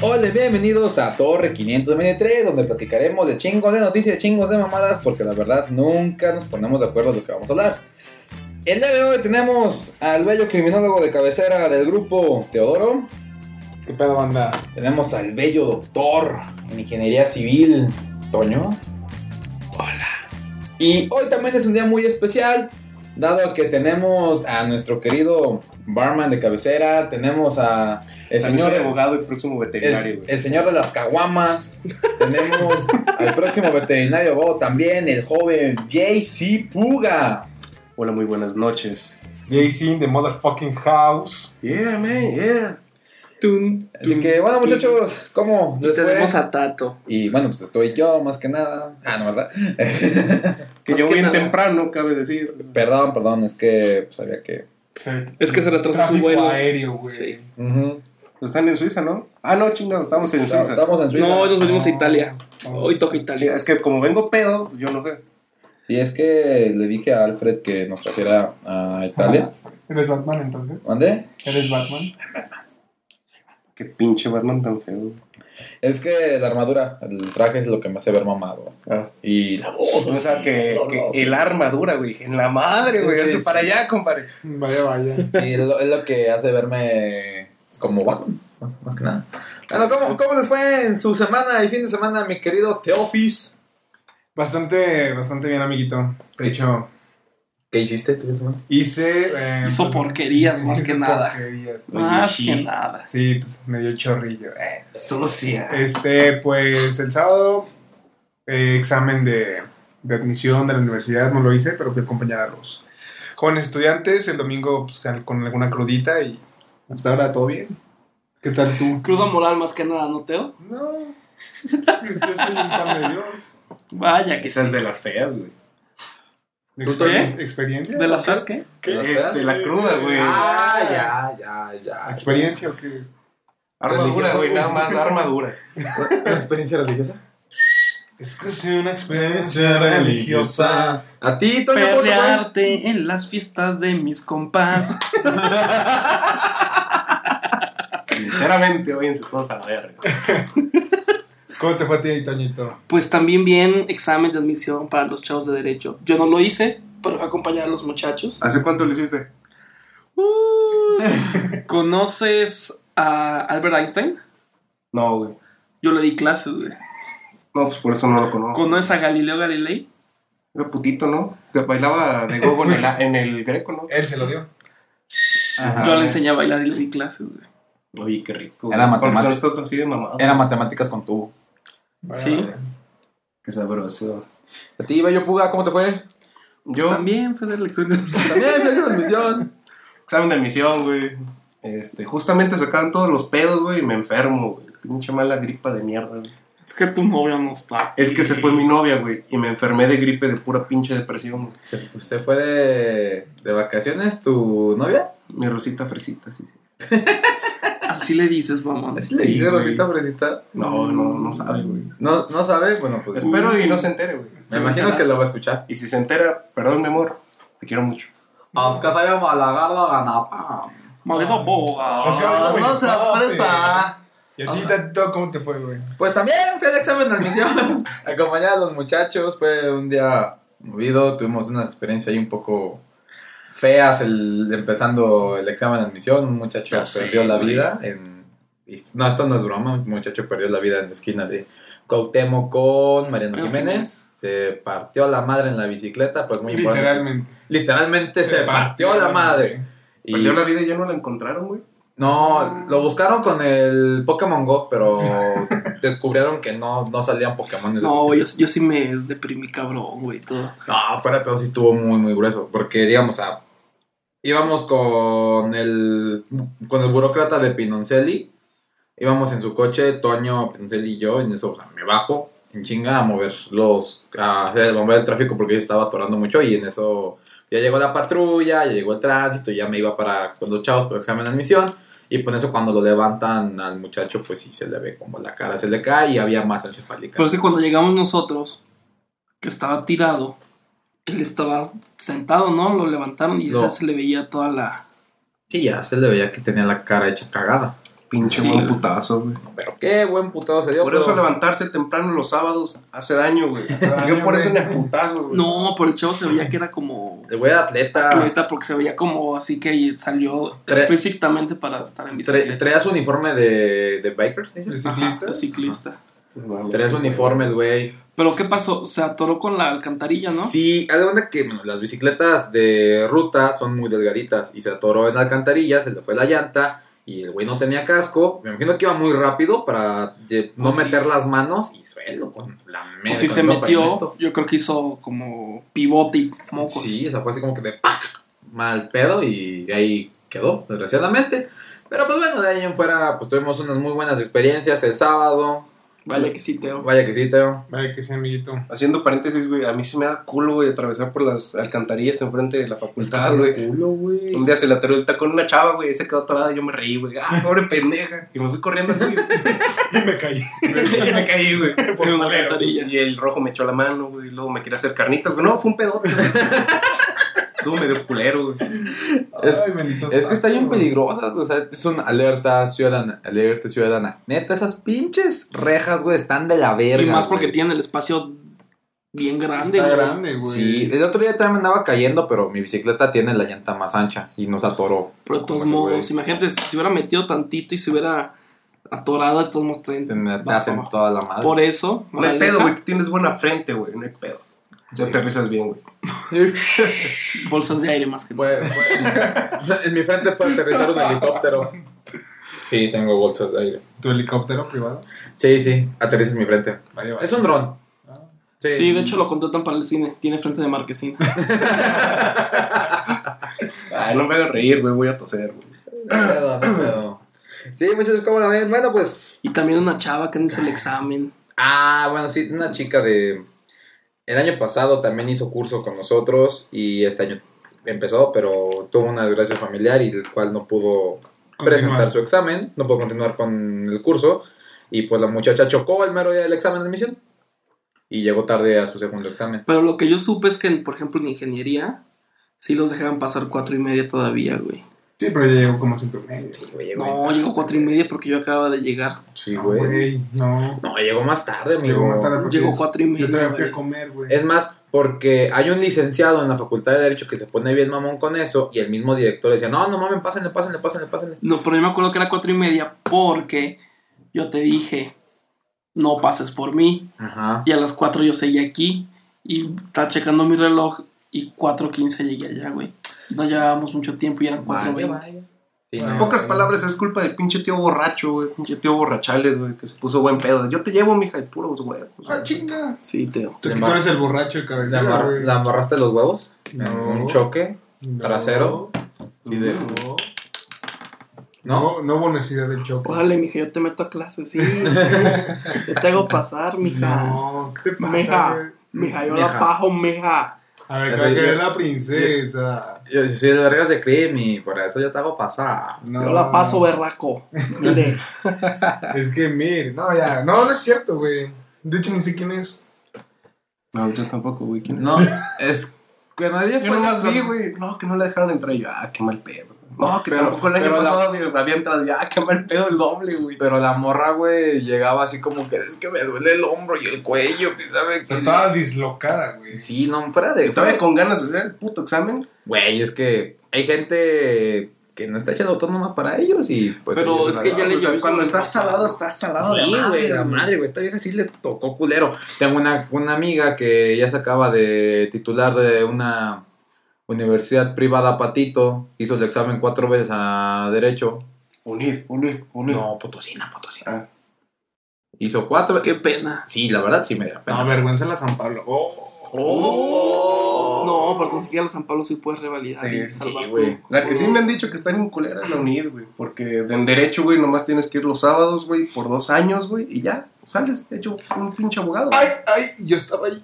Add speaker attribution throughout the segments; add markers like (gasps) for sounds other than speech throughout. Speaker 1: Chavales, bienvenidos a Torre 523, donde platicaremos de chingos de noticias, chingos de mamadas, porque la verdad nunca nos ponemos de acuerdo en lo que vamos a hablar. El día de hoy tenemos al bello criminólogo de cabecera del grupo Teodoro,
Speaker 2: ¿Qué pedo, banda?
Speaker 1: tenemos al bello doctor en ingeniería civil, Toño. Hola. Y hoy también es un día muy especial, dado que tenemos a nuestro querido barman de cabecera, tenemos a el
Speaker 3: También soy
Speaker 1: señor
Speaker 3: abogado y próximo veterinario,
Speaker 1: el,
Speaker 3: güey.
Speaker 1: el señor de las caguamas. Tenemos al próximo veterinario abogado también, el joven JC Puga.
Speaker 3: Hola, muy buenas noches.
Speaker 2: JC de Motherfucking House.
Speaker 3: Yeah, man, yeah.
Speaker 4: Tun,
Speaker 1: Así
Speaker 4: tun.
Speaker 1: que, bueno, muchachos, ¿cómo
Speaker 4: Y
Speaker 1: les fue?
Speaker 4: tenemos a Tato.
Speaker 1: Y bueno, pues estoy yo, más que nada. Ah, no, ¿verdad?
Speaker 3: Que yo
Speaker 4: Más que
Speaker 3: voy en
Speaker 4: nada.
Speaker 3: temprano, cabe decir.
Speaker 1: (laughs) perdón, perdón, es que pues, había que.
Speaker 4: Es que se retrasó su
Speaker 2: tráfico
Speaker 4: vuelo.
Speaker 2: aéreo, güey.
Speaker 4: Sí.
Speaker 1: Ujú.
Speaker 3: Están en Suiza, ¿no? Ah, no, chingados, estamos en
Speaker 1: Estamos-
Speaker 3: Suiza.
Speaker 1: Estamos en Suiza.
Speaker 4: No, hoy nos venimos a Italia.
Speaker 2: No.
Speaker 4: Hoy toca
Speaker 3: Sí,
Speaker 4: Italia.
Speaker 3: es que como vengo pedo, yo no sé.
Speaker 1: Y es que le dije a Alfred que nos trajera a Italia.
Speaker 2: ¿Eres Batman, entonces?
Speaker 1: ¿Dónde?
Speaker 2: ¿Eres Batman?
Speaker 3: Qué pinche Batman tan feo.
Speaker 1: Es que la armadura, el traje es lo que me hace ver mamado.
Speaker 3: Ah.
Speaker 1: Y la voz.
Speaker 3: O sea,
Speaker 1: así,
Speaker 3: que,
Speaker 1: no,
Speaker 3: que
Speaker 1: no,
Speaker 3: el armadura, güey. En la madre, güey.
Speaker 1: Sí, sí,
Speaker 3: Hasta
Speaker 1: sí.
Speaker 3: para allá, compadre.
Speaker 2: Vaya, vaya.
Speaker 1: Y es lo, es lo que hace verme como Batman, más, más que nada. Bueno, ¿cómo, ¿cómo les fue en su semana y fin de semana, mi querido Teofis?
Speaker 2: Bastante, bastante bien, amiguito. De hecho,
Speaker 1: ¿Qué hiciste tu fin de semana?
Speaker 2: hice... eh,
Speaker 4: Hizo
Speaker 2: pues,
Speaker 4: porquerías, más que nada.
Speaker 2: porquerías.
Speaker 4: Más
Speaker 3: sí.
Speaker 4: que nada.
Speaker 2: Sí, pues me dio chorrillo. eh.
Speaker 3: Sucia.
Speaker 2: Este, pues el sábado, eh, examen de, de admisión de la universidad, no lo hice, pero fui a acompañar a los jóvenes estudiantes. El domingo, pues, al- con alguna crudita y pues, hasta ahora todo bien. ¿Qué tal tú?
Speaker 4: Cruda moral más que nada, ¿no, Teo?
Speaker 2: No, pues, yo soy un pan de Dios.
Speaker 4: Vaya que sí.
Speaker 3: Esas de las feas, güey.
Speaker 1: ¿Tú,
Speaker 2: Exper-
Speaker 1: Toño?
Speaker 2: ¿Experiencia?
Speaker 4: ¿De las feas qué?
Speaker 2: ¿Qué?
Speaker 1: ¿Las
Speaker 3: Este,
Speaker 1: feas?
Speaker 3: la cruda, güey.
Speaker 1: Ah, ya, ya, ya.
Speaker 2: ¿Experiencia o qué?
Speaker 3: Armadura,
Speaker 1: Religioso.
Speaker 3: güey, nada más, armadura.
Speaker 1: ¿Una experiencia religiosa?
Speaker 2: Es que soy una experiencia religiosa.
Speaker 1: A ti, Toño, ¿cómo te fue?
Speaker 4: Perrearte en las fiestas de mis compás.
Speaker 3: (laughs) Sinceramente, hoy en su cosa, la verga.
Speaker 2: ¿Cómo te fue a ti, Toñito?
Speaker 4: (laughs) Pues también bien examen de admisión para los chavos de derecho. Yo no lo hice, pero fui a acompañar a los muchachos.
Speaker 3: ¿Hace cuánto lo hiciste?
Speaker 4: (laughs) ¿Conoces a Albert Einstein?
Speaker 3: No, güey.
Speaker 4: Yo le di clases, güey.
Speaker 3: No, pues por eso no lo conozco.
Speaker 4: ¿Conoces a Galileo Galilei?
Speaker 3: Era putito, ¿no? Que bailaba de gogo en el, en el greco, ¿no?
Speaker 2: Él se lo dio.
Speaker 1: Ajá.
Speaker 4: Yo le
Speaker 3: es-
Speaker 4: enseñé a bailar y le di clases, güey.
Speaker 3: Oye, qué rico.
Speaker 1: Era
Speaker 3: güey.
Speaker 1: matemático.
Speaker 3: Porque son estos así de mamado.
Speaker 1: Era matemáticas con tubo.
Speaker 4: Sí.
Speaker 3: Qué sabroso.
Speaker 1: A ti, Bello Puga, ¿cómo te fue?
Speaker 3: Yo,
Speaker 4: Pues También fue de elección de
Speaker 1: También, feliz admisión.
Speaker 3: examen de admisión, güey. Este, justamente sacaban todos los pedos, güey, y me enfermo, güey. Pinche mala gripa de mierda, güey.
Speaker 4: Es que tu novia no está.
Speaker 3: Es que se fue mi novia, güey, y me enfermé de gripe de pura pinche depresión, güey.
Speaker 1: (laughs) ¿Se, se fue de, de vacaciones tu novia?
Speaker 3: Mi rosita fresita, sí, sí.
Speaker 4: Así le dices, mamón.
Speaker 1: ¿Así le
Speaker 3: Sí,
Speaker 1: dice
Speaker 3: güey.
Speaker 1: Rosita Fresita?
Speaker 3: No, no, no sabe, güey.
Speaker 1: No, no sabe, bueno, pues.
Speaker 3: Espero y no se entere, güey.
Speaker 1: Me imagino que lo va a escuchar.
Speaker 3: Y si se entera, perdón, mi amor, te quiero mucho.
Speaker 1: Pues Avkatayo Malagarda ganapa.
Speaker 4: Maldita boba.
Speaker 2: O sea, güey,
Speaker 1: fresa.
Speaker 2: ¿Y a ti, Tatito, cómo te fue, güey?
Speaker 1: Pues también fui al examen de admisión. (laughs) Acompañé a los muchachos. Fue un día movido. Tuvimos una experiencia ahí un poco feas el, empezando el examen de admisión. Un muchacho
Speaker 4: Ya sé,
Speaker 1: perdió la
Speaker 4: güey.
Speaker 1: vida. En, y- no, esto no es broma. Un muchacho perdió la vida en la esquina de Cuauhtémoc con Mariano
Speaker 4: Mariano
Speaker 1: Jiménez. Se partió la madre en la bicicleta. Pues muy importante.
Speaker 2: Literalmente.
Speaker 1: Literalmente se, partió, la madre. Y-
Speaker 3: Perdió la vida y ya no la encontraron, güey.
Speaker 1: No, lo buscaron con el Pokémon Go, pero (laughs) descubrieron que no, no salían Pokémon.
Speaker 4: No, yo, yo sí me deprimí, cabrón, güey, todo.
Speaker 1: no, fuera de pedo sí estuvo muy, muy grueso. Porque, digamos, ah, íbamos con el, con el burócrata de Pinoncelli. Íbamos en su coche, Toño, Pinoncelli y yo. En eso o sea, me bajo en chinga a mover los. a hacer- a mover el tráfico porque yo estaba atorando mucho. Y en eso ya llegó la patrulla, ya llegó el tránsito, ya me iba para con los chavos por examen de admisión. Y por eso cuando lo levantan al muchacho, pues sí se le ve como la cara se le cae y había más encefálica.
Speaker 4: Pero es que cuando llegamos nosotros, que estaba tirado, él estaba sentado, ¿no? Lo levantaron y
Speaker 1: No.
Speaker 4: ya se le veía toda la.
Speaker 1: Sí, ya se le veía que tenía la cara hecha cagada.
Speaker 3: Pinche
Speaker 4: Sí,
Speaker 3: buen
Speaker 4: güey.
Speaker 3: putazo, güey.
Speaker 1: Pero qué buen putado se dio.
Speaker 3: Por eso
Speaker 1: pero-
Speaker 3: levantarse temprano los sábados hace daño, güey. Yo
Speaker 2: daño,
Speaker 3: por eso
Speaker 2: güey.
Speaker 3: ni a putazos, güey.
Speaker 4: No, pero el chavo se veía que era como
Speaker 1: El güey era atleta.
Speaker 4: atleta porque se veía como así que salió
Speaker 1: Ah. Tre-
Speaker 4: específicamente para estar en
Speaker 1: Tre-
Speaker 4: bicicleta.
Speaker 1: traía su uniforme de, de bikers, ¿sí?
Speaker 2: ¿De
Speaker 4: Ajá,
Speaker 2: ciclistas?
Speaker 4: de ciclista.
Speaker 3: No mames,
Speaker 1: Traía su
Speaker 3: güey.
Speaker 1: uniforme, el güey.
Speaker 4: Pero ¿qué pasó? Se atoró con la alcantarilla, ¿no?
Speaker 1: Sí, haz de cuenta que bueno, las bicicletas de ruta son muy delgaditas y se atoró en la alcantarilla, se le fue la llanta y el güey no tenía casco. Me imagino que iba muy rápido para de- no
Speaker 4: Pues sí.
Speaker 1: meter las manos y suelo con la
Speaker 4: O
Speaker 1: mesa.
Speaker 4: si se metió, yo creo que hizo como pivote y mocos.
Speaker 1: Sí, esa fue así como que de ¡pac! mal pedo y de ahí quedó, desgraciadamente. Pero pues bueno, de ahí en fuera pues tuvimos unas muy buenas experiencias el sábado.
Speaker 4: Vale que sí, Teo.
Speaker 1: Vaya que sí, Teo.
Speaker 2: Vale, que sí,
Speaker 1: (laughs)
Speaker 2: amiguito.
Speaker 3: Haciendo paréntesis, güey, a mí sí me da culo, güey, atravesar por las alcantarillas enfrente Ah, de la facultad, güey. Un día se le atoró el tacón a una chava, güey, y se quedó atorada y yo me reí, güey. Ah, pobre pendeja. Y me fui corriendo, güey.
Speaker 2: Y me caí.
Speaker 3: y me caí, güey.
Speaker 2: Por
Speaker 4: En una
Speaker 2: culero.
Speaker 4: alcantarilla.
Speaker 3: Y el rojo me echó la mano, güey. Y luego me quería hacer carnitas, güey. No, fue un pedote, güey. Estuvo medio culero, güey.
Speaker 1: Es-
Speaker 2: Ay, benditos
Speaker 1: Es que están bien
Speaker 2: tacos.
Speaker 1: peligrosas, o sea, es una alerta ciudadana, alerta ciudadana. Neta, esas pinches rejas, güey, están de la verga.
Speaker 4: Y más porque
Speaker 1: güey.
Speaker 4: tiene el espacio bien grande,
Speaker 2: Está
Speaker 4: güey.
Speaker 2: grande, güey.
Speaker 1: Sí, el otro día también me andaba cayendo, pero mi bicicleta tiene la llanta más ancha y nos atoró.
Speaker 4: Pero de todos
Speaker 1: Como que,
Speaker 4: modos, imagínate, si se hubiera metido tantito y se hubiera atorado, de todos modos, te-
Speaker 1: güey, me- Te
Speaker 4: vas para
Speaker 1: hacen
Speaker 4: abajo.
Speaker 1: toda la madre.
Speaker 4: Por eso,
Speaker 3: No hay
Speaker 4: moraleja,
Speaker 3: pedo, güey. Tú tienes buena frente, güey. No hay pedo. Ya
Speaker 1: Sí.
Speaker 3: te aterrizas bien, güey.
Speaker 1: (laughs)
Speaker 4: bolsas de aire más que nada.
Speaker 1: Fue- fue- eh, pues, en mi frente puede aterrizar
Speaker 4: (laughs)
Speaker 1: un helicóptero. Sí, tengo bolsas de aire.
Speaker 2: ¿Tu helicóptero privado?
Speaker 1: Sí, sí, aterriza en mi frente.
Speaker 2: Vale, vale.
Speaker 1: Es un dron.
Speaker 2: Ah.
Speaker 4: Sí, de hecho lo contratan para el cine. Tiene frente de marquesina.
Speaker 3: Ay, no me hagas reír, güey. Voy a toser, güey.
Speaker 1: Sí, muchachos, ¿cómo la ven? Bueno, pues
Speaker 4: Y también una chava que no hizo el examen.
Speaker 1: Ah, bueno, sí, una chica de... El año pasado también hizo curso con nosotros y este año empezó, pero tuvo una desgracia familiar y el cual no pudo presentar
Speaker 2: Continuar.
Speaker 1: su examen, no pudo continuar con el curso y pues la muchacha chocó el mero día del examen de admisión y llegó tarde a su segundo examen.
Speaker 4: Pero lo que yo supe es que, por ejemplo, en ingeniería, sí los dejaban pasar cuatro y media todavía, güey.
Speaker 2: Sí, pero ya llegó como cinco y medio.
Speaker 4: No, llegó cuatro y media porque yo acababa de llegar.
Speaker 1: Sí,
Speaker 2: No,
Speaker 1: güey.
Speaker 2: güey, no.
Speaker 1: No, llegó más tarde, amigo.
Speaker 2: Llegó más tarde.
Speaker 4: Llegó cuatro y
Speaker 2: Yo
Speaker 4: media.
Speaker 2: todavía fui a
Speaker 4: güey.
Speaker 2: comer, güey.
Speaker 1: Es más, porque hay un licenciado en la Facultad de Derecho que se pone bien mamón con eso y el mismo director decía, no, no mames, pásenle, pásenle, pásenle, pásenle.
Speaker 4: No, pero yo me acuerdo que era cuatro y media porque yo te dije, no pases por mí.
Speaker 1: Ajá.
Speaker 4: Y a las cuatro yo seguí aquí y estaba checando mi reloj y 4.15 llegué allá, güey. No llevábamos mucho tiempo y eran 4.20.
Speaker 1: Sí,
Speaker 2: En
Speaker 1: no,
Speaker 3: En pocas
Speaker 1: no.
Speaker 3: palabras, es culpa del pinche tío borracho, güey. Pinche tío borrachales, güey, que se puso buen pedo. Yo te llevo, mija, y puros huevos.
Speaker 2: Ah, chinga.
Speaker 4: Sí, Teo.
Speaker 2: Tú,
Speaker 1: Le
Speaker 2: que tú
Speaker 1: mar-
Speaker 2: eres el borracho de
Speaker 1: ¿La,
Speaker 2: cabeza.
Speaker 1: amar-
Speaker 2: güey.
Speaker 1: la amarraste los huevos?
Speaker 2: No.
Speaker 1: En un choque.
Speaker 2: No.
Speaker 1: trasero. Sí, de-
Speaker 2: No.
Speaker 1: ¿No?
Speaker 2: No, no hubo necesidad del choque.
Speaker 4: Órale, mija, yo te meto a
Speaker 2: (laughs)
Speaker 4: clase, sí. yo te hago pasar, mija.
Speaker 2: No, ¿qué te pasa,
Speaker 4: Mija.
Speaker 2: güey?
Speaker 4: Mija, yo
Speaker 1: Mija.
Speaker 4: la pajo, mija.
Speaker 2: A ver,
Speaker 1: Ya
Speaker 2: que va a
Speaker 1: sé,
Speaker 2: quedar
Speaker 1: ya-
Speaker 2: la princesa.
Speaker 1: Yo yo soy de vergas de cream y por eso yo te hago pasar.
Speaker 2: No,
Speaker 4: Yo la paso, berraco. Mire,
Speaker 2: Es que, mire, no, ya. No, no es cierto, güey. De hecho, ni sé quién es.
Speaker 3: No, yo tampoco, güey. ¿quién es?
Speaker 1: No, es que nadie
Speaker 3: Yo
Speaker 1: fue
Speaker 3: nomás
Speaker 1: la-
Speaker 3: vi, güey. No, que no la dejaron entrar. Y yo, ah, qué mal pedo. No, que
Speaker 1: Pero-
Speaker 3: tampoco el año
Speaker 1: pero la-
Speaker 3: pasado había- había entrado. Y yo, ah, qué mal pedo el doble, güey.
Speaker 1: Pero la morra, güey, llegaba así como que es que me duele el hombro y el cuello, que sabe
Speaker 2: O sea,
Speaker 1: qué?".
Speaker 2: estaba dislocada, güey.
Speaker 1: Sí, no, fuera de...
Speaker 3: Y todavía
Speaker 1: fuera-
Speaker 3: con ganas de hacer el puto examen.
Speaker 1: Güey, es que hay gente que no está echando autónoma para ellos y pues...
Speaker 4: Pero
Speaker 1: ellos
Speaker 4: es
Speaker 1: la
Speaker 4: que ya
Speaker 1: agarran.
Speaker 4: le
Speaker 3: O sea,
Speaker 4: llovió
Speaker 3: Cuando
Speaker 4: sobre
Speaker 3: estás
Speaker 4: el papá.
Speaker 3: salado, estás salado. de
Speaker 1: Sí, güey, Ah, la
Speaker 3: güey.
Speaker 1: madre, güey. Esta vieja sí le tocó culero. Tengo una, una amiga que ya se acaba de titular de una universidad privada, Patito. Hizo el examen cuatro veces a Derecho.
Speaker 3: Unir, unir, unir.
Speaker 1: No, Potosina, Potosina.
Speaker 3: Ah.
Speaker 1: Hizo cuatro
Speaker 4: qué
Speaker 1: veces.
Speaker 4: pena.
Speaker 1: Sí, la verdad sí me da
Speaker 2: No,
Speaker 1: pena.
Speaker 2: vergüenza la San Pablo. Oh.
Speaker 3: Oh.
Speaker 1: Oh.
Speaker 4: No, pero conseguir a la San Pablo sí puedes revalidar
Speaker 2: Sí,
Speaker 4: y
Speaker 2: sí,
Speaker 4: salvar tu-
Speaker 1: güey.
Speaker 3: La que sí me han dicho que está bien culera es la UNID, güey. Porque de en derecho, güey, nomás tienes que ir los sábados, güey, por dos años, güey, y ya. Sales, de hecho, un pinche abogado.
Speaker 2: Ay, ay, yo estaba ahí.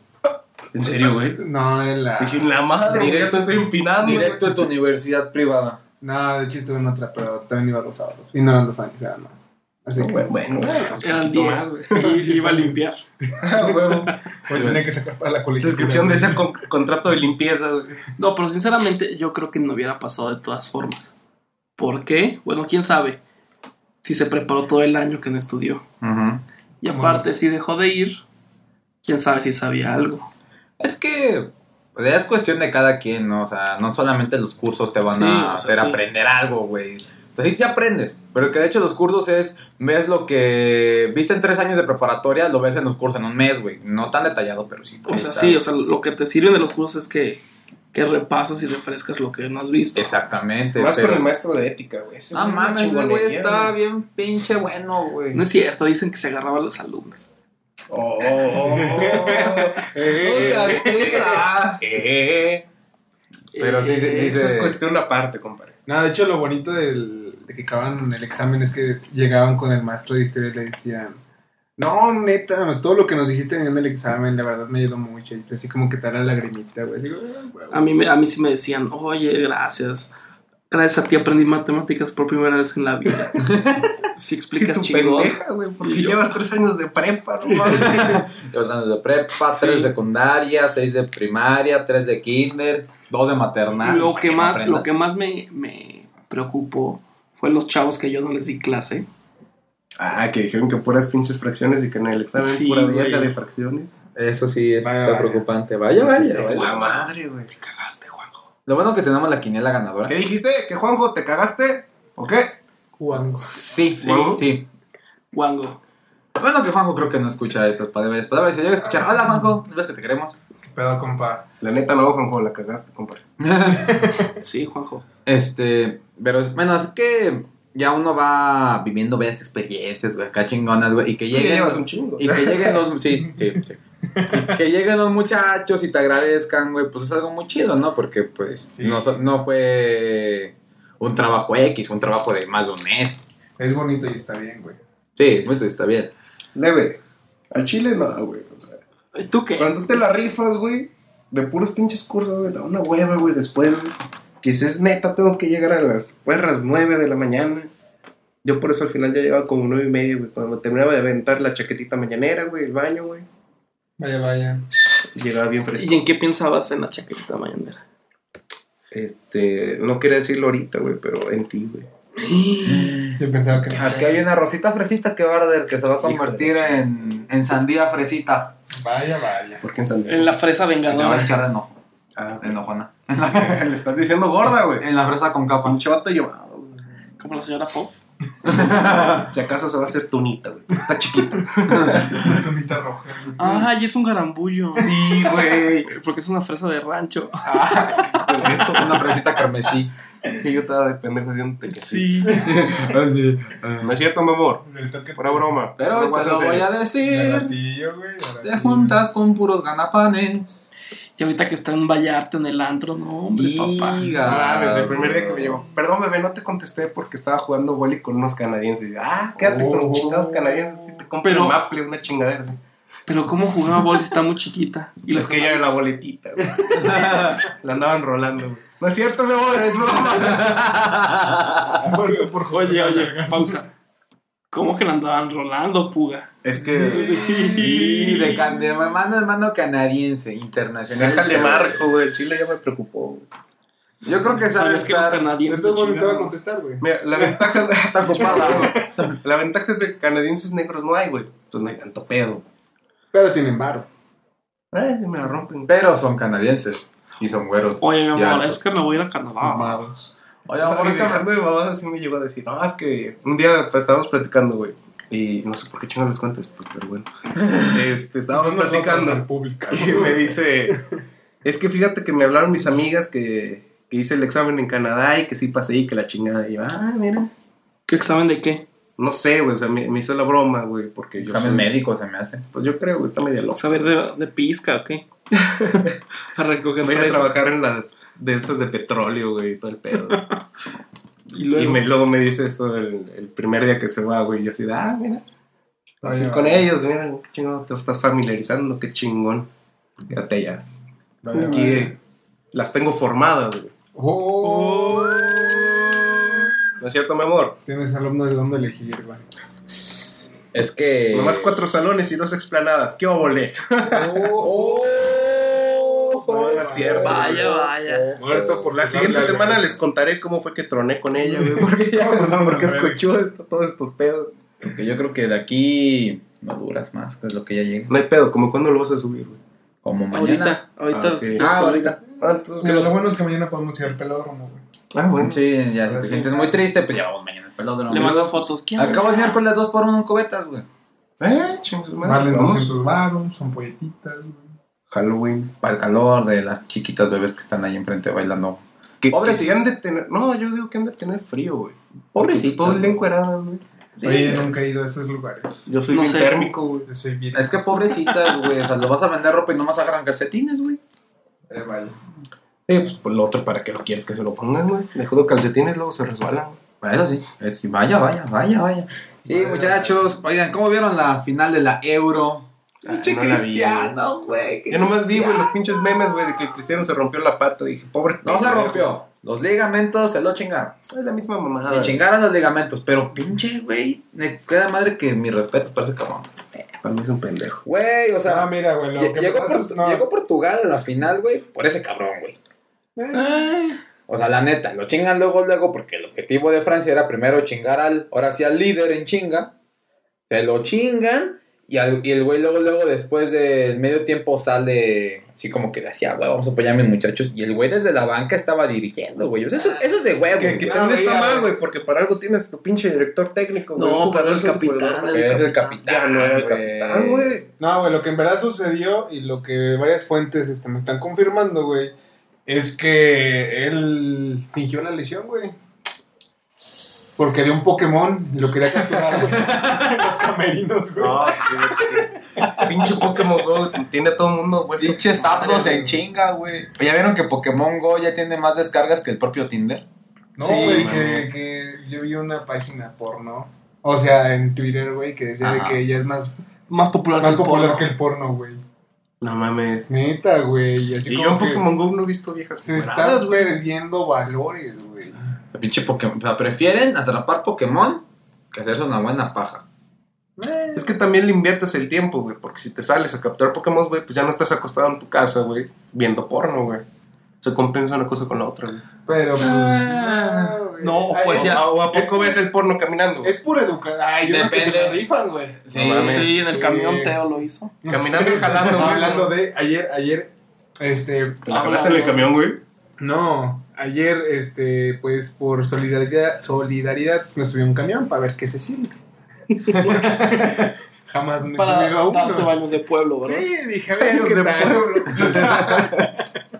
Speaker 3: ¿En serio, güey?
Speaker 2: No, en la.
Speaker 3: Dije, la madre, güey, ya te estoy empinando.
Speaker 1: Directo
Speaker 3: güey.
Speaker 1: a tu universidad privada.
Speaker 2: No, de hecho estuve en otra, pero también iba los sábados. Y no eran los años, eran más. Así que, (laughs)
Speaker 3: Bueno, bueno, pues,
Speaker 4: Eran
Speaker 3: poquito
Speaker 4: 10.
Speaker 3: más, güey.
Speaker 4: (laughs) Y iba a limpiar.
Speaker 3: Ah, huevo.
Speaker 2: (laughs) hoy tenía que sacar para la colegiatura.
Speaker 3: Suscripción de ese con- contrato de limpieza, güey.
Speaker 4: No, pero sinceramente yo creo que no hubiera pasado de todas formas. ¿Por qué? Bueno, quién sabe. si se preparó todo el año que no estudió.
Speaker 1: Ujú.
Speaker 4: Y
Speaker 2: Bueno.
Speaker 4: aparte, si dejó de ir, quién sabe si sabía algo.
Speaker 1: Es que o sea, es cuestión de cada quien, ¿no? O sea, no solamente los cursos te van
Speaker 4: Sí,
Speaker 1: a
Speaker 4: o sea,
Speaker 1: hacer
Speaker 4: sí.
Speaker 1: aprender algo, güey. O sea, sí, sí aprendes, pero que de hecho los cursos es, ves lo que viste en tres años de preparatoria, lo ves en los cursos en un mes, güey. No tan detallado, pero sí.
Speaker 4: O
Speaker 1: ahí
Speaker 4: sea,
Speaker 1: está.
Speaker 4: sí, o sea, lo que te sirve de los cursos es que, que repasas y refrescas lo que no has visto.
Speaker 1: Exactamente.
Speaker 3: Más
Speaker 1: pero-
Speaker 3: con el maestro de ética, güey. Ese
Speaker 1: No
Speaker 3: güey era
Speaker 1: Ah, mames, ese güey
Speaker 3: chingonería,
Speaker 1: está bien pinche bueno, güey.
Speaker 4: No es cierto, dicen que se agarraba a los alumnos.
Speaker 3: Oh, oh, (laughs) oh.
Speaker 2: Eh,
Speaker 1: No seas fresa.
Speaker 3: Eh.
Speaker 1: Pero sí,
Speaker 4: Eh,
Speaker 1: sí, sí,
Speaker 3: Eso
Speaker 1: se-
Speaker 3: es
Speaker 1: (laughs)
Speaker 3: cuestión aparte, compadre.
Speaker 2: Nada, de hecho, lo bonito del, de que acababan el examen es que llegaban con el maestro de historia y le decían: No, neta, todo lo que nos dijiste en el examen, la verdad me ayudó mucho. Y así como que tal la lagrimita, güey. Digo, "Ah, güey".
Speaker 4: A mí, me- a mí sí me decían, oye, gracias. Gracias a ti aprendí matemáticas por primera vez en la vida. Si
Speaker 3: Y
Speaker 4: explicas
Speaker 3: tu
Speaker 4: chingón.
Speaker 3: pendeja, güey, porque
Speaker 4: Y yo.
Speaker 3: llevas tres años de prepa, no mames.
Speaker 1: Dos años de prepa, tres de secundaria, seis de primaria, tres de kinder, dos de maternal.
Speaker 4: lo,
Speaker 1: para
Speaker 4: que más,
Speaker 1: aprendas.
Speaker 4: lo que más me, me preocupó fue los chavos que yo no les di clase.
Speaker 3: Ah, que dijeron que puras pinches fracciones y que en el examen
Speaker 4: Sí,
Speaker 3: pura
Speaker 4: güey.
Speaker 3: vieja de fracciones.
Speaker 1: Eso sí es
Speaker 2: Vaya,
Speaker 1: está
Speaker 2: vaya.
Speaker 1: preocupante. Vaya, vaya,
Speaker 3: Dices,
Speaker 1: vaya.
Speaker 3: "Guau, madre, güey.
Speaker 4: Te cagaste, Juanjo.
Speaker 1: Lo bueno que tenemos la quiniela ganadora.
Speaker 3: ¿Qué dijiste? ¿Que Juanjo te cagaste? ¿O qué?
Speaker 2: Juan.
Speaker 1: Sí, sí,
Speaker 3: ¿Juanjo?
Speaker 1: sí.
Speaker 4: Juanjo.
Speaker 1: Lo Bueno que Juanjo creo que no escucha estas palabras. palabras. Si llega a escuchar, hola Juanjo, ves que te queremos. (laughs)
Speaker 2: ¿Qué pedo, compa?
Speaker 3: La neta no, Juanjo, la cagaste, compadre.
Speaker 4: Sí, Juanjo.
Speaker 1: Este, pero es- bueno, es que ya uno va viviendo bellas experiencias, güey, acá chingonas, güey, y que
Speaker 3: Y
Speaker 1: lleguen,
Speaker 3: llevas pues, un chingo.
Speaker 1: (laughs) y que lleguen los, sí, sí, sí. Y que lleguen los muchachos y te agradezcan, güey, pues es algo muy chido, ¿no? Porque, pues,
Speaker 2: Sí.
Speaker 1: no, so- no fue un trabajo X, fue un trabajo de más de un mes.
Speaker 2: Es bonito y está bien, güey.
Speaker 1: Sí, pues, está bien.
Speaker 3: Leve. Al chile no, güey. O sea,
Speaker 4: ¿Y ¿Tú qué?
Speaker 3: cuando te la rifas, güey, de puros pinches cursos, güey, da una hueva, güey, después, güey. Que dices, neta, tengo que llegar a las perras 9 de la mañana. Yo por eso al final ya llegaba como nueve y media, güey. Cuando terminaba de aventar la chaquetita mañanera, güey, el baño, güey.
Speaker 2: Vaya, vaya.
Speaker 3: Llegaba bien fresco.
Speaker 4: ¿Y en qué pensabas en la chaqueta mañanera?
Speaker 3: Este, no quería decirlo ahorita, güey, pero en ti, güey.
Speaker 2: Yo pensaba que no.
Speaker 1: Aquí hay una rosita fresita que va a arder, que se va a
Speaker 3: Hijo de
Speaker 1: convertir
Speaker 3: la
Speaker 1: en, en sandía fresita.
Speaker 2: Vaya, vaya.
Speaker 3: ¿Por qué en San Diego?
Speaker 4: En la fresa
Speaker 1: Que se va a
Speaker 4: vengadora.
Speaker 1: echar de enojo,
Speaker 3: Ah,
Speaker 1: de enojona.
Speaker 3: (laughs) le estás diciendo gorda, güey.
Speaker 1: En la fresa con capa.
Speaker 3: Pinche vato llevado, güey.
Speaker 4: Como la señora Pop.
Speaker 3: Si acaso se va a hacer tunita, güey. porque Está chiquita.
Speaker 4: (laughs)
Speaker 2: Una tunita roja.
Speaker 4: Ah, y es un garambullo.
Speaker 3: Sí, güey.
Speaker 4: Porque es una fresa de rancho.
Speaker 1: Una fresita carmesí.
Speaker 3: Y yo estaba de pendejo haciéndote que sí. Ah,
Speaker 4: Sí.
Speaker 3: No es cierto, mi amor.
Speaker 2: El toque
Speaker 3: Fuera broma.
Speaker 1: Pero hoy te lo voy a
Speaker 2: de
Speaker 1: decir.
Speaker 2: ratillo, güey. de
Speaker 1: Te
Speaker 2: ratillo.
Speaker 1: juntas con puros ganapanes.
Speaker 4: Y ahorita que está en Vallarta en el antro, no, hombre, papá.
Speaker 1: Diga.
Speaker 3: Ah, desde el primer día que me llegó. Perdón, bebé, no te contesté porque estaba jugando boli con unos canadienses. Y yo, ah, quédate con los chingados canadienses. Si te compro
Speaker 4: Pero-
Speaker 3: un maple, una chingadera. así.
Speaker 4: Pero cómo jugaba bola si está muy chiquita. Y los
Speaker 3: es que ella era la boletita, güey. (laughs) La andaban rolando, güey. No es cierto, mi amor, es broma.
Speaker 2: Muerto Ah, por José
Speaker 4: Oye, oye,
Speaker 2: Cargas.
Speaker 4: pausa. ¿Cómo que la andaban rolando, puga?
Speaker 3: (laughs) Es que.
Speaker 1: Y de, can- de mano en mano canadiense, internacional.
Speaker 3: Déjale marco, güey. El Chile ya me preocupó, güey.
Speaker 1: Yo creo que
Speaker 4: ¿Sabes
Speaker 1: sabes
Speaker 4: que los canadienses
Speaker 2: Esto
Speaker 4: se
Speaker 2: es bueno, te va a
Speaker 4: chingaron?
Speaker 2: contestar, güey.
Speaker 3: Mira, la ventaja,
Speaker 1: Está
Speaker 3: (laughs)
Speaker 1: ocupada, güey.
Speaker 3: la ventaja es que canadienses negros no hay, güey. Entonces no hay tanto pedo.
Speaker 2: Pero tienen varo.
Speaker 3: Ay, me la rompen.
Speaker 1: Pero son canadienses. Y son güeros.
Speaker 4: Oye, mi
Speaker 1: Ya.
Speaker 4: amor, es que me voy a ir a Canadá.
Speaker 2: Amados.
Speaker 1: Oye, amor,
Speaker 3: Ahorita
Speaker 1: déjame-
Speaker 3: hablando de babadas sí me llegó a decir, no, es que un día pues, estábamos platicando, güey. Y no sé por qué chingados les cuento esto, pero bueno. Este, estábamos
Speaker 2: Nosotros
Speaker 3: platicando.
Speaker 2: al público.
Speaker 3: Y me dice, es que fíjate que me hablaron mis amigas que, que hice el examen en Canadá y que sí pasé y que la chingada. Y yo, ah, mira.
Speaker 4: ¿Qué examen de qué?
Speaker 3: No sé, güey, o sea, me, me hizo la broma, güey, porque yo...
Speaker 1: Examen
Speaker 3: soy-
Speaker 1: médico se me hace.
Speaker 3: Pues yo creo, güey, está media loca.
Speaker 4: ¿Saber de, de pizca
Speaker 1: (laughs)
Speaker 4: o qué? a recoger
Speaker 3: Voy a ir a
Speaker 4: fresas.
Speaker 3: trabajar en las de esas de petróleo, güey, y todo el pedo.
Speaker 4: Y
Speaker 3: y
Speaker 4: luego,
Speaker 3: me, luego me dice esto el, el primer día que se va, güey. y Yo así, de, ah, mira. Así
Speaker 2: Vaya,
Speaker 3: con
Speaker 2: vaya.
Speaker 3: ellos, mira, qué chingón, te estás familiarizando, qué chingón. Fíjate ya.
Speaker 2: Vaya,
Speaker 3: Aquí
Speaker 2: vaya.
Speaker 3: eh, las tengo formadas, güey.
Speaker 2: Oh.
Speaker 3: ¿No es cierto, mi amor?
Speaker 2: Tienes alumnos de dónde elegir, güey.
Speaker 1: Es que.
Speaker 3: Nomás cuatro salones y dos explanadas. ¡Qué óvole!
Speaker 2: Oh,
Speaker 1: Oh,
Speaker 2: Vayan a
Speaker 3: cierto.
Speaker 4: Vaya,
Speaker 3: güey.
Speaker 4: vaya.
Speaker 2: Muerto por
Speaker 3: La siguiente
Speaker 2: tabla,
Speaker 3: semana
Speaker 2: güey.
Speaker 3: les contaré cómo fue que troné con ella, güey. Porque ya (laughs)
Speaker 2: No,
Speaker 3: pasó, porque
Speaker 2: no, no,
Speaker 3: escuchó esto- todos estos pedos.
Speaker 1: Porque yo creo que de aquí no duras más, que es lo que ya llega.
Speaker 3: No hay pedo, como cuándo lo vas a subir, güey.
Speaker 1: Como mañana.
Speaker 4: Ahorita, ahorita.
Speaker 3: Ah, ok.
Speaker 4: sí,
Speaker 1: Ah, ahorita.
Speaker 3: Ah, entonces-
Speaker 2: Mira, lo bueno es que mañana podemos ir al pelódromo, güey.
Speaker 3: Ah, bueno.
Speaker 1: Sí, ya si
Speaker 2: Ahora
Speaker 1: te
Speaker 2: sí.
Speaker 1: sientes muy triste, pues ya vamos mañana al pelódromo.
Speaker 4: Le mandas fotos. ¿Quién
Speaker 1: Acabo el
Speaker 4: habla?
Speaker 1: miércoles 2 por 1 en cubetas, güey.
Speaker 3: Eh, chingos,
Speaker 2: Valen
Speaker 3: madre. Vamos.
Speaker 2: 200 baros, son polletitas, güey.
Speaker 3: Halloween.
Speaker 1: Para el calor de las chiquitas bebés que están ahí enfrente bailando.
Speaker 3: Que,
Speaker 1: Pobre
Speaker 3: que
Speaker 1: sí.
Speaker 3: sí han de tener. No, yo digo que han de tener frío, güey.
Speaker 1: Pobrecitas,
Speaker 3: Todo el día
Speaker 1: güey.
Speaker 3: encueradas, güey.
Speaker 2: Oye, nunca he ido a esos lugares.
Speaker 3: Yo soy
Speaker 4: No
Speaker 3: bien
Speaker 4: sé.
Speaker 3: térmico, güey.
Speaker 2: Yo soy bien.
Speaker 1: Es que pobrecitas, güey. O sea, lo vas a vender ropa y nomás agarran calcetines, güey.
Speaker 2: Eh, vale.
Speaker 3: Eh, pues por lo otro, ¿para qué lo quieres que se lo pongan, güey? Le juro calcetines, luego se resbalan, güey.
Speaker 1: Bueno, sí. Es- vaya, vaya, vaya, vaya. Sí,
Speaker 2: Vaya,
Speaker 1: muchachos. Oigan, ¿cómo vieron la final de la Euro?
Speaker 3: Ah,
Speaker 1: Pinche
Speaker 3: no la vi,
Speaker 1: cristiano, güey.
Speaker 3: Yo nomás vi, güey, los pinches memes, güey, de que el cristiano se rompió la pata. Dije, pobre.
Speaker 1: No se
Speaker 3: pendejo.
Speaker 1: rompió. Los ligamentos se lo chingaron.
Speaker 3: Es la misma mamada.
Speaker 1: Le chingaron los ligamentos. Pero pinche, güey. Me queda madre que mis respetos para ese cabrón.
Speaker 3: Para mí es un pendejo.
Speaker 1: Güey, o
Speaker 2: Ah, mira, güey. Lo
Speaker 1: lle-
Speaker 2: que me da susto- no,
Speaker 1: Portugal a la final, güey, por ese cabrón, güey.
Speaker 2: eh,
Speaker 4: Eh,
Speaker 1: O sea, la neta, lo chingan luego, luego, porque el objetivo de Francia era primero chingar al, ahora sí al líder en chinga. Se lo chingan y, al- y el güey luego, luego, después del medio tiempo sale así como que decía, güey, vamos a apoyar a mis muchachos. Y el güey desde la banca estaba dirigiendo, güey. O sea, eso, eso es de huevo.
Speaker 3: Que, que
Speaker 1: güey.
Speaker 2: Ah,
Speaker 3: también
Speaker 2: güey,
Speaker 3: está
Speaker 2: ah, güey.
Speaker 3: mal, güey, porque para algo tienes tu pinche director técnico, güey.
Speaker 4: No,
Speaker 3: Un jugador
Speaker 4: pero el
Speaker 3: es un
Speaker 4: capitán,
Speaker 3: jugador.
Speaker 4: el
Speaker 1: Es el capitán.
Speaker 3: Ya no era el
Speaker 1: güey.
Speaker 3: capitán, güey.
Speaker 2: No, güey, lo que en verdad sucedió y lo que varias fuentes este, me están confirmando, güey, es que él fingió la lesión, güey. Porque dio un Pokémon y lo quería capturar, güey. en los camerinos, güey.
Speaker 3: No, Ah, sí, es que- pinche Pokémon Go tiene a todo el mundo, güey.
Speaker 1: Pinches sapos en chinga, güey. ¿Ya vieron que Pokémon Go ya tiene más descargas que el propio Tinder?
Speaker 2: No,
Speaker 4: Sí,
Speaker 2: güey, que,
Speaker 3: mames.
Speaker 2: que yo vi una página porno. O sea, en Twitter, güey, que decía
Speaker 1: Ajá.
Speaker 2: de que ella es más,
Speaker 4: más popular
Speaker 2: más
Speaker 4: que el
Speaker 2: popular
Speaker 4: porno.
Speaker 2: que el porno, güey.
Speaker 3: No mames.
Speaker 2: Neta, güey. Y así
Speaker 3: Y
Speaker 2: como
Speaker 3: yo en
Speaker 2: que
Speaker 3: Pokémon Go no he visto viejas
Speaker 2: Se
Speaker 3: encueradas,
Speaker 2: está perdiendo valores, güey.
Speaker 1: El Pinche Pokémon. O sea, prefieren atrapar Pokémon que hacerse una buena paja.
Speaker 2: Eh,
Speaker 3: Es que también le inviertes el tiempo, güey, porque si te sales a capturar Pokémon, güey, pues ya no estás acostado en tu casa, güey, viendo porno, güey. Se compensa una cosa con la otra, güey.
Speaker 2: Pero, pues,
Speaker 4: Ah,
Speaker 2: no, güey.
Speaker 4: no,
Speaker 2: Ay,
Speaker 4: pues
Speaker 2: es-
Speaker 4: ya.
Speaker 3: Eh, ¿O a poco ves el porno caminando? güey?
Speaker 2: Es pura educación. Ay, yo creo que se
Speaker 1: Depende.
Speaker 2: la rifan, güey.
Speaker 1: Sí,
Speaker 3: No mames.
Speaker 4: Sí, en el
Speaker 2: Sí.
Speaker 4: camión Teo lo hizo.
Speaker 3: Caminando y jalando, güey.
Speaker 2: Hablando de ayer, ayer, este,
Speaker 3: ¿Te la jalaste en el camión, güey?
Speaker 2: no, ayer, este, pues por solidaridad, solidaridad me subí a un camión para ver qué se
Speaker 3: (laughs)
Speaker 2: siente. Jamás me he
Speaker 4: Para
Speaker 2: subido a uno.
Speaker 4: darte baños de pueblo, ¿verdad?
Speaker 2: Sí, dije, a ver (laughs) qué
Speaker 3: de
Speaker 2: tal.
Speaker 3: pueblo.
Speaker 2: (laughs)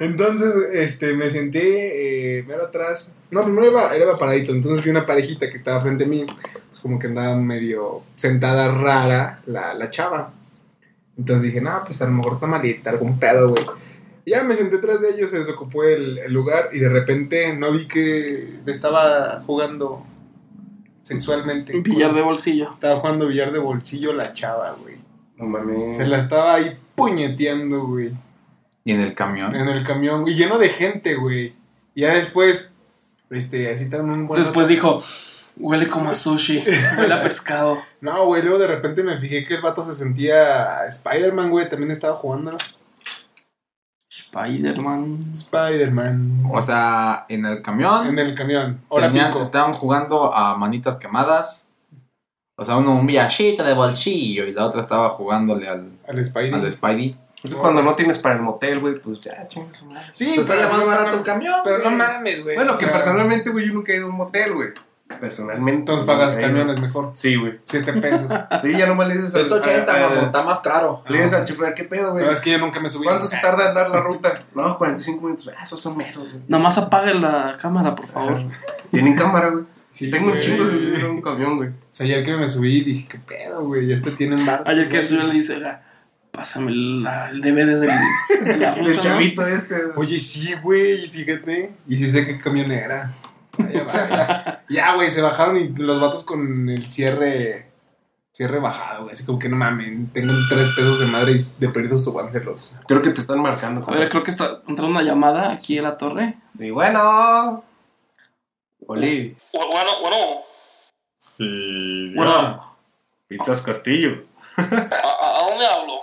Speaker 2: Entonces, este, me senté eh, mero atrás. No, primero iba, era paradito. Entonces vi una parejita que estaba frente a mí. Pues como que andaba medio sentada rara la, la chava. Entonces dije, no, pues a lo mejor está malita, algún pedo, güey. Y Ya me senté atrás de ellos, se desocupó el, el lugar y de repente no vi que le estaba jugando sexualmente.
Speaker 4: Billar de bolsillo.
Speaker 2: Estaba jugando billar de bolsillo la chava, güey.
Speaker 3: No mames.
Speaker 2: Se la estaba ahí puñeteando, güey.
Speaker 1: Y en el camión.
Speaker 2: En el camión, güey, lleno de gente, güey. Y ya después, este, así estaban un buen.
Speaker 4: Después dijo, huele como a sushi, huele a pescado.
Speaker 2: No, güey, luego de repente me fijé que el vato se sentía Spider-Man, güey, también estaba jugando. ¿no?
Speaker 4: Spider-Man.
Speaker 2: Spider-Man.
Speaker 1: O sea, en el camión.
Speaker 2: en el camión. Ahora
Speaker 1: tenían-
Speaker 2: pico.
Speaker 1: Estaban jugando a manitas quemadas. O sea, uno un villachita de bolsillo y la otra estaba jugándole al,
Speaker 2: Al Spider-Man.
Speaker 1: al Spidey.
Speaker 3: Entonces, cuando no tienes para el motel, güey, pues ya, chingas su madre.
Speaker 2: Sí,
Speaker 1: Pues era más
Speaker 2: no
Speaker 1: barato
Speaker 2: mames-
Speaker 1: el camión,
Speaker 2: Pero no
Speaker 1: güey.
Speaker 2: mames, güey.
Speaker 3: Bueno,
Speaker 2: o
Speaker 3: que
Speaker 2: sea,
Speaker 3: personalmente, güey, yo nunca he ido a un motel, güey. Personalmente.
Speaker 2: Entonces pagas
Speaker 3: güey.
Speaker 2: camiones mejor.
Speaker 3: Sí, (laughs) güey.
Speaker 2: Siete pesos.
Speaker 3: Sí, ya nomás le dices al... a- a-
Speaker 1: está más caro.
Speaker 3: Le dices al chofer, ¿qué pedo, güey?
Speaker 2: Pero es que yo nunca me subí.
Speaker 3: ¿Cuánto se tarda en dar la ruta? No, 45 minutos. Ah, esos son meros, güey.
Speaker 4: Nada más apague la cámara, por favor.
Speaker 3: Tienen cámara, güey.
Speaker 2: Sí,
Speaker 3: Tengo un
Speaker 2: güey.
Speaker 3: chingo de dinero en un camión, güey.
Speaker 2: O sea, ayer que me subí dije, qué pedo, güey. Ya este tienen barras.
Speaker 4: Ayer que subió le dice, "Ah, pásame la- el DVD del,
Speaker 3: (laughs)
Speaker 4: de la ruta,
Speaker 3: El
Speaker 4: ¿no?".
Speaker 3: chavito este. güey.
Speaker 2: Oye, sí, güey, fíjate. Y sí sé qué camión era. Vaya,
Speaker 4: (laughs)
Speaker 2: vaya. ya, güey, se bajaron y los vatos con el cierre cierre bajado, güey. Así como que no mamen, tengo tres pesos de madre y de perdido subánselos.
Speaker 3: Creo que te están marcando.
Speaker 4: A
Speaker 3: compa.
Speaker 4: ver, creo que está entrando una llamada aquí en la torre.
Speaker 3: Sí, bueno. Oli.
Speaker 4: Bueno, bueno,
Speaker 5: Sí.
Speaker 4: bueno,
Speaker 5: Pitas Castillo.
Speaker 4: ¿a, dónde hablo?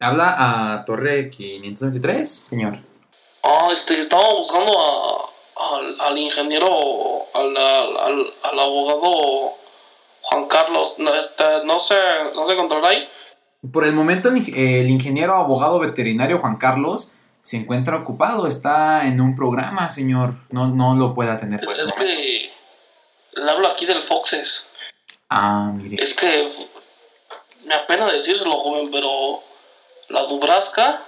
Speaker 1: Habla a Torre 523, señor.
Speaker 5: Ah, este, estaba buscando a, al, al ingeniero, al, al, al- al abogado Juan Carlos. No, este, no se, no se encontrará ahí.
Speaker 1: Por el momento, el, ing- el ingeniero abogado veterinario Juan Carlos se encuentra ocupado, está en un programa, señor. No, no lo puede atender. por
Speaker 4: pues,
Speaker 5: Es,
Speaker 1: el
Speaker 5: es
Speaker 1: momento.
Speaker 5: que le hablo aquí del Foxes.
Speaker 1: Ah, mire.
Speaker 5: Es que me apena decírselo, joven, pero la Dubrasca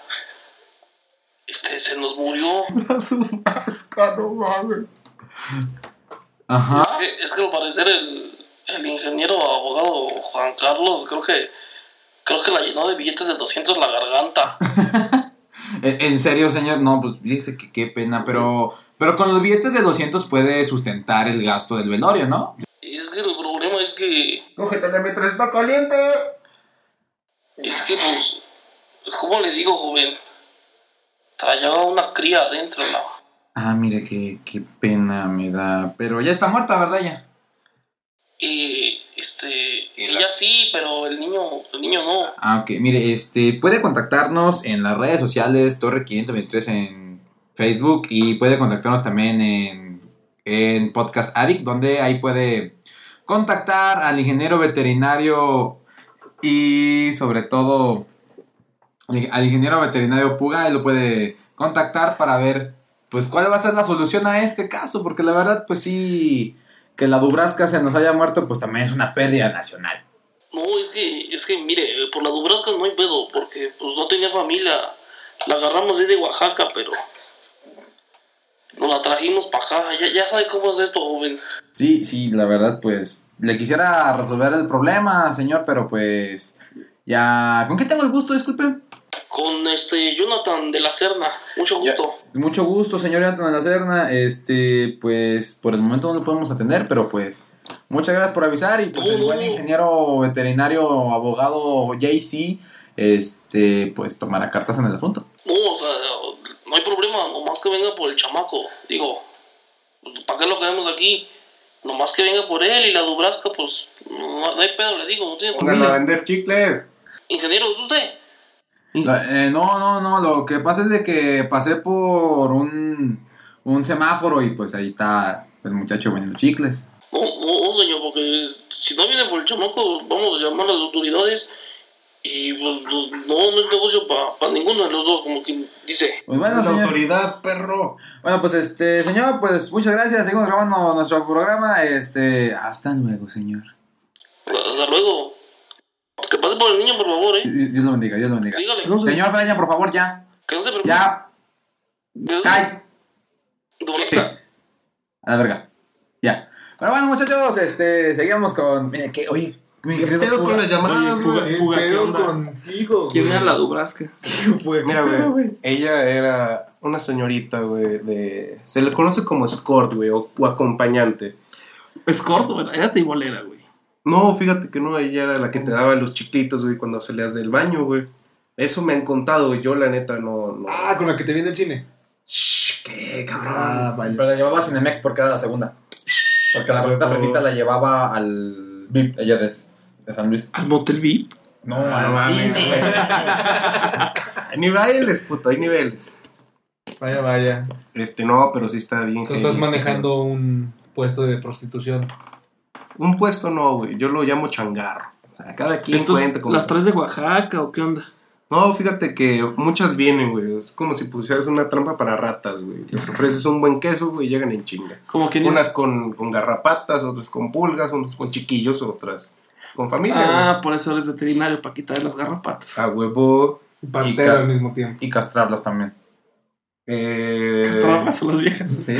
Speaker 5: este, se nos murió.
Speaker 1: Ajá.
Speaker 4: Ah.
Speaker 5: Es que- Es que al parecer el, el ingeniero abogado Juan Carlos creo que creo que la llenó de billetes de 200 la
Speaker 4: Ah,
Speaker 5: garganta.
Speaker 1: ¿En E-, en serio, señor? No, pues dice que qué pena, pero, pero con los billetes de 200 puede sustentar el gasto del velorio, ¿no?
Speaker 5: Y es que el problema es que
Speaker 3: Cógetela mientras está caliente.
Speaker 5: es
Speaker 1: Ah.
Speaker 5: que pues ¿cómo le digo, joven? Traía una cría adentro la
Speaker 1: Ah, mire, qué, qué pena me da. Pero ya está muerta, ¿verdad? Ya.
Speaker 5: y este
Speaker 1: Y la-
Speaker 5: ella sí, pero el niño el niño no.
Speaker 1: Ah, ok. Mire, este, puede contactarnos en las redes sociales, Torre 523 en Facebook y puede contactarnos también en, en Podcast Addict, donde ahí puede contactar al ingeniero veterinario y sobre todo al ingeniero veterinario Puga, él lo puede contactar para ver pues cuál va a ser la solución a este caso, porque la verdad pues sí que la Dubrasca se nos haya muerto pues también es una pérdida nacional.
Speaker 5: No, es que, es que mire, por la Dubrasca no hay pedo, porque pues no tenía familia. La agarramos ahí de Oaxaca, pero nos la trajimos para acá. Ya, ya sabe cómo es esto, joven.
Speaker 1: Sí, sí, la verdad, pues le quisiera resolver el problema, señor, pero pues ya... ¿Con qué tengo el gusto? Disculpe.
Speaker 5: Con este Jonathan de la Serna, mucho
Speaker 1: Ya.
Speaker 5: gusto.
Speaker 1: Mucho gusto, señor Jonathan de la Serna. Este, pues por el momento no lo podemos atender, pero pues muchas gracias por avisar y pues el buen ingeniero veterinario, abogado JC, este, pues tomará cartas en el asunto.
Speaker 5: No, o sea, no hay problema, nomás que venga por el chamaco. Digo, ¿para qué lo queremos aquí? Nomás que venga por él y la Dubrasca, pues no, no hay pedo, le digo, no tiene
Speaker 3: Pónganlo a
Speaker 5: problema.
Speaker 3: vender chicles.
Speaker 5: Ingeniero, ¿es usted?
Speaker 1: La- eh, no, no, no, lo que pasa es de que pasé por un, un semáforo y pues ahí está el muchacho vendiendo chicles.
Speaker 5: No, no, no, señor, porque si no viene por el chamaco, vamos a llamar a las autoridades y pues no, no es negocio para ninguno de los dos, como quien dice.
Speaker 1: Pues bueno,
Speaker 3: la
Speaker 1: señor.
Speaker 3: autoridad, perro.
Speaker 1: Bueno, pues este, señor, pues muchas gracias. Seguimos grabando nuestro programa. Este, hasta luego, señor.
Speaker 5: Hasta luego. Que pase por el niño, por favor, eh.
Speaker 1: Di- Dios lo bendiga, Dios lo bendiga.
Speaker 5: Dígale,
Speaker 1: Señor Brian, por favor, ya.
Speaker 5: que no se preocupe.
Speaker 1: Ya,
Speaker 5: ¿De dónde?
Speaker 1: cae.
Speaker 5: ¿De dónde
Speaker 1: Sí.
Speaker 5: está?
Speaker 1: A la verga. Ya. Pero bueno, muchachos, este, seguimos con. Mira, que, oye, mi querido
Speaker 3: pedo
Speaker 1: Puga.
Speaker 3: con las llamadas,
Speaker 4: Oye,
Speaker 3: güey?
Speaker 4: Puga, Puga, ¿qué
Speaker 2: pedo
Speaker 4: onda?
Speaker 2: contigo,
Speaker 4: ¿Quién
Speaker 2: güey?
Speaker 4: era la (laughs) Dubrasca?
Speaker 2: Puga, ¿qué
Speaker 3: Mira,
Speaker 2: pedo,
Speaker 3: güey. Ella era una señorita, güey, de... Se le conoce como escort, güey, o, o acompañante.
Speaker 4: Es corto, ¿verdad? Era tibolera, güey.
Speaker 3: No, fíjate que no, ella era la que te daba los chiclitos, güey, cuando salías del baño, güey. Eso me han contado, güey. Yo, la neta, no... no.
Speaker 2: Ah, con la que te viene el cine.
Speaker 3: Shh, qué, cabrón.
Speaker 1: Ah, vale. Pero la llevaba a Cinemex porque era la segunda. Porque la receta fresita la llevaba al VIP, ella de, de San Luis. Ah,
Speaker 4: Al Motel VIP.
Speaker 1: No,
Speaker 3: no
Speaker 1: al
Speaker 3: mames,
Speaker 1: cine.
Speaker 3: güey. Hay niveles, puto, hay niveles.
Speaker 2: Vaya, vaya.
Speaker 3: Este, no, pero sí está bien.
Speaker 2: Tú
Speaker 3: heavy,
Speaker 2: estás
Speaker 3: este,
Speaker 2: manejando un puesto de prostitución.
Speaker 3: Un puesto no, güey. Yo lo llamo changarro. O sea, cada quien
Speaker 4: Entonces,
Speaker 3: cuenta como...
Speaker 4: ¿las tres de Oaxaca o qué onda?
Speaker 3: No, fíjate que muchas vienen, güey. Es como si pusieras una trampa para ratas, güey. Les ofreces un buen queso, güey, y llegan en chinga.
Speaker 4: Como que...
Speaker 3: Unas con, con garrapatas, otras con pulgas, unas con chiquillos, otras con familia, güey. Ah,
Speaker 4: Ah, por eso eres veterinario, para quitar las garrapatas.
Speaker 3: A huevo.
Speaker 2: Pantera
Speaker 1: ca-
Speaker 2: al mismo tiempo.
Speaker 1: (laughs) Y castrarlas también.
Speaker 3: Eh,
Speaker 4: Castrarlas a las viejas.
Speaker 1: Sí.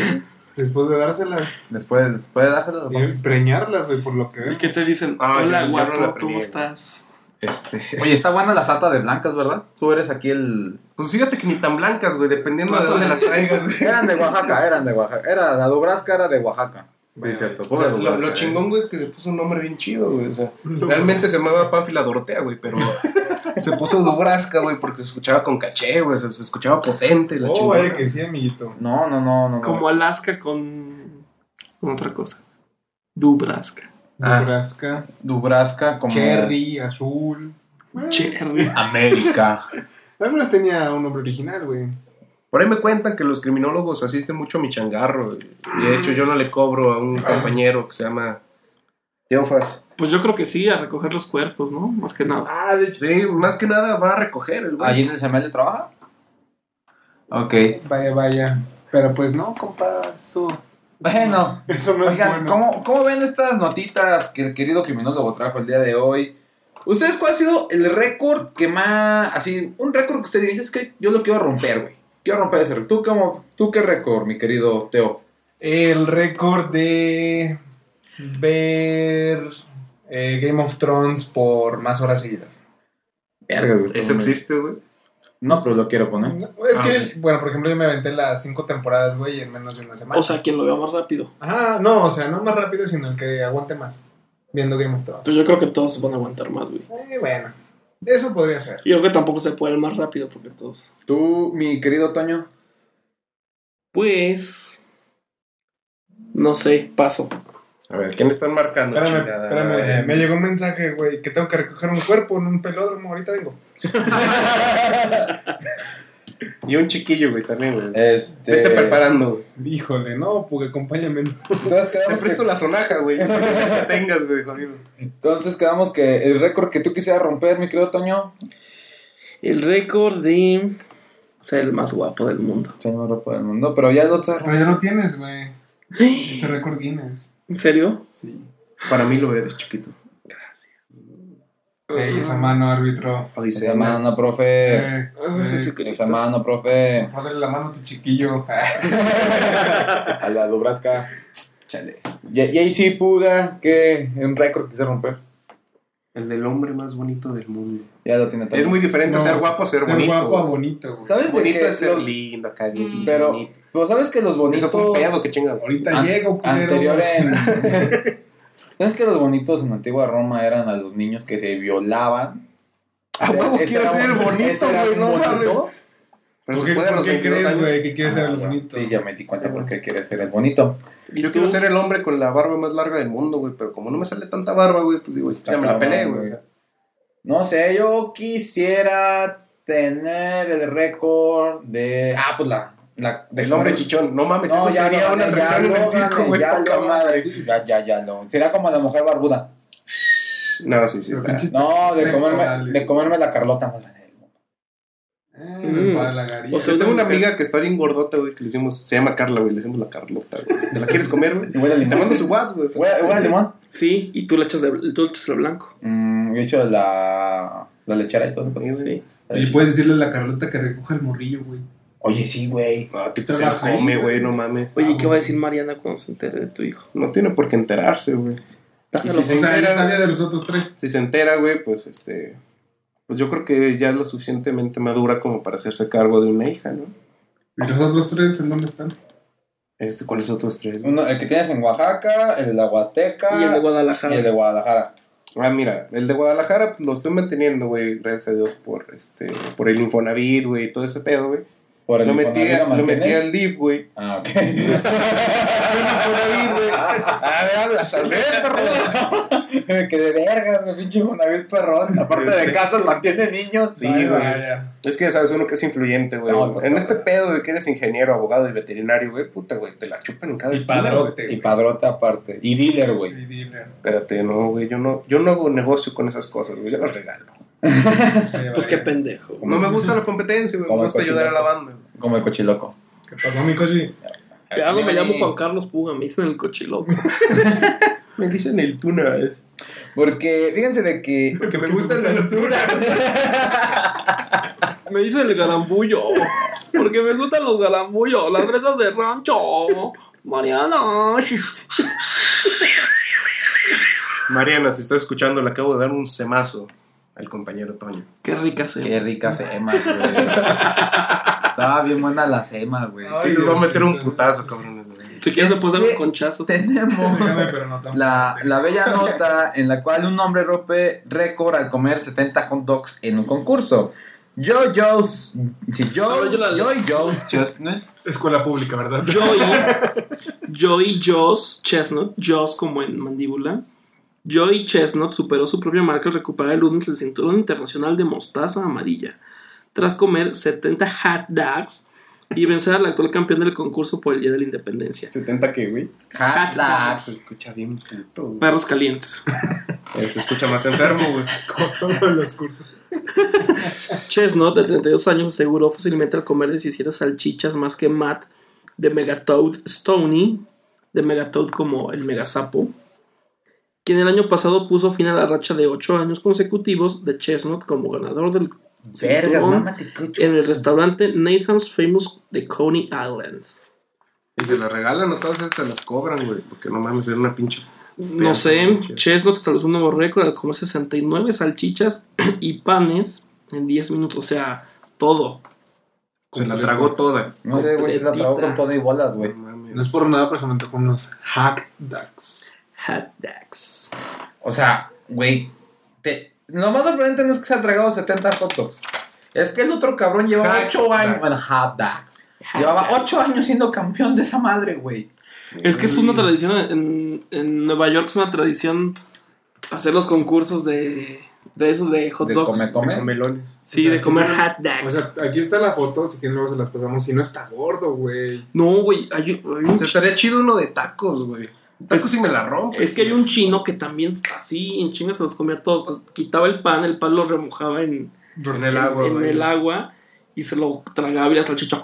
Speaker 2: Después de dárselas
Speaker 1: Después, después de dárselas.
Speaker 2: y empreñarlas, güey, por lo que
Speaker 4: ¿Y
Speaker 2: vemos.
Speaker 4: qué te dicen?
Speaker 3: Ah, yo- yo
Speaker 4: Hola,
Speaker 3: no
Speaker 4: guapo,
Speaker 3: la
Speaker 4: ¿cómo
Speaker 3: aprendí,
Speaker 4: estás?
Speaker 3: Este.
Speaker 1: Oye, está buena la trata de blancas, ¿verdad? Tú eres aquí el...
Speaker 3: Pues fíjate que ni tan blancas, güey, dependiendo de dónde las traigas, güey.
Speaker 4: (laughs)
Speaker 1: Eran de Oaxaca, eran de Oaxaca. Era, la Dubrasca era de Oaxaca.
Speaker 2: Bueno,
Speaker 1: sí, cierto.
Speaker 3: O
Speaker 1: Pobre
Speaker 3: sea, lo,
Speaker 1: Dubrasca,
Speaker 3: lo
Speaker 1: eh.
Speaker 3: chingón, güey, es que se puso un nombre bien chido, güey. O sea,
Speaker 2: (laughs)
Speaker 3: realmente se llamaba Pánfila Dorotea, güey, pero se puso Dubrasca, güey, porque se escuchaba con caché, güey, se, se escuchaba potente. La
Speaker 2: Oh,
Speaker 3: chingona.
Speaker 2: vaya que sí, amiguito.
Speaker 1: No, no, no, no. no.
Speaker 4: Como Alaska con... con otra cosa. Dubraska.
Speaker 3: Ah.
Speaker 2: Nebraska,
Speaker 1: Dubrasca, como...
Speaker 2: cherry, azul.
Speaker 4: Cherry.
Speaker 6: América.
Speaker 2: Al menos tenía un nombre original, güey.
Speaker 3: Por ahí me cuentan que los criminólogos asisten mucho a mi changarro. güey. Y de hecho yo no le cobro a un compañero que se llama Teofas.
Speaker 4: Pues yo creo que sí, a recoger los cuerpos, ¿no? Más que nada.
Speaker 2: Ah, de hecho.
Speaker 3: Sí, más que nada va a recoger el güey.
Speaker 1: ¿Allí en el Samuel trabaja? Ok.
Speaker 2: Vaya, vaya. Pero pues no, compa, eso,
Speaker 1: Bueno,
Speaker 2: eso no es
Speaker 1: Oigan,
Speaker 2: bueno.
Speaker 1: ¿cómo, cómo ven estas notitas que el querido criminólogo trajo el día de hoy? ¿Ustedes cuál ha sido el récord que más, así, un récord que ustedes digan, es que yo lo quiero romper, güey? Quiero romper ese récord. ¿Tú, cómo, ¿Tú qué récord, mi querido Teo?
Speaker 2: El récord de ver eh, Game of Thrones por más horas seguidas.
Speaker 1: Verga, güey, está
Speaker 6: Eso
Speaker 1: muy-
Speaker 6: existe, güey.
Speaker 1: No, pero lo quiero poner.
Speaker 2: No, Es
Speaker 6: Ah,
Speaker 2: que, bueno, por ejemplo, yo me aventé las cinco temporadas, güey, en menos de una semana.
Speaker 4: O sea, quien lo vea más rápido.
Speaker 2: Ajá, no, o sea, no más rápido, sino el que aguante más. Viendo Game of Thrones.
Speaker 4: Pues yo creo que todos van a aguantar más, güey.
Speaker 2: Eh, bueno, eso podría ser.
Speaker 4: Y yo creo que tampoco se puede el más rápido porque todos.
Speaker 1: ¿Tú, mi querido Toño?
Speaker 4: Pues. No sé, paso.
Speaker 3: A ver, ¿qué me están marcando?
Speaker 2: Espérame,
Speaker 3: chingada?
Speaker 2: espérame,
Speaker 3: Eh,
Speaker 2: me llegó un mensaje, güey, que tengo que recoger un cuerpo en un pelódromo, ahorita vengo.
Speaker 3: Y un chiquillo, güey, también, güey.
Speaker 1: Este...
Speaker 3: Vete preparando, güey.
Speaker 2: Híjole, no, porque acompáñame. no.
Speaker 1: Entonces
Speaker 3: Te
Speaker 1: quedamos,
Speaker 3: presto
Speaker 1: que,
Speaker 3: la sonaja, (laughs) güey. Que tengas, güey, jodido.
Speaker 1: entonces quedamos que el récord que tú quisieras romper, mi querido Toño.
Speaker 4: El récord de ser el más guapo del mundo.
Speaker 1: Soy el más guapo del mundo, pero ya lo estás
Speaker 2: Pero ya lo
Speaker 1: (gasps)
Speaker 2: tienes, güey. Ese récord Guinness.
Speaker 4: ¿En serio?
Speaker 2: Sí.
Speaker 3: Para mí lo eres, chiquito.
Speaker 2: Ey, esa mano, árbitro.
Speaker 3: Hoy
Speaker 1: Esa mano, profe.
Speaker 2: Eh,
Speaker 3: Mm,
Speaker 4: Ah,
Speaker 2: eh,
Speaker 4: Jesucristo.
Speaker 1: Esa mano, profe.
Speaker 2: Ródale la mano a
Speaker 1: (laughs)
Speaker 2: tu chiquillo.
Speaker 1: A la Dubrasca. Chale. Y, y ahí sí puga, que un récord quise romper.
Speaker 3: El del hombre más bonito del mundo.
Speaker 1: Ya lo tiene todo.
Speaker 3: Es muy diferente
Speaker 2: No,
Speaker 3: ser guapo a ser,
Speaker 2: Ser
Speaker 3: bonito.
Speaker 2: guapo a
Speaker 3: güey.
Speaker 2: bonito, güey.
Speaker 1: ¿Sabes de
Speaker 3: bonito
Speaker 1: qué?
Speaker 3: es Mm, ser
Speaker 1: Lo-
Speaker 3: lindo acá, bien
Speaker 1: Pero,
Speaker 3: bonito.
Speaker 1: pero sabes que los bonitos.
Speaker 3: Eso fue un pedo que chinga. güey.
Speaker 2: Ahorita
Speaker 1: an-
Speaker 2: llego, culero. (laughs)
Speaker 1: anterior en- (laughs) ¿Sabes que los bonitos en la antigua Roma eran a los niños que se violaban?
Speaker 3: Ah, huevo,
Speaker 1: Ese
Speaker 3: quiero
Speaker 1: era
Speaker 3: ser
Speaker 1: un-
Speaker 3: bonito,
Speaker 1: ese era
Speaker 3: güey,
Speaker 1: un
Speaker 3: no
Speaker 1: bonito.
Speaker 3: mames. Pero
Speaker 2: ¿Por
Speaker 3: se
Speaker 2: qué,
Speaker 3: puede a
Speaker 2: por
Speaker 3: los
Speaker 2: qué
Speaker 3: 22
Speaker 2: crees,
Speaker 3: años.
Speaker 2: güey, que quieres ser el bonito?
Speaker 1: Sí, Ah, ya me di cuenta por qué quiere ser el bonito.
Speaker 3: Yo quiero ser el hombre con la barba más larga del mundo, güey. Pero como no me sale tanta barba, güey, pues digo,
Speaker 1: Está
Speaker 3: ya me la
Speaker 1: cabrón,
Speaker 3: peleé, güey.
Speaker 1: güey.
Speaker 3: o sea.
Speaker 1: No sé, yo quisiera tener el récord de. Ah, pues la. la
Speaker 3: Del hombre chichón. No mames, pues eso
Speaker 1: ya
Speaker 3: sería
Speaker 1: lo
Speaker 3: una
Speaker 1: gané,
Speaker 3: atracción
Speaker 1: ya
Speaker 3: en el
Speaker 1: lo
Speaker 3: circo,
Speaker 1: gané,
Speaker 3: güey.
Speaker 1: Ya,
Speaker 3: poca
Speaker 1: lo
Speaker 3: madre.
Speaker 1: gané. ya, ya, ya lo. Sería como la mujer
Speaker 3: (laughs)
Speaker 1: barbuda.
Speaker 3: No, sí, sí, está.
Speaker 1: No, de
Speaker 2: Ven,
Speaker 1: comerme,
Speaker 2: órale.
Speaker 1: de comerme la Carlota más grande del mundo.
Speaker 2: Eh, me
Speaker 4: Mm.
Speaker 2: va la garilla.
Speaker 4: O sea,
Speaker 3: Yo tengo una
Speaker 4: mujer.
Speaker 3: amiga que está bien gordota, güey, que le decimos, se llama Carla, güey, le decimos la Carlota, güey. ¿Te la quieres comer, güey?
Speaker 1: ¿Huele a
Speaker 3: Te
Speaker 1: limón?
Speaker 3: mando su WhatsApp, güey.
Speaker 1: ¿Huele, huele a limón?
Speaker 4: Sí, y tú le echas de, tú le echas de blanco.
Speaker 1: Mm, yo he hecho la, la lechera y todo.
Speaker 3: Sí, pues- güey.
Speaker 4: Sí.
Speaker 2: Y puedes decirle a la Carlota que recoja el morrillo, güey.
Speaker 1: Oye, sí, güey.
Speaker 3: No, te se la
Speaker 2: Trabaja ahí,
Speaker 3: come,
Speaker 2: güey.
Speaker 3: güey, no mames.
Speaker 4: Oye, ¿qué va a decir Mariana cuando se entere de tu hijo?
Speaker 3: No tiene por qué enterarse, güey.
Speaker 4: Dámelo,
Speaker 3: si se-
Speaker 2: O sea,
Speaker 3: entera,
Speaker 2: ella sabía de los otros tres.
Speaker 3: Si se entera, güey, pues este. Pues yo creo que ya es lo suficientemente madura como para hacerse cargo de una hija, ¿no?
Speaker 2: ¿Y los otros tres en dónde están?
Speaker 3: Este, ¿cuáles otros tres? güey?
Speaker 1: Uno, el que tienes en Oaxaca, el de la Huasteca
Speaker 4: Y el de
Speaker 1: y
Speaker 4: Guadalajara.
Speaker 1: el de Guadalajara.
Speaker 3: Ah, mira, el de Guadalajara pues, lo estoy manteniendo, güey, gracias a Dios por este. Por el Infonavit, güey, y todo ese pedo, güey.
Speaker 1: Por el
Speaker 3: Lo metí,
Speaker 1: Infonavit,
Speaker 3: a- lo
Speaker 1: mantienes?
Speaker 3: metí al DIF, güey.
Speaker 2: (laughs)
Speaker 1: Ah, ok. (laughs)
Speaker 3: Infonavit, güey. A ver, hablas,
Speaker 2: (laughs)
Speaker 3: a ver, perro.
Speaker 1: Me quedé vergas, güey, pinche Infonavit perrón. Este. Aparte de casas, mantiene niños.
Speaker 3: Sí,
Speaker 1: Ay,
Speaker 3: güey.
Speaker 2: Vaya.
Speaker 3: Es que ya sabes uno que es influyente, güey.
Speaker 1: No, pues,
Speaker 3: en
Speaker 1: cabrón.
Speaker 3: este pedo de que eres ingeniero, abogado y veterinario, güey, puta, güey, te la chupan en cada
Speaker 2: Y
Speaker 3: esquina, güey.
Speaker 2: padrote.
Speaker 1: Y
Speaker 2: güey.
Speaker 1: padrote aparte. Y dealer, güey.
Speaker 2: Y dile,
Speaker 3: Espérate, no, güey, yo no, yo no hago negocio con esas cosas, güey, yo las regalo.
Speaker 2: vaya,
Speaker 4: Pues qué
Speaker 2: vaya.
Speaker 4: pendejo. güey.
Speaker 3: No me gusta la competencia, güey,
Speaker 1: Como
Speaker 3: me
Speaker 1: el
Speaker 3: gusta ayudar a la banda. güey.
Speaker 1: Como el cochiloco.
Speaker 2: ¿Qué pasó, mi coche?
Speaker 4: Te hago, me
Speaker 1: Así.
Speaker 4: llamo Juan Carlos Puga, me dicen el cochiloco. (laughs)
Speaker 3: Me dicen el tuna, ¿eh? es.
Speaker 1: Porque fíjense de que.
Speaker 3: Porque me gustan las tunas.
Speaker 4: Me dicen el galambullo, porque me gustan los galambullos, las fresas de rancho. Mariana. (laughs)
Speaker 3: Mariana, si estás escuchando, le acabo de dar un semazo al compañero Toño.
Speaker 4: Qué rica se
Speaker 1: Qué rica sema, güey. Estaba bien buena la sema, güey.
Speaker 2: Ay,
Speaker 3: Sí, les voy a meter un
Speaker 2: Diosito.
Speaker 3: putazo, cabrones. güey.
Speaker 4: Si quieres,
Speaker 1: Es
Speaker 4: le puedes dar
Speaker 1: que-
Speaker 4: un conchazo.
Speaker 1: Tenemos
Speaker 2: Dígame, pero no tan-
Speaker 1: la, la bella nota en la cual un hombre rompe récord al comer 70 hot dogs en un concurso. Yo, Joe's. Sí, yo,
Speaker 4: No, yo la-
Speaker 1: yo, Joe's. Chestnut.
Speaker 2: Escuela pública, ¿verdad?
Speaker 4: Joey, Joey Joss Chestnut, Joss como en mandíbula, Joy Chestnut superó su propia marca al recuperar el lunes el cinturón internacional de mostaza amarilla, tras comer 70 hot dogs y vencer al actual campeón del concurso por el Día de la Independencia.
Speaker 3: 70 que, güey.
Speaker 1: Hot
Speaker 3: Ah,
Speaker 1: dogs.
Speaker 3: se escucha bien puto, güey.
Speaker 4: Perros calientes.
Speaker 3: Eh, Se escucha más enfermo, güey.
Speaker 2: Con todos los cursos.
Speaker 4: Chestnut, de 32 años, aseguró fácilmente al comer 17 salchichas más que Matt de Megatoad Stony, de Megatoad como el Megasapo, quien el año pasado puso fin a la racha de 8 años consecutivos de Chestnut como ganador del
Speaker 1: Verga,
Speaker 4: cinturón
Speaker 1: mamá, te cucho.
Speaker 4: en el restaurante Nathan's Famous de Coney Island.
Speaker 3: Y se las regalan, o todas esas se las cobran, güey. Porque no mames, era una pinche.
Speaker 4: No sé, Chestnut estableció un nuevo récord al comer 69 salchichas (clears throat) y panes en 10 minutos, o sea, todo.
Speaker 3: Se la tragó toda.
Speaker 1: No, ese güey se la tragó con todo y bolas, güey.
Speaker 3: No mames.
Speaker 2: No es por nada, pero se me antojó unos hack ducks.
Speaker 4: Hot dogs.
Speaker 1: O sea, güey. te- Lo más sorprendente no es que se ha tragado 70 hot dogs. Es que el otro cabrón llevaba
Speaker 2: Hot
Speaker 1: 8 años.
Speaker 2: dogs.
Speaker 1: Bueno, hot dogs.
Speaker 4: Hot
Speaker 1: Llevaba
Speaker 4: dogs.
Speaker 1: 8 años siendo campeón de esa madre, güey.
Speaker 4: Es que es una tradición en, en Nueva York, es una tradición hacer los concursos de, de esos de hot
Speaker 1: De
Speaker 4: dogs.
Speaker 1: come,
Speaker 3: Con
Speaker 1: come.
Speaker 3: melones.
Speaker 4: Sí,
Speaker 2: O sea,
Speaker 4: de comer
Speaker 2: aquí-
Speaker 4: hot
Speaker 2: O
Speaker 4: dogs.
Speaker 2: sea, aquí está la foto, si quieren luego se las pasamos. Y no está gordo, güey.
Speaker 4: no, güey, hay, hay un
Speaker 3: Se estaría chido uno de tacos, güey. Tacos sí me la rompo.
Speaker 4: Es que hay un chino que también así en chinga se los comía todos. Quitaba el pan, el pan lo remojaba en,
Speaker 2: En
Speaker 4: en- en
Speaker 2: güey.
Speaker 4: el agua y se lo tragaba y la salchicha.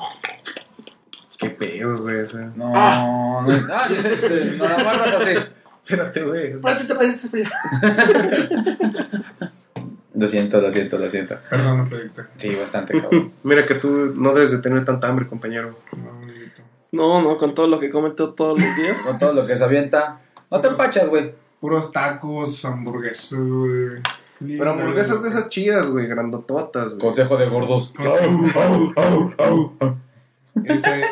Speaker 3: Qué pedo, güey. o sea.
Speaker 1: No, no. Ah, este, no la guardas así.
Speaker 3: Espérate, güey.
Speaker 1: Lo siento, lo siento, lo siento.
Speaker 2: Perdón, no proyecto.
Speaker 1: Sí, bastante cabrón.
Speaker 3: Mira que tú no debes de tener tanta hambre, compañero.
Speaker 2: No, amiguito.
Speaker 4: No, no, con todo lo que come to- todos los días.
Speaker 1: Con todo lo que se avienta. No te empachas, güey.
Speaker 2: Puros tacos, hamburguesas, güey.
Speaker 3: Pero hamburguesas de esas chidas, güey. Grandototas, güey.
Speaker 1: Consejo de gordos.
Speaker 2: Ese,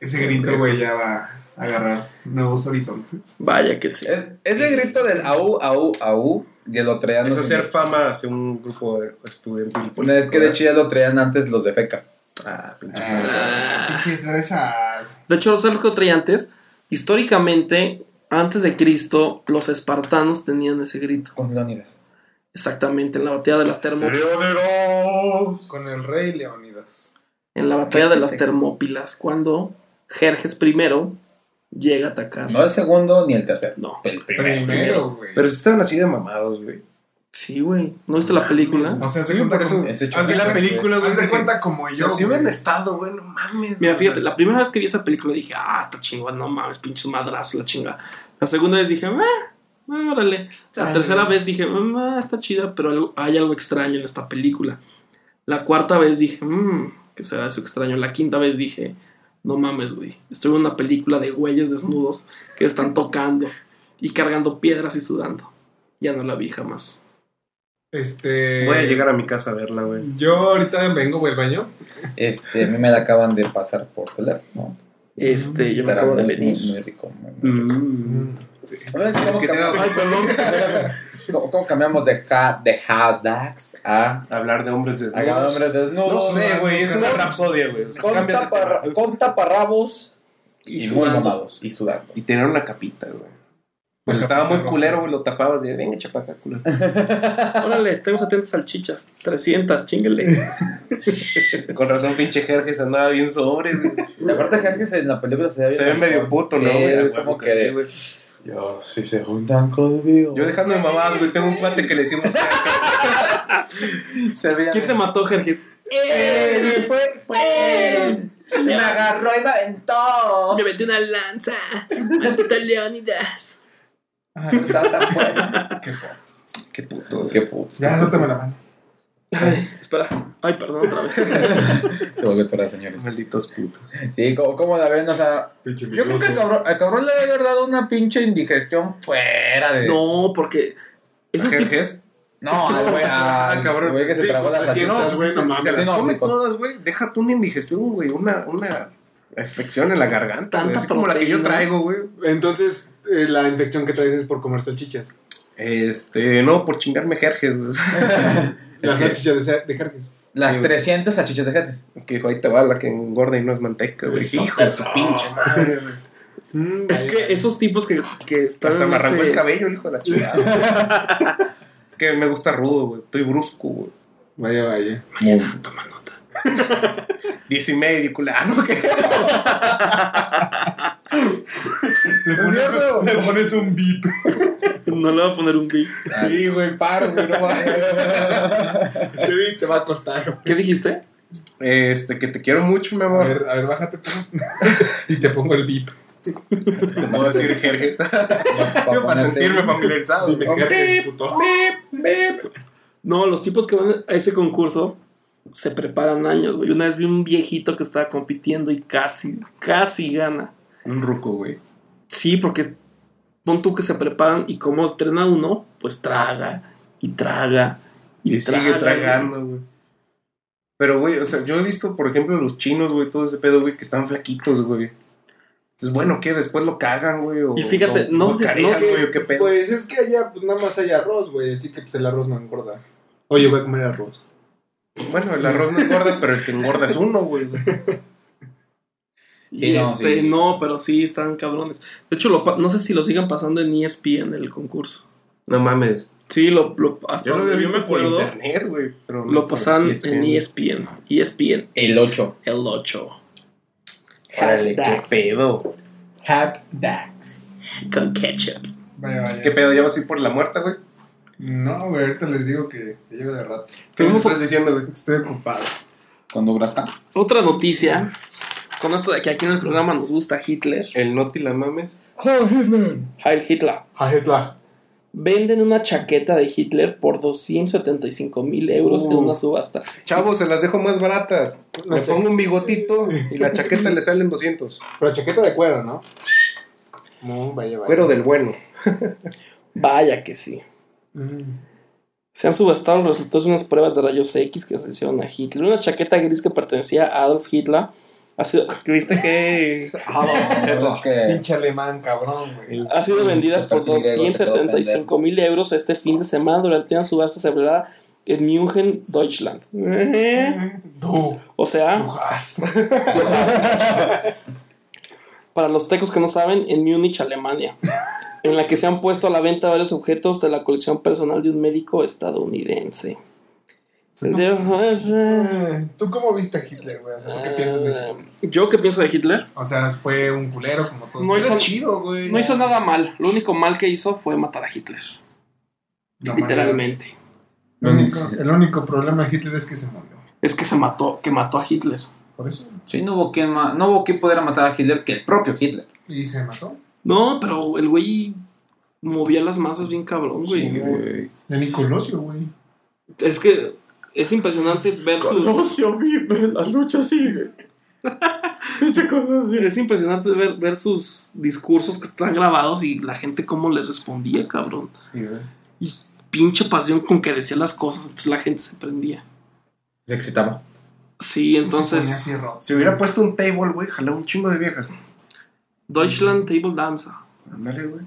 Speaker 2: ese grito, güey, ya va a agarrar nuevos horizontes.
Speaker 4: Vaya que sí.
Speaker 1: Es- ese grito del au, au, au, ya lo traían.
Speaker 3: Es
Speaker 1: los
Speaker 3: hacer
Speaker 1: ingleses.
Speaker 3: fama hacia un grupo de estudiantil.
Speaker 1: Una vez que de hecho ya lo traían antes los de feca.
Speaker 3: Ah, pinche.
Speaker 4: Ah.
Speaker 2: Pinches esas.
Speaker 4: De hecho, los que traía antes, históricamente, antes de Cristo, los espartanos tenían ese grito.
Speaker 1: Con Leónidas.
Speaker 4: Exactamente, en la batalla de las Termópilas.
Speaker 2: Con el rey Leonidas.
Speaker 4: En la batalla de
Speaker 1: ¿Qué
Speaker 4: las
Speaker 1: es eso?
Speaker 4: Termópilas, cuando Jerjes I llega a atacar.
Speaker 1: No el segundo ni el tercero.
Speaker 4: No.
Speaker 1: El primero.
Speaker 2: Primero, güey.
Speaker 3: Pero si estaban así de mamados, güey.
Speaker 4: Sí, güey. ¿No viste la película?
Speaker 2: O sea, se
Speaker 3: Sí,
Speaker 2: cuenta
Speaker 3: por eso
Speaker 2: como...
Speaker 1: es hecho
Speaker 2: Haz de la
Speaker 1: diferente.
Speaker 2: película, güey.
Speaker 3: Haz
Speaker 2: Se
Speaker 3: de
Speaker 2: cuenta como
Speaker 3: O
Speaker 2: yo,
Speaker 3: sea, si hubieran
Speaker 2: güey.
Speaker 3: estado, güey, no mames.
Speaker 4: Mira,
Speaker 3: güey.
Speaker 4: fíjate, la primera vez que vi esa película dije, ah, está chingón, no mames, pinches madras, la chinga. La segunda vez dije, ah, órale. La
Speaker 2: Ay,
Speaker 4: tercera
Speaker 2: Dios.
Speaker 4: vez dije, ah, está chida, pero algo- hay algo extraño en esta película. La cuarta vez dije, mmm, ¿qué será eso extraño? La quinta vez dije, no mames, güey. Estoy en una película de güeyes desnudos que están tocando y cargando piedras y sudando. Ya no la vi jamás.
Speaker 2: Este...
Speaker 3: Voy a llegar a mi casa a verla, güey.
Speaker 2: Yo ahorita vengo, güey, al baño.
Speaker 1: Este, a mí me la acaban de pasar por teléfono.
Speaker 4: Este, yo me
Speaker 1: Estará
Speaker 4: acabo de
Speaker 1: muy, muy,
Speaker 4: venir.
Speaker 1: muy rico. muy, muy rico.
Speaker 3: Mm.
Speaker 1: A ver, ¿cómo
Speaker 3: Es que te
Speaker 1: cambiamos-
Speaker 3: va-
Speaker 1: ¿Cómo, cómo cambiamos de, ha, de hot dogs a,
Speaker 3: Hablar de hombres
Speaker 1: a cada
Speaker 3: desnudos.
Speaker 1: hombre desnudo?
Speaker 3: No sé, güey. Es una
Speaker 1: Con-
Speaker 3: rapsodia, güey. O sea,
Speaker 1: Con,
Speaker 3: cambias de
Speaker 1: taparra-
Speaker 3: tema.
Speaker 1: con taparrabos y, muy
Speaker 4: sudando.
Speaker 1: mamados. Y sudando.
Speaker 3: Y tener una capita, güey. Pues
Speaker 2: Una
Speaker 3: estaba
Speaker 2: capita
Speaker 3: muy
Speaker 2: roja.
Speaker 3: culero, güey. Lo tapabas. Y, Venga, chapaca, culero.
Speaker 4: Órale, tengo 70 salchichas, 300, chingale.
Speaker 3: (laughs) Con razón, pinche Jerjes andaba bien sobres, güey.
Speaker 1: La verdad que Jerjes en la película se ve
Speaker 3: Se ve medio puto, ¿no? güey?
Speaker 1: Es
Speaker 3: A
Speaker 1: como
Speaker 3: huevo
Speaker 1: que...
Speaker 3: sí, güey.
Speaker 1: Yo, si se juntan conmigo.
Speaker 3: Yo dejando de mamadas, güey. Tengo un cuate que le hicimos.
Speaker 1: Se veía-
Speaker 4: ¿Quién te mató, Jerjes?
Speaker 1: Él fue, fue él. Me agarró y me aventó.
Speaker 4: Me metí una lanza. Maldito Leónidas.
Speaker 1: No estaba tan bueno.
Speaker 3: (laughs)
Speaker 2: Qué
Speaker 3: Qué puto, güey.
Speaker 1: Qué puto.
Speaker 2: Ya, suéltame la mano.
Speaker 4: Ay, espera. Ay, perdón,
Speaker 3: (laughs)
Speaker 4: otra vez.
Speaker 1: Se volvió todas las señores.
Speaker 3: Malditos putos.
Speaker 1: Sí, como, como la ven, o sea.
Speaker 2: Pinche
Speaker 1: Yo creo que al cabrón, al cabrón le debe haber dado una pinche indigestión fuera de.
Speaker 4: No, porque. Esos tipos,
Speaker 3: Jerjes.
Speaker 1: No, al güey.
Speaker 3: (laughs) Ah,
Speaker 1: al
Speaker 3: cabrón.
Speaker 1: güey que se
Speaker 2: Sí,
Speaker 1: tragó las
Speaker 2: sí, no,
Speaker 1: salchichas.
Speaker 2: pues,
Speaker 3: se,
Speaker 2: no
Speaker 3: se las
Speaker 1: mames.
Speaker 3: come
Speaker 1: No, rico.
Speaker 3: todas, güey. Déjate una indigestión, güey. Una, una afección en la garganta. güey,
Speaker 4: Tanta
Speaker 3: Así como la que yo
Speaker 4: proteína.
Speaker 3: traigo, güey.
Speaker 2: Entonces, eh, la infección que traes es por comer salchichas.
Speaker 3: Este, no, por chingarme Jerjes, güey. (laughs)
Speaker 2: Las
Speaker 1: que-
Speaker 2: salchichas de, Sa- de Jerjes.
Speaker 1: Las
Speaker 3: Sí, güey.
Speaker 1: 300 salchichas de Jerjes.
Speaker 3: Es que dijo, ahí te va la que engorda y no es manteca, güey.
Speaker 2: Eso,
Speaker 3: Hijo de su
Speaker 2: eso.
Speaker 3: pinche madre, güey.
Speaker 2: Mm,
Speaker 4: Es
Speaker 2: vaya,
Speaker 4: que
Speaker 2: vaya.
Speaker 4: esos tipos que, que están.
Speaker 3: Hasta me
Speaker 4: no sé,
Speaker 3: arrancó el cabello, el hijo de la chingada. (laughs) que me gusta rudo, güey. Estoy brusco, güey.
Speaker 2: Vaya, vaya.
Speaker 4: Toma nota.
Speaker 3: Diez y medio, y culo. Ah, (laughs) no, ¿qué?
Speaker 2: Le
Speaker 3: ¿No es
Speaker 2: pones,
Speaker 3: cierto?
Speaker 2: un, le pones un beep.
Speaker 4: No le voy a poner un beat.
Speaker 3: Sí, güey, paro, güey,
Speaker 2: (laughs)
Speaker 3: no mames.
Speaker 2: Ese beep te va a costar.
Speaker 4: ¿Qué dijiste?
Speaker 3: Este, que te quiero mucho, mi
Speaker 2: A
Speaker 3: amor.
Speaker 2: ver, a ver, bájate tú. y te pongo el beep.
Speaker 3: Te puedo decir Jerge.
Speaker 1: Pa- pa-
Speaker 3: Yo para
Speaker 1: ponerte-
Speaker 3: sentirme familiarizado.
Speaker 2: Dime
Speaker 3: ¿no?
Speaker 2: qué eres, puto.
Speaker 4: No, los tipos que van a ese concurso se preparan años, güey. Una vez vi un viejito que estaba compitiendo y casi, casi gana.
Speaker 3: (laughs) Un ruco, güey.
Speaker 4: Sí, porque pon tú que se preparan y como entrena uno, pues traga y traga y,
Speaker 3: Y sigue
Speaker 4: traga,
Speaker 3: tragando, güey. Pero, güey, o sea, yo he visto, por ejemplo, los chinos, güey, todo ese pedo, güey, que están flaquitos, güey. Entonces, bueno, ¿qué? Después lo cagan, güey. o
Speaker 4: Y fíjate,
Speaker 3: lo-
Speaker 4: no
Speaker 3: lo
Speaker 4: sé- no
Speaker 3: carean,
Speaker 4: que-
Speaker 3: güey, o qué pedo.
Speaker 2: Pues es que allá, pues nada más hay arroz, güey. Así que pues el arroz no engorda. Oye, voy a comer arroz.
Speaker 3: Bueno, el arroz no engorda, pero el que engorda es uno, güey.
Speaker 4: Y
Speaker 1: Sí, no,
Speaker 4: este,
Speaker 1: sí.
Speaker 4: no, pero sí están cabrones. De hecho, lo pa- no sé si lo sigan pasando en E ESPN el concurso.
Speaker 3: No mames.
Speaker 4: Sí, lo, lo hasta
Speaker 3: Yo lo
Speaker 4: donde
Speaker 3: había
Speaker 4: yo
Speaker 3: visto
Speaker 4: me
Speaker 3: por
Speaker 4: acuerdo,
Speaker 3: internet, güey. pero no
Speaker 4: lo
Speaker 3: por E
Speaker 4: pasan en E
Speaker 3: ESPN.
Speaker 4: ESPN. ESPN
Speaker 1: El 8.
Speaker 4: el 8.
Speaker 3: Órale, qué
Speaker 4: Hashtags.
Speaker 3: pedo.
Speaker 2: Hatbacks.
Speaker 4: Con ketchup.
Speaker 2: Vaya, vaya.
Speaker 3: ¿Qué pedo? ¿Ya vas a ir por la muerta, güey?
Speaker 2: No, güey, ahorita les digo que, que llevo de rato.
Speaker 3: ¿Qué nos
Speaker 2: Entonces,
Speaker 3: estás diciendo, güey?
Speaker 2: Estoy ocupado.
Speaker 1: Cuando Grasca.
Speaker 4: Otra noticia. Con esto de que aquí en el programa nos gusta Hitler.
Speaker 3: El noti la mames.
Speaker 4: Heil Hitler.
Speaker 2: A Hitler.
Speaker 4: Venden una chaqueta de Hitler por 275 mil euros en
Speaker 3: Uh.
Speaker 4: una subasta.
Speaker 3: Chavos, se las dejo más baratas.
Speaker 2: La
Speaker 3: Le
Speaker 2: cha-
Speaker 3: pongo un bigotito y la chaqueta le salen 200.
Speaker 2: Pero chaqueta de cuero, ¿no? No, vaya, vaya.
Speaker 3: Cuero del bueno.
Speaker 4: Vaya que sí.
Speaker 2: Mm.
Speaker 4: Se han subastado los resultados de unas pruebas de rayos X que se hicieron a Hitler. Una chaqueta gris que pertenecía a Adolf Hitler ha sido, (laughs) ¿viste que
Speaker 1: Es que-
Speaker 2: Ah, Pinche alemán, cabrón, güey.
Speaker 4: ha sido vendida
Speaker 1: Perfil
Speaker 4: por
Speaker 1: griego, te puedo vender.
Speaker 4: 275 mil euros este fin de semana durante una subasta celebrada en München, Deutschland.
Speaker 2: Eh. No.
Speaker 4: O sea,
Speaker 2: Ujas.
Speaker 4: para los tecos que no saben, en Múnich, Alemania, en la que se han puesto a la venta varios objetos de la colección personal de un médico estadounidense.
Speaker 2: Eh, (laughs) ¿Tú cómo viste a Hitler, güey? O sea, ¿tú qué piensas
Speaker 4: Ah.
Speaker 2: de Hitler?
Speaker 4: eh, ¿Yo qué pienso de Hitler?
Speaker 2: O sea, fue un culero como todos.
Speaker 4: No
Speaker 2: los-
Speaker 4: hizo-
Speaker 3: chido, güey.
Speaker 4: No hizo nada mal, lo único mal que hizo fue matar a Hitler,
Speaker 2: No,
Speaker 4: literalmente.
Speaker 2: El único, el único problema de Hitler es que se murió.
Speaker 4: Es que se mató, que mató a Hitler.
Speaker 2: Por eso.
Speaker 1: Sí, no hubo, quien ma- no hubo quien pudiera matar a Hitler que el propio Hitler.
Speaker 2: Y se mató.
Speaker 4: No, pero el güey movía las masas bien cabrón, güey.
Speaker 2: Sí, güey. De Nicolosio, güey.
Speaker 4: es que es impresionante ver sus...
Speaker 3: vive, la lucha sigue.
Speaker 4: Es impresionante ver, ver sus discursos que están grabados y la gente cómo le respondía, cabrón. Y pinche pasión con que decía las cosas, entonces la gente se prendía.
Speaker 1: Se excitaba.
Speaker 4: Sí,
Speaker 2: Se ponía
Speaker 4: entonces...
Speaker 2: fierro.
Speaker 3: Si hubiera puesto un table, güey, jalaba un chingo de viejas.
Speaker 4: Deutschland Table Danza.
Speaker 3: Ándale, güey.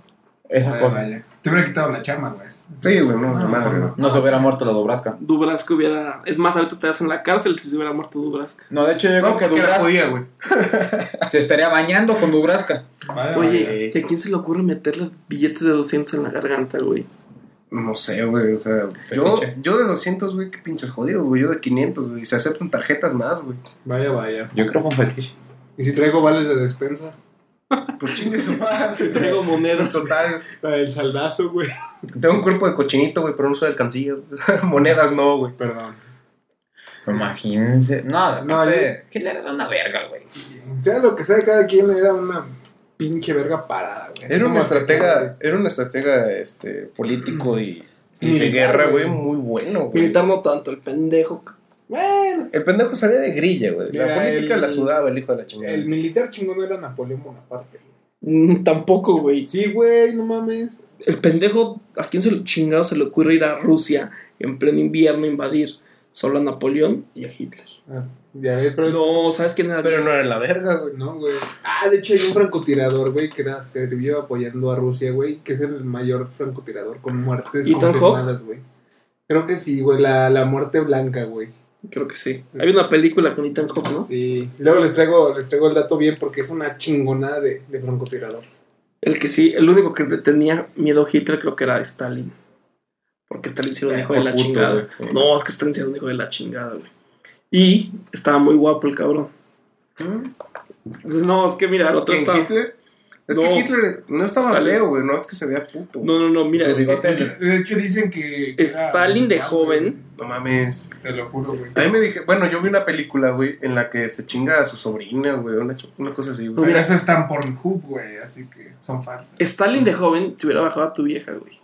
Speaker 1: Esa
Speaker 2: Vaya,
Speaker 1: cosa.
Speaker 2: vaya. Te hubiera quitado la chama, güey.
Speaker 3: Sí, güey, no, la madre, güey.
Speaker 1: No se hubiera muerto la Dubrasca.
Speaker 4: Dubrazco hubiera. Es más, ahorita estarías en la cárcel si se hubiera muerto Dubrazco.
Speaker 1: No, de hecho, yo creo
Speaker 3: No, pues,
Speaker 1: que
Speaker 3: porque era
Speaker 1: Dubrasca
Speaker 3: judía, güey.
Speaker 1: se estaría bañando con Dubrasca.
Speaker 2: Vaya, vaya.
Speaker 4: Oye, ¿y a quién se le ocurre meterle billetes de 200 en la garganta, güey?
Speaker 3: No sé, güey, o sea, yo,
Speaker 1: Fetiche.
Speaker 3: yo de 200, güey, qué pinches jodidos, güey, yo de 500, güey, se aceptan tarjetas más, güey.
Speaker 2: Vaya, vaya.
Speaker 1: Yo creo que fue un fetiche.
Speaker 2: ¿Y si traigo vales de despensa?
Speaker 3: Pues chingue su madre.
Speaker 4: Traigo monedas.
Speaker 3: Total,
Speaker 2: La del saldazo, güey.
Speaker 3: tengo un cuerpo de cochinito, güey, pero no soy alcancillas. (laughs) Monedas no, güey.
Speaker 2: Perdón.
Speaker 1: Imagínense. No,
Speaker 2: No,
Speaker 1: no aparte, Hitler era una verga, güey.
Speaker 2: Sea lo que sea, cada quien era una pinche verga parada, güey. Así
Speaker 3: Era un
Speaker 2: como
Speaker 3: estratega, era un estratega este, político y, y de
Speaker 2: Militar,
Speaker 3: guerra, güey,
Speaker 2: güey.
Speaker 3: muy bueno, güey.
Speaker 4: Militar no tanto, el pendejo.
Speaker 2: Bueno,
Speaker 3: El pendejo salía de grilla, güey. La
Speaker 2: Mira,
Speaker 3: política
Speaker 2: el-
Speaker 3: la sudaba el hijo de la chingada.
Speaker 2: el militar chingón era Napoleón Bonaparte.
Speaker 4: Mm, tampoco, güey.
Speaker 2: Sí, güey, no mames.
Speaker 4: El pendejo, ¿a quién se lo chingado se le ocurre ir a Rusia en pleno invierno a invadir? Solo a Napoleón y a Hitler.
Speaker 2: Ah, ya ves, pero no.
Speaker 4: No, ¿sabes quién era?
Speaker 3: Pero no era la verga, güey.
Speaker 2: No, güey. Ah, de hecho hay un francotirador, güey, que era serbio apoyando a Rusia, güey, que es el mayor francotirador con muertes
Speaker 4: ¿Ethan Hawke?
Speaker 2: confirmadas, güey. Creo que sí, güey, la, la muerte blanca, güey.
Speaker 4: Creo que sí. Hay una película con Ethan Hawke, ¿no?
Speaker 6: Sí. Luego les traigo, les traigo el dato bien porque es una chingonada de, de francotirador.
Speaker 4: El que sí, el único que le tenía miedo a Hitler creo que era Stalin. Porque Stalin sí era un hijo de la
Speaker 1: puto,
Speaker 4: chingada.
Speaker 1: güey.
Speaker 4: No, es que Stalin sí era un hijo de la chingada, güey. Y estaba muy guapo el cabrón. No, es que mira, el otro
Speaker 3: ¿Quién,
Speaker 4: estaba.
Speaker 3: Hitler? Es
Speaker 4: No.
Speaker 3: que Hitler no estaba
Speaker 4: Stalin.
Speaker 3: feo, güey. No es que se vea puto.
Speaker 4: No, no, no, mira,
Speaker 1: Sí,
Speaker 4: esta-
Speaker 1: sí.
Speaker 2: De hecho, dicen que. que era-
Speaker 4: Stalin de joven.
Speaker 3: No mames.
Speaker 2: Te lo juro, güey.
Speaker 3: A mí me dije, bueno, yo vi una película, güey, en la que se chinga a su sobrina, güey, una, ch- una cosa así,
Speaker 4: No,
Speaker 3: güey.
Speaker 2: Pero
Speaker 4: mira.
Speaker 2: esas están por Pornhub, güey, así que son falsas.
Speaker 4: Stalin de joven te hubiera bajado a tu vieja, güey.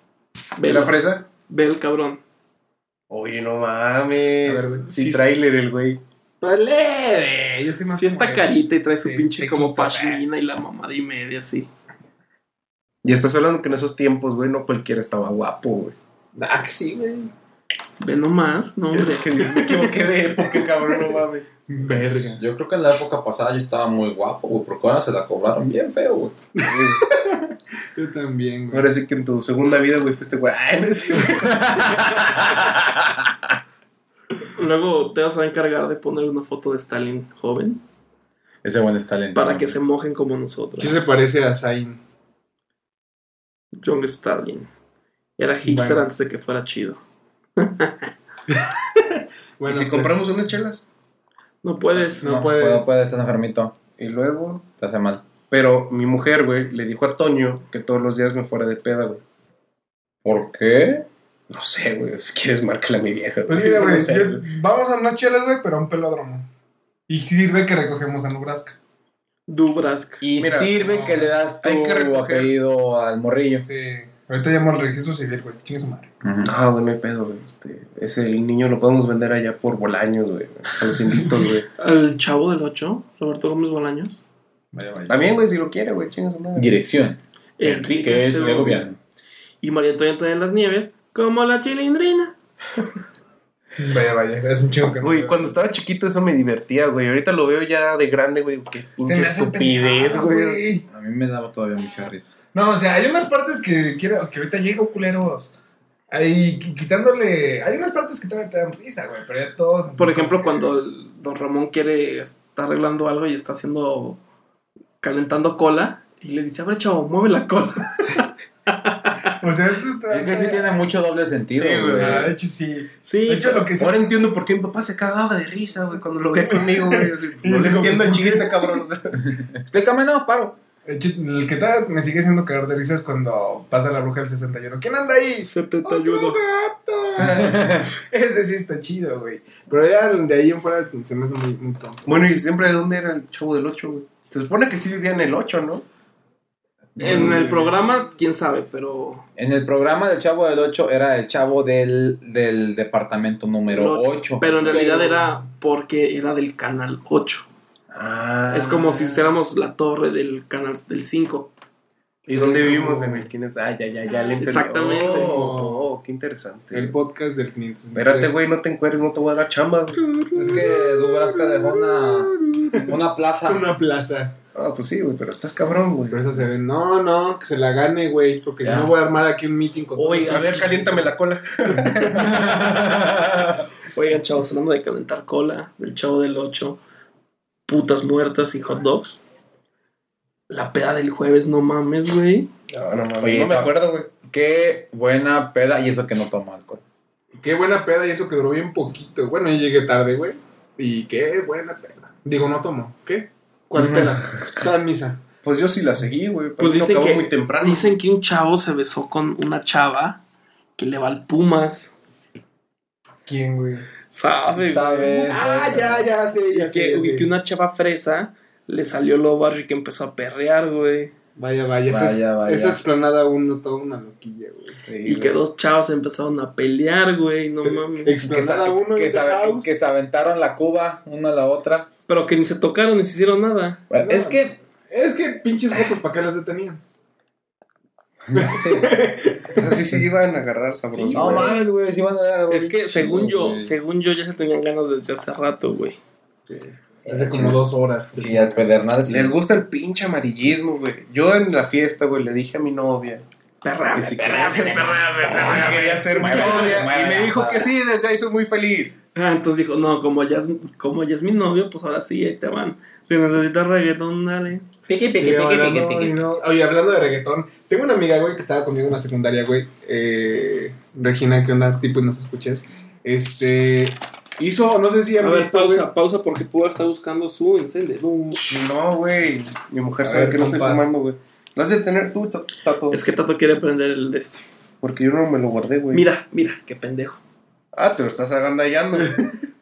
Speaker 4: Ve,
Speaker 3: ¿Ve la fresa?
Speaker 4: ve el cabrón.
Speaker 3: Oye, no mames.
Speaker 2: A ver, güey.
Speaker 3: Sí,
Speaker 4: Sí,
Speaker 3: trailer el güey.
Speaker 2: Pues
Speaker 6: Vale, yo soy más
Speaker 4: Si está
Speaker 6: como él.
Speaker 4: carita y trae su
Speaker 6: Sí,
Speaker 4: pinche
Speaker 6: te
Speaker 4: como
Speaker 6: quita,
Speaker 2: eh.
Speaker 4: pashmina y la mamada y media así.
Speaker 3: Y estás hablando que en esos tiempos, güey, no cualquiera estaba guapo, güey.
Speaker 6: Ah, que sí, güey.
Speaker 4: Ve nomás,
Speaker 3: (laughs)
Speaker 4: no hombre.
Speaker 3: Que dices, me equivoqué de época, cabrón, no mames.
Speaker 2: Verga.
Speaker 1: Yo creo que en la época pasada yo estaba muy guapo, güey, porque ahora se la cobraron bien feo, güey.
Speaker 2: Yo también, güey.
Speaker 3: Ahora sí que en tu segunda vida, güey, fuiste güey. Ay, no sé, güey.
Speaker 4: Luego te vas a encargar de poner una foto de Stalin joven
Speaker 1: Ese buen Stalin.
Speaker 4: para
Speaker 1: ¿no?
Speaker 4: que se mojen como nosotros.
Speaker 2: ¿Quién se parece a Zayn?
Speaker 4: John Stalin. Era hipster
Speaker 2: Bueno.
Speaker 4: antes de que fuera chido.
Speaker 2: Bueno,
Speaker 3: si
Speaker 2: pues,
Speaker 3: compramos unas chelas.
Speaker 4: No puedes.
Speaker 2: No
Speaker 1: No,
Speaker 2: puedes.
Speaker 1: puedes. puedes, estás enfermito.
Speaker 3: Y luego.
Speaker 1: Te hace mal.
Speaker 3: Pero mi mujer, güey, le dijo a Toño que todos los días me fuera de peda, güey.
Speaker 1: ¿Por qué?
Speaker 3: No sé, güey, si quieres marcarle a mi vieja,
Speaker 2: Pues mira,
Speaker 3: No
Speaker 2: güey,
Speaker 3: sé,
Speaker 2: yo- vamos a unas chelas, güey, pero a un pelódromo. Y sirve que recogemos a Nebraska.
Speaker 4: Dubrask.
Speaker 1: Y
Speaker 3: Mira,
Speaker 1: sirve
Speaker 2: no,
Speaker 1: que le das tu
Speaker 3: hay que recoger.
Speaker 1: apellido al morrillo.
Speaker 2: Sí. Ahorita llamo al registro civil, güey. Chingue su madre.
Speaker 3: No, güey, no hay pedo, güey. Este, ese el niño lo podemos vender allá por Bolaños, güey. A los inditos, güey.
Speaker 4: Al chavo del 8, Roberto Gómez Bolaños.
Speaker 1: Vaya, vaya.
Speaker 3: También, güey, si lo quiere, güey, chingas una.
Speaker 1: Dirección. Enrique
Speaker 4: Segovia.
Speaker 1: Segovia.
Speaker 4: Y María Antonieta de las Nieves, como la chilindrina.
Speaker 2: Vaya, vaya. Es un chingo que no.
Speaker 3: Güey, cuando estaba chiquito eso me divertía, güey. Ahorita lo veo ya de grande, güey. Qué pinche estupidez, güey.
Speaker 1: A mí me daba todavía mucha risa.
Speaker 2: No, o sea, hay unas partes que quiero que ahorita llego, culeros. Ahí qui- quitándole. Hay unas partes que todavía te dan risa, güey, pero ya todos. así
Speaker 4: Por ejemplo,
Speaker 2: como que-
Speaker 4: cuando el don Ramón quiere, está arreglando algo y está haciendo, calentando cola, y le dice, a ver, chavo, mueve la cola.
Speaker 2: O sea, eso está.
Speaker 1: Es que sí tiene mucho doble sentido,
Speaker 3: Sí, güey.
Speaker 1: güey.
Speaker 2: Ah, De hecho, sí.
Speaker 4: Sí,
Speaker 2: De hecho, lo que sí.
Speaker 3: Ahora entiendo por qué mi papá se cagaba de risa, güey, cuando lo veía conmigo, güey. (laughs) así,
Speaker 2: Y
Speaker 3: No
Speaker 2: así
Speaker 3: le
Speaker 2: como,
Speaker 3: entiendo el
Speaker 2: ¿por qué?
Speaker 3: chiste, cabrón.
Speaker 1: (laughs) Explícame, no, paro.
Speaker 2: de hecho, el que todavía me sigue haciendo cagar de risa es cuando pasa la bruja del 61. ¿Quién anda ahí?
Speaker 4: se te
Speaker 2: ¡Otro gato! (laughs) Ese sí está chido, güey. Pero ya de ahí en fuera se me hace muy, muy tonto.
Speaker 3: Bueno, y siempre, ¿de dónde era el chavo del 8, güey? Se supone que sí vivía en el 8, ¿no?
Speaker 1: Mm.
Speaker 4: En el programa, quién sabe, pero
Speaker 1: En el programa del Chavo del 8 era el Chavo del, del departamento número
Speaker 4: Lo-
Speaker 1: 8.
Speaker 4: pero en realidad era porque era del canal 8.
Speaker 3: Ah.
Speaker 4: Es como si hiciéramos la torre del canal del 5.
Speaker 3: ¿Y dónde
Speaker 2: Como-
Speaker 3: vivimos en el 500? Ah, ya, ya, ya. Le entendí.
Speaker 4: Exactamente.
Speaker 3: Oh, oh, qué interesante.
Speaker 2: El podcast del 500.
Speaker 3: Espérate, güey, no te encueres, no te voy a dar chamba. (laughs) güey.
Speaker 1: Es que Dubrasca dejó una, una plaza.
Speaker 2: (laughs) Una plaza.
Speaker 3: Ah, pues sí, güey, pero estás cabrón, güey.
Speaker 2: Pero esa se ve, no, no, que se la gane, güey, porque
Speaker 1: Ya.
Speaker 2: si no voy a armar aquí un meeting con
Speaker 3: Oye,
Speaker 2: todos.
Speaker 3: a ver, caliéntame la cola.
Speaker 4: Oigan, chavos, hablando de calentar cola, del chavo del 8, putas muertas y hot dogs. La peda del jueves, no mames, güey.
Speaker 3: No, no, mames,
Speaker 1: Oye,
Speaker 3: no me
Speaker 1: esa-
Speaker 3: acuerdo, güey.
Speaker 1: Qué buena peda. Y eso que no toma alcohol.
Speaker 2: Qué buena peda y eso que duró bien poquito. Bueno, yo llegué tarde, güey. Y qué buena peda. Digo, no tomo. ¿Qué? ¿Cuál peda? (laughs) Estaba en misa.
Speaker 3: Pues yo sí la seguí, güey.
Speaker 4: Pues
Speaker 3: Pues
Speaker 4: dicen
Speaker 3: acabó
Speaker 4: que-
Speaker 3: muy temprano.
Speaker 4: Dicen que un chavo se besó con una chava que le va al Pumas.
Speaker 2: ¿Quién, güey?
Speaker 4: ¿Sabe?
Speaker 1: ¿Sabes?
Speaker 4: (laughs)
Speaker 2: Ah, ya, ya, sí,
Speaker 4: Y
Speaker 2: ya, sé,
Speaker 4: que,
Speaker 2: ya
Speaker 4: y
Speaker 2: sé.
Speaker 4: que una chava fresa le salió lo barrio y que empezó a perrear, güey.
Speaker 2: Vaya, vaya, esa,
Speaker 1: Vaya, vaya.
Speaker 2: esa explanada aún no toda una loquilla, güey.
Speaker 3: Sí,
Speaker 4: Y que
Speaker 3: güey.
Speaker 4: dos chavos empezaron a pelear, güey, no mames.
Speaker 1: Que,
Speaker 2: Explanada
Speaker 1: sa-
Speaker 2: uno
Speaker 1: que
Speaker 2: en
Speaker 1: sabe-
Speaker 2: house.
Speaker 1: que se aventaron la cuba una a la otra.
Speaker 4: Pero que ni se tocaron ni se hicieron nada.
Speaker 2: No.
Speaker 1: Es que.
Speaker 2: Es que pinches fotos, ¿para qué las detenían?
Speaker 1: sí.
Speaker 3: O sea, sí se iban a agarrar sabroso.
Speaker 1: No
Speaker 3: güey.
Speaker 1: mames, güey. Sí van a dar algo
Speaker 4: Es
Speaker 1: bien
Speaker 4: que según
Speaker 1: chido,
Speaker 4: yo,
Speaker 1: güey.
Speaker 4: según yo ya se tenían ganas desde hace rato, güey.
Speaker 2: Hace como dos horas.
Speaker 1: Sí, al pedernal. sí.
Speaker 3: Les gusta el pinche amarillismo, güey. Yo en la fiesta, güey, le dije a mi novia
Speaker 4: Perra.
Speaker 3: Que si
Speaker 4: perra,
Speaker 3: quería
Speaker 4: perra, perra, perra.
Speaker 7: Quería ser mi novia y me dijo que sí, desde ahí soy muy feliz.
Speaker 4: Ah, entonces dijo, no, como ya, es, como ya es mi novio, pues ahora sí, ahí te van. Si necesitas reggaetón, dale.
Speaker 8: Piqui, piqui,
Speaker 2: Sí,
Speaker 8: piqui, piqui,
Speaker 2: hablando, y
Speaker 8: piqui.
Speaker 2: no- Oye, hablando de reggaetón, tengo una amiga, güey, que estaba conmigo en la secundaria, güey. eh, Regina, ¿qué onda? Tipo, nos escuches. Este. Hizo, no sé si
Speaker 4: A
Speaker 2: han
Speaker 4: ver,
Speaker 2: visto, güey.
Speaker 4: pausa, pausa, porque Púa está buscando su encendedor.
Speaker 3: No, güey. Mi mujer
Speaker 2: A
Speaker 3: sabe
Speaker 2: ver,
Speaker 3: que no estoy
Speaker 2: compas.
Speaker 3: fumando, güey. Lo has de tener tú, Ta- Tato.
Speaker 4: Es que Tato quiere prender el de este.
Speaker 3: Porque yo no me lo guardé, güey.
Speaker 4: Mira, mira, qué pendejo.
Speaker 3: Ah, te lo estás
Speaker 4: (laughs)
Speaker 3: agandallando.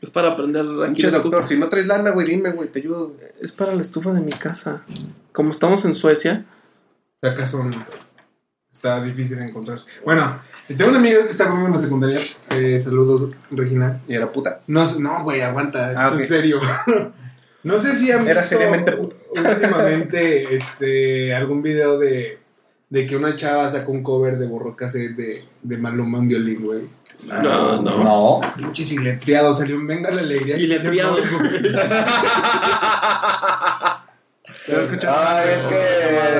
Speaker 4: Es para prender aquí
Speaker 3: Pinche
Speaker 4: la
Speaker 3: doctor,
Speaker 4: estufa.
Speaker 3: si no traes lana, güey, dime, güey, te ayudo.
Speaker 4: Es para la estufa de mi casa. Como estamos en Suecia,
Speaker 2: ¿Acaso está difícil de encontrar? Bueno, tengo una amiga que está conmigo en la secundaria. eh, saludos, Regina.
Speaker 3: Y era puta.
Speaker 2: No, sé- no, güey, aguanta, esto
Speaker 3: Ah, ok.
Speaker 2: es serio. (laughs) no sé si han
Speaker 3: Era
Speaker 2: visto
Speaker 3: seriamente puto.
Speaker 2: últimamente este, algún video de, de que una chava sacó un cover de Borro Cassette de, de Maluma en violín, güey.
Speaker 4: No, no.
Speaker 6: No.
Speaker 2: Pinches y letreado, salió un venga la alegría.
Speaker 4: Y letreado.
Speaker 2: ¿Se escucha?
Speaker 6: Ah, es que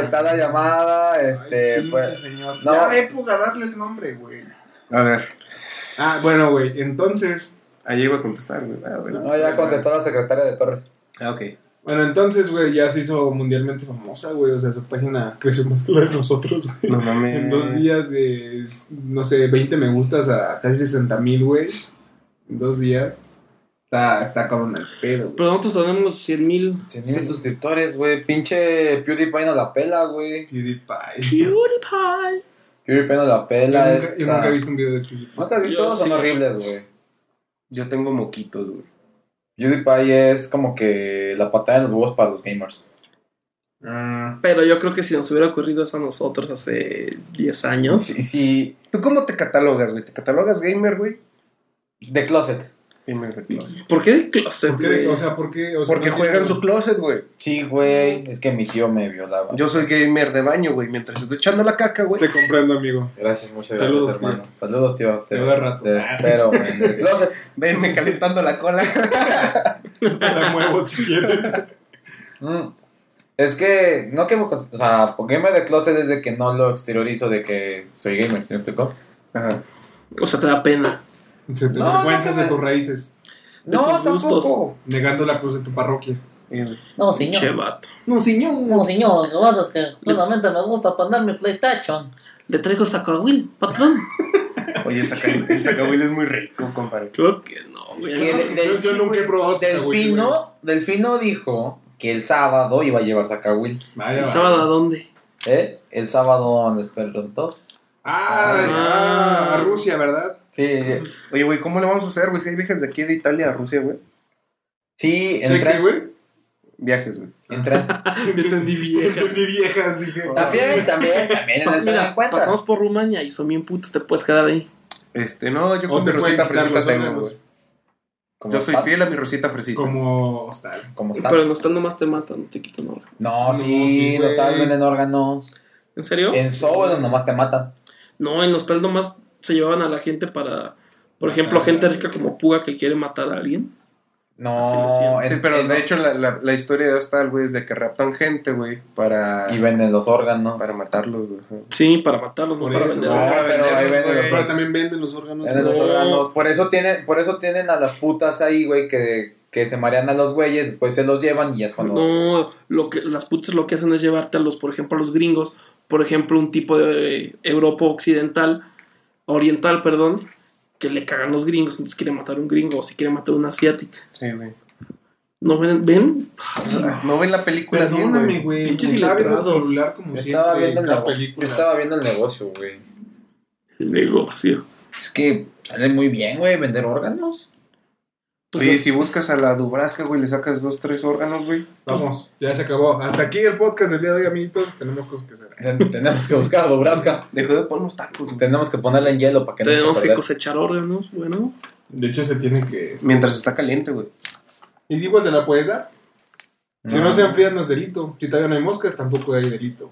Speaker 6: está la llamada, este,
Speaker 2: Pinche
Speaker 6: pues.
Speaker 2: señor.
Speaker 6: no.
Speaker 2: Ya época darle el nombre, güey.
Speaker 3: A ver,
Speaker 2: Ah, bueno, güey, entonces...
Speaker 3: ahí iba a contestar, güey. Ah, bueno.
Speaker 6: No, ya contestó la secretaria de Torres.
Speaker 3: Ah, ok.
Speaker 2: Bueno, entonces, güey, ya se hizo mundialmente famosa, güey. O sea, su página creció más que la de nosotros, güey.
Speaker 6: Eh.
Speaker 3: No mames.
Speaker 2: En dos días de, no sé, 20 me gustas a casi 60 mil, güey. En dos días. Está, está cabrón el pedo, güey.
Speaker 4: pero nosotros tenemos 100 mil.
Speaker 6: 100 mil suscriptores, güey. Pinche PewDiePie no la pela, güey.
Speaker 2: PewDiePie.
Speaker 4: PewDiePie.
Speaker 6: PewDiePie no la
Speaker 2: Yo
Speaker 6: pela.
Speaker 2: nunca, yo
Speaker 6: esta-
Speaker 2: nunca he visto un video de PewDiePie.
Speaker 6: ¿No te has
Speaker 4: Yo
Speaker 6: visto? Son
Speaker 4: sí.
Speaker 6: horribles, güey.
Speaker 3: Yo tengo moquitos, güey.
Speaker 6: PewDiePie es como que la patada en los huevos para los gamers. Ah.
Speaker 4: Pero yo creo que si nos hubiera ocurrido eso a nosotros hace 10 años.
Speaker 6: Sí, sí.
Speaker 3: ¿Tú cómo te catalogas, güey? ¿Te catalogas gamer, güey?
Speaker 6: The Closet.
Speaker 3: Gamer de closet.
Speaker 4: ¿Por qué de closet?
Speaker 2: ¿Por qué de-
Speaker 4: güey?
Speaker 2: o sea, ¿por qué? O sea,
Speaker 3: Porque
Speaker 2: no
Speaker 3: juega en
Speaker 2: entiendo.
Speaker 3: su closet, güey.
Speaker 6: Sí, güey. Es que mi tío me violaba.
Speaker 3: Yo soy gamer de baño, güey. Mientras estoy echando la caca, güey.
Speaker 2: Te comprendo, amigo.
Speaker 6: Gracias, muchas
Speaker 2: Saludos,
Speaker 6: gracias, hermano. Saludos, tío. Te,
Speaker 2: Te veo al rato.
Speaker 6: te espero en The Closet.
Speaker 3: (laughs) Venme calentando la cola.
Speaker 2: Te la muevo
Speaker 6: (laughs)
Speaker 2: si quieres.
Speaker 6: Mm. Es que, no que, o sea, por gamer de closet es de que no lo exteriorizo de que soy gamer, ¿sí me explicó?
Speaker 3: Ajá.
Speaker 4: o sea, te da pena.
Speaker 2: Se te
Speaker 6: No, no,
Speaker 2: avergüenzas
Speaker 6: no,
Speaker 2: de
Speaker 6: no.
Speaker 2: tus raíces. Oh.
Speaker 4: No, tus gustos. tampoco.
Speaker 2: Negando la cruz de tu parroquia.
Speaker 6: Eh,
Speaker 8: No,
Speaker 4: Che
Speaker 8: señor.
Speaker 4: vato.
Speaker 2: No, señor.
Speaker 8: No, señor. Lo que pasa es que solamente me gusta para andar mi PlayStation.
Speaker 4: Le traigo el saco a Will, (laughs) patrón.
Speaker 3: Oye, saca- (laughs) el sacahuil es muy rico, compadre.
Speaker 4: Creo que no, güey.
Speaker 6: Que de-
Speaker 2: Yo- yo nunca he probado Zacahuil,
Speaker 6: Delfino, Delfino dijo que el sábado iba a llevar Zacahuil.
Speaker 2: Vaya,
Speaker 4: ¿El
Speaker 2: vaya.
Speaker 4: sábado a dónde?
Speaker 6: ¿Eh? El sábado les preguntó.
Speaker 2: Ay,
Speaker 4: Ah.
Speaker 2: ah, a Rusia, ¿verdad?
Speaker 6: Sí,
Speaker 3: Oye, güey, ¿cómo le vamos a hacer, güey? Si hay viejas de aquí de Italia a Rusia, güey.
Speaker 6: sí, en
Speaker 2: ¿Sé qué,
Speaker 6: tren.
Speaker 2: güey?
Speaker 3: Viajes, güey.
Speaker 6: en (laughs) tren.
Speaker 4: Me entendí
Speaker 2: (laughs)
Speaker 4: viejas.
Speaker 2: Entendí viejas, dije.
Speaker 6: También, también, también.
Speaker 4: Pas-
Speaker 6: en el tren
Speaker 4: mira,
Speaker 6: en cuenta.
Speaker 4: pasamos por Rumania y son bien putos, te puedes quedar ahí.
Speaker 3: Este, no, yo
Speaker 2: O
Speaker 3: con mi
Speaker 2: te pueden
Speaker 3: rosita
Speaker 2: quitar
Speaker 3: fresita
Speaker 2: los
Speaker 3: tengo,
Speaker 2: órganos.
Speaker 3: güey.
Speaker 6: Como
Speaker 3: Yo soy
Speaker 6: está-
Speaker 3: fiel a mi rosita fresita.
Speaker 2: Como hostal.
Speaker 6: como está.
Speaker 4: Pero no están nomás te matan, no te quitan órganos.
Speaker 6: No,
Speaker 2: No, sí,
Speaker 6: sí, no está
Speaker 2: güey.
Speaker 6: bien en órganos.
Speaker 4: ¿En serio?
Speaker 1: Eh.
Speaker 6: En Soul nomás te matan.
Speaker 4: No, en los tal nomás se llevaban a la gente para,
Speaker 2: Matar
Speaker 4: por ejemplo,
Speaker 2: a
Speaker 4: gente
Speaker 2: alguien.
Speaker 4: rica como Puga que quiere matar a alguien. Así lo
Speaker 6: No,
Speaker 4: siento.
Speaker 6: en-
Speaker 3: Sí, pero
Speaker 6: en-
Speaker 3: de hecho la, la, la historia de Hostal, güey, es de que raptan gente, güey, para,
Speaker 6: Y venden los órganos.
Speaker 3: para matarlos, güey. Ajá.
Speaker 4: Sí, para matarlos, no
Speaker 2: Por
Speaker 4: Mm. para
Speaker 2: eso,
Speaker 4: vender.
Speaker 6: no. Ah, pero ahí venden
Speaker 3: güey.
Speaker 6: los Eh,
Speaker 2: Pero también venden los órganos.
Speaker 6: Eran los
Speaker 4: No.
Speaker 6: órganos. Por eso tienen, por eso tienen a las putas ahí, güey, que, que se marean a los güeyes, después se los llevan y ya es cuando.
Speaker 4: No, lo que, las putas lo que hacen es llevarte a los, por ejemplo, a los gringos, por ejemplo, un tipo de Europa occidental, oriental, perdón, que le cagan los gringos, entonces quiere matar a un gringo o si quiere matar a una asiática.
Speaker 3: Sí, güey.
Speaker 4: ¿No ven? ¿Ven?
Speaker 3: No ven la película bien,
Speaker 2: Perdóname,
Speaker 3: güey.
Speaker 2: güey.
Speaker 4: Pinches
Speaker 2: Estaba viendo el
Speaker 4: iletrados.
Speaker 2: celular como
Speaker 6: Yo estaba
Speaker 2: siempre.
Speaker 6: viendo
Speaker 2: en
Speaker 6: el
Speaker 2: Cada
Speaker 6: nego- yo
Speaker 2: película.
Speaker 6: estaba viendo el negocio, güey.
Speaker 4: El negocio.
Speaker 6: Es que sale muy bien, güey, vender órganos.
Speaker 4: Pues
Speaker 3: Oye, si buscas a la Dubrasca, güey, le sacas dos, tres órganos, güey.
Speaker 2: Vamos, ya se acabó. Hasta aquí el podcast del día de hoy, amiguitos. Tenemos cosas que hacer.
Speaker 6: Ten- Tenemos que buscar a Dubraska.
Speaker 3: Dejó de poner unos tacos, güey.
Speaker 6: Tenemos que ponerla en hielo para que no
Speaker 4: Tenemos
Speaker 6: se
Speaker 4: que
Speaker 6: pierda.
Speaker 4: cosechar órganos, bueno.
Speaker 2: De hecho, se tiene que.
Speaker 3: Mientras está caliente, güey.
Speaker 2: ¿Y igual te la puedes dar? Si no
Speaker 6: No.
Speaker 2: se enfrían, no es delito. Si todavía no hay moscas, tampoco hay delito.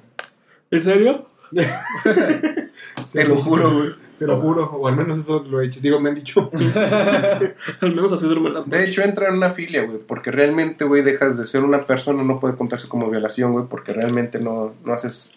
Speaker 4: ¿En serio? (laughs)
Speaker 3: Te lo juro, güey.
Speaker 2: Te lo juro. O al menos eso lo he hecho. Digo, me han dicho.
Speaker 4: Al menos así duermen las
Speaker 3: De hecho, entra en una filia, güey, porque realmente, güey, dejas de ser una persona, no puede contarse como violación, güey, porque realmente no, no haces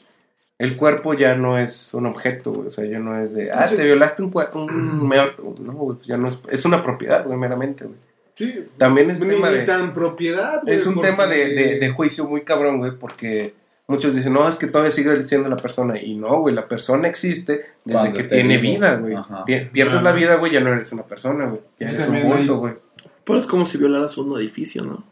Speaker 3: el cuerpo ya no es un objeto, güey. O sea, ya no es de, ah, te violaste un, cua- un muerto. No, güey, pues ya no es, es una propiedad, güey, meramente, güey.
Speaker 6: Sí.
Speaker 3: También es
Speaker 6: Ni,
Speaker 3: tema
Speaker 6: ni
Speaker 3: de...
Speaker 6: tan propiedad, güey,
Speaker 3: Es un
Speaker 6: porque-
Speaker 3: tema de, de- de juicio muy cabrón, güey, porque muchos dicen, no, es que todavía sigue siendo la persona. Y no, güey, la persona existe desde
Speaker 1: Cuando
Speaker 3: que
Speaker 1: esté
Speaker 3: tiene
Speaker 1: vivo.
Speaker 3: vida, güey.
Speaker 1: Ajá.
Speaker 3: Tie- Pierdes la vida, güey, ya no eres una persona, güey. Ya
Speaker 2: Sí,
Speaker 3: eres un
Speaker 2: también hay-
Speaker 3: bulto, güey.
Speaker 4: Pero es como si violaras un edificio, ¿no?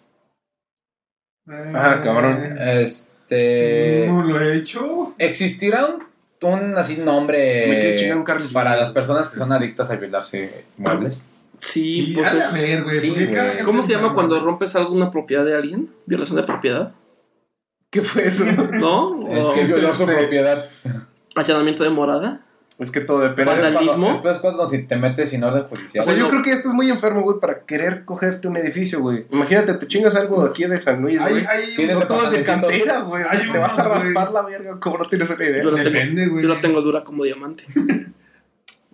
Speaker 3: Ah, cabrón.
Speaker 1: Este.
Speaker 4: Mm.
Speaker 2: No lo he hecho.
Speaker 1: ¿Existirá un, un así nombre
Speaker 3: Me quiero chingar un Carl
Speaker 1: Eh, para
Speaker 3: Jr.
Speaker 1: las personas que son adictas a violarse muebles?
Speaker 4: Sí,
Speaker 2: Y
Speaker 4: pues
Speaker 2: a
Speaker 4: es-
Speaker 6: ah,
Speaker 2: ver, güey.
Speaker 1: sí,
Speaker 2: porque
Speaker 1: güey.
Speaker 2: cada gente
Speaker 4: ¿Cómo se llama
Speaker 2: enferma.
Speaker 4: cuando rompes alguna propiedad de alguien? ¿Violación de propiedad?
Speaker 3: ¿Qué
Speaker 1: (laughs)
Speaker 3: fue eso?
Speaker 4: Ah, ¿No?
Speaker 1: es
Speaker 4: ¿O
Speaker 1: que violar su
Speaker 3: este-
Speaker 1: propiedad.
Speaker 4: ¿Allanamiento de morada?
Speaker 3: es que todo depende.
Speaker 4: Para- ¿Vandalismo?
Speaker 1: Después cuando si te metes sin orden
Speaker 3: O
Speaker 1: judicial.
Speaker 3: sea, yo
Speaker 4: Bueno.
Speaker 3: creo que ya estás muy enfermo, güey, para querer cogerte un edificio, güey. Imagínate, te chingas algo aquí de San Luis,
Speaker 2: Hay,
Speaker 3: güey.
Speaker 2: hay,
Speaker 1: Tienes
Speaker 3: Son todas de
Speaker 1: departamentitos.
Speaker 3: cantera, güey.
Speaker 2: Hay
Speaker 3: Te vas a
Speaker 2: unos, güey.
Speaker 3: raspar la verga, como no tienes una idea.
Speaker 4: Yo la tengo,
Speaker 2: depende, güey.
Speaker 4: yo la tengo dura como
Speaker 1: (laughs)
Speaker 4: diamante.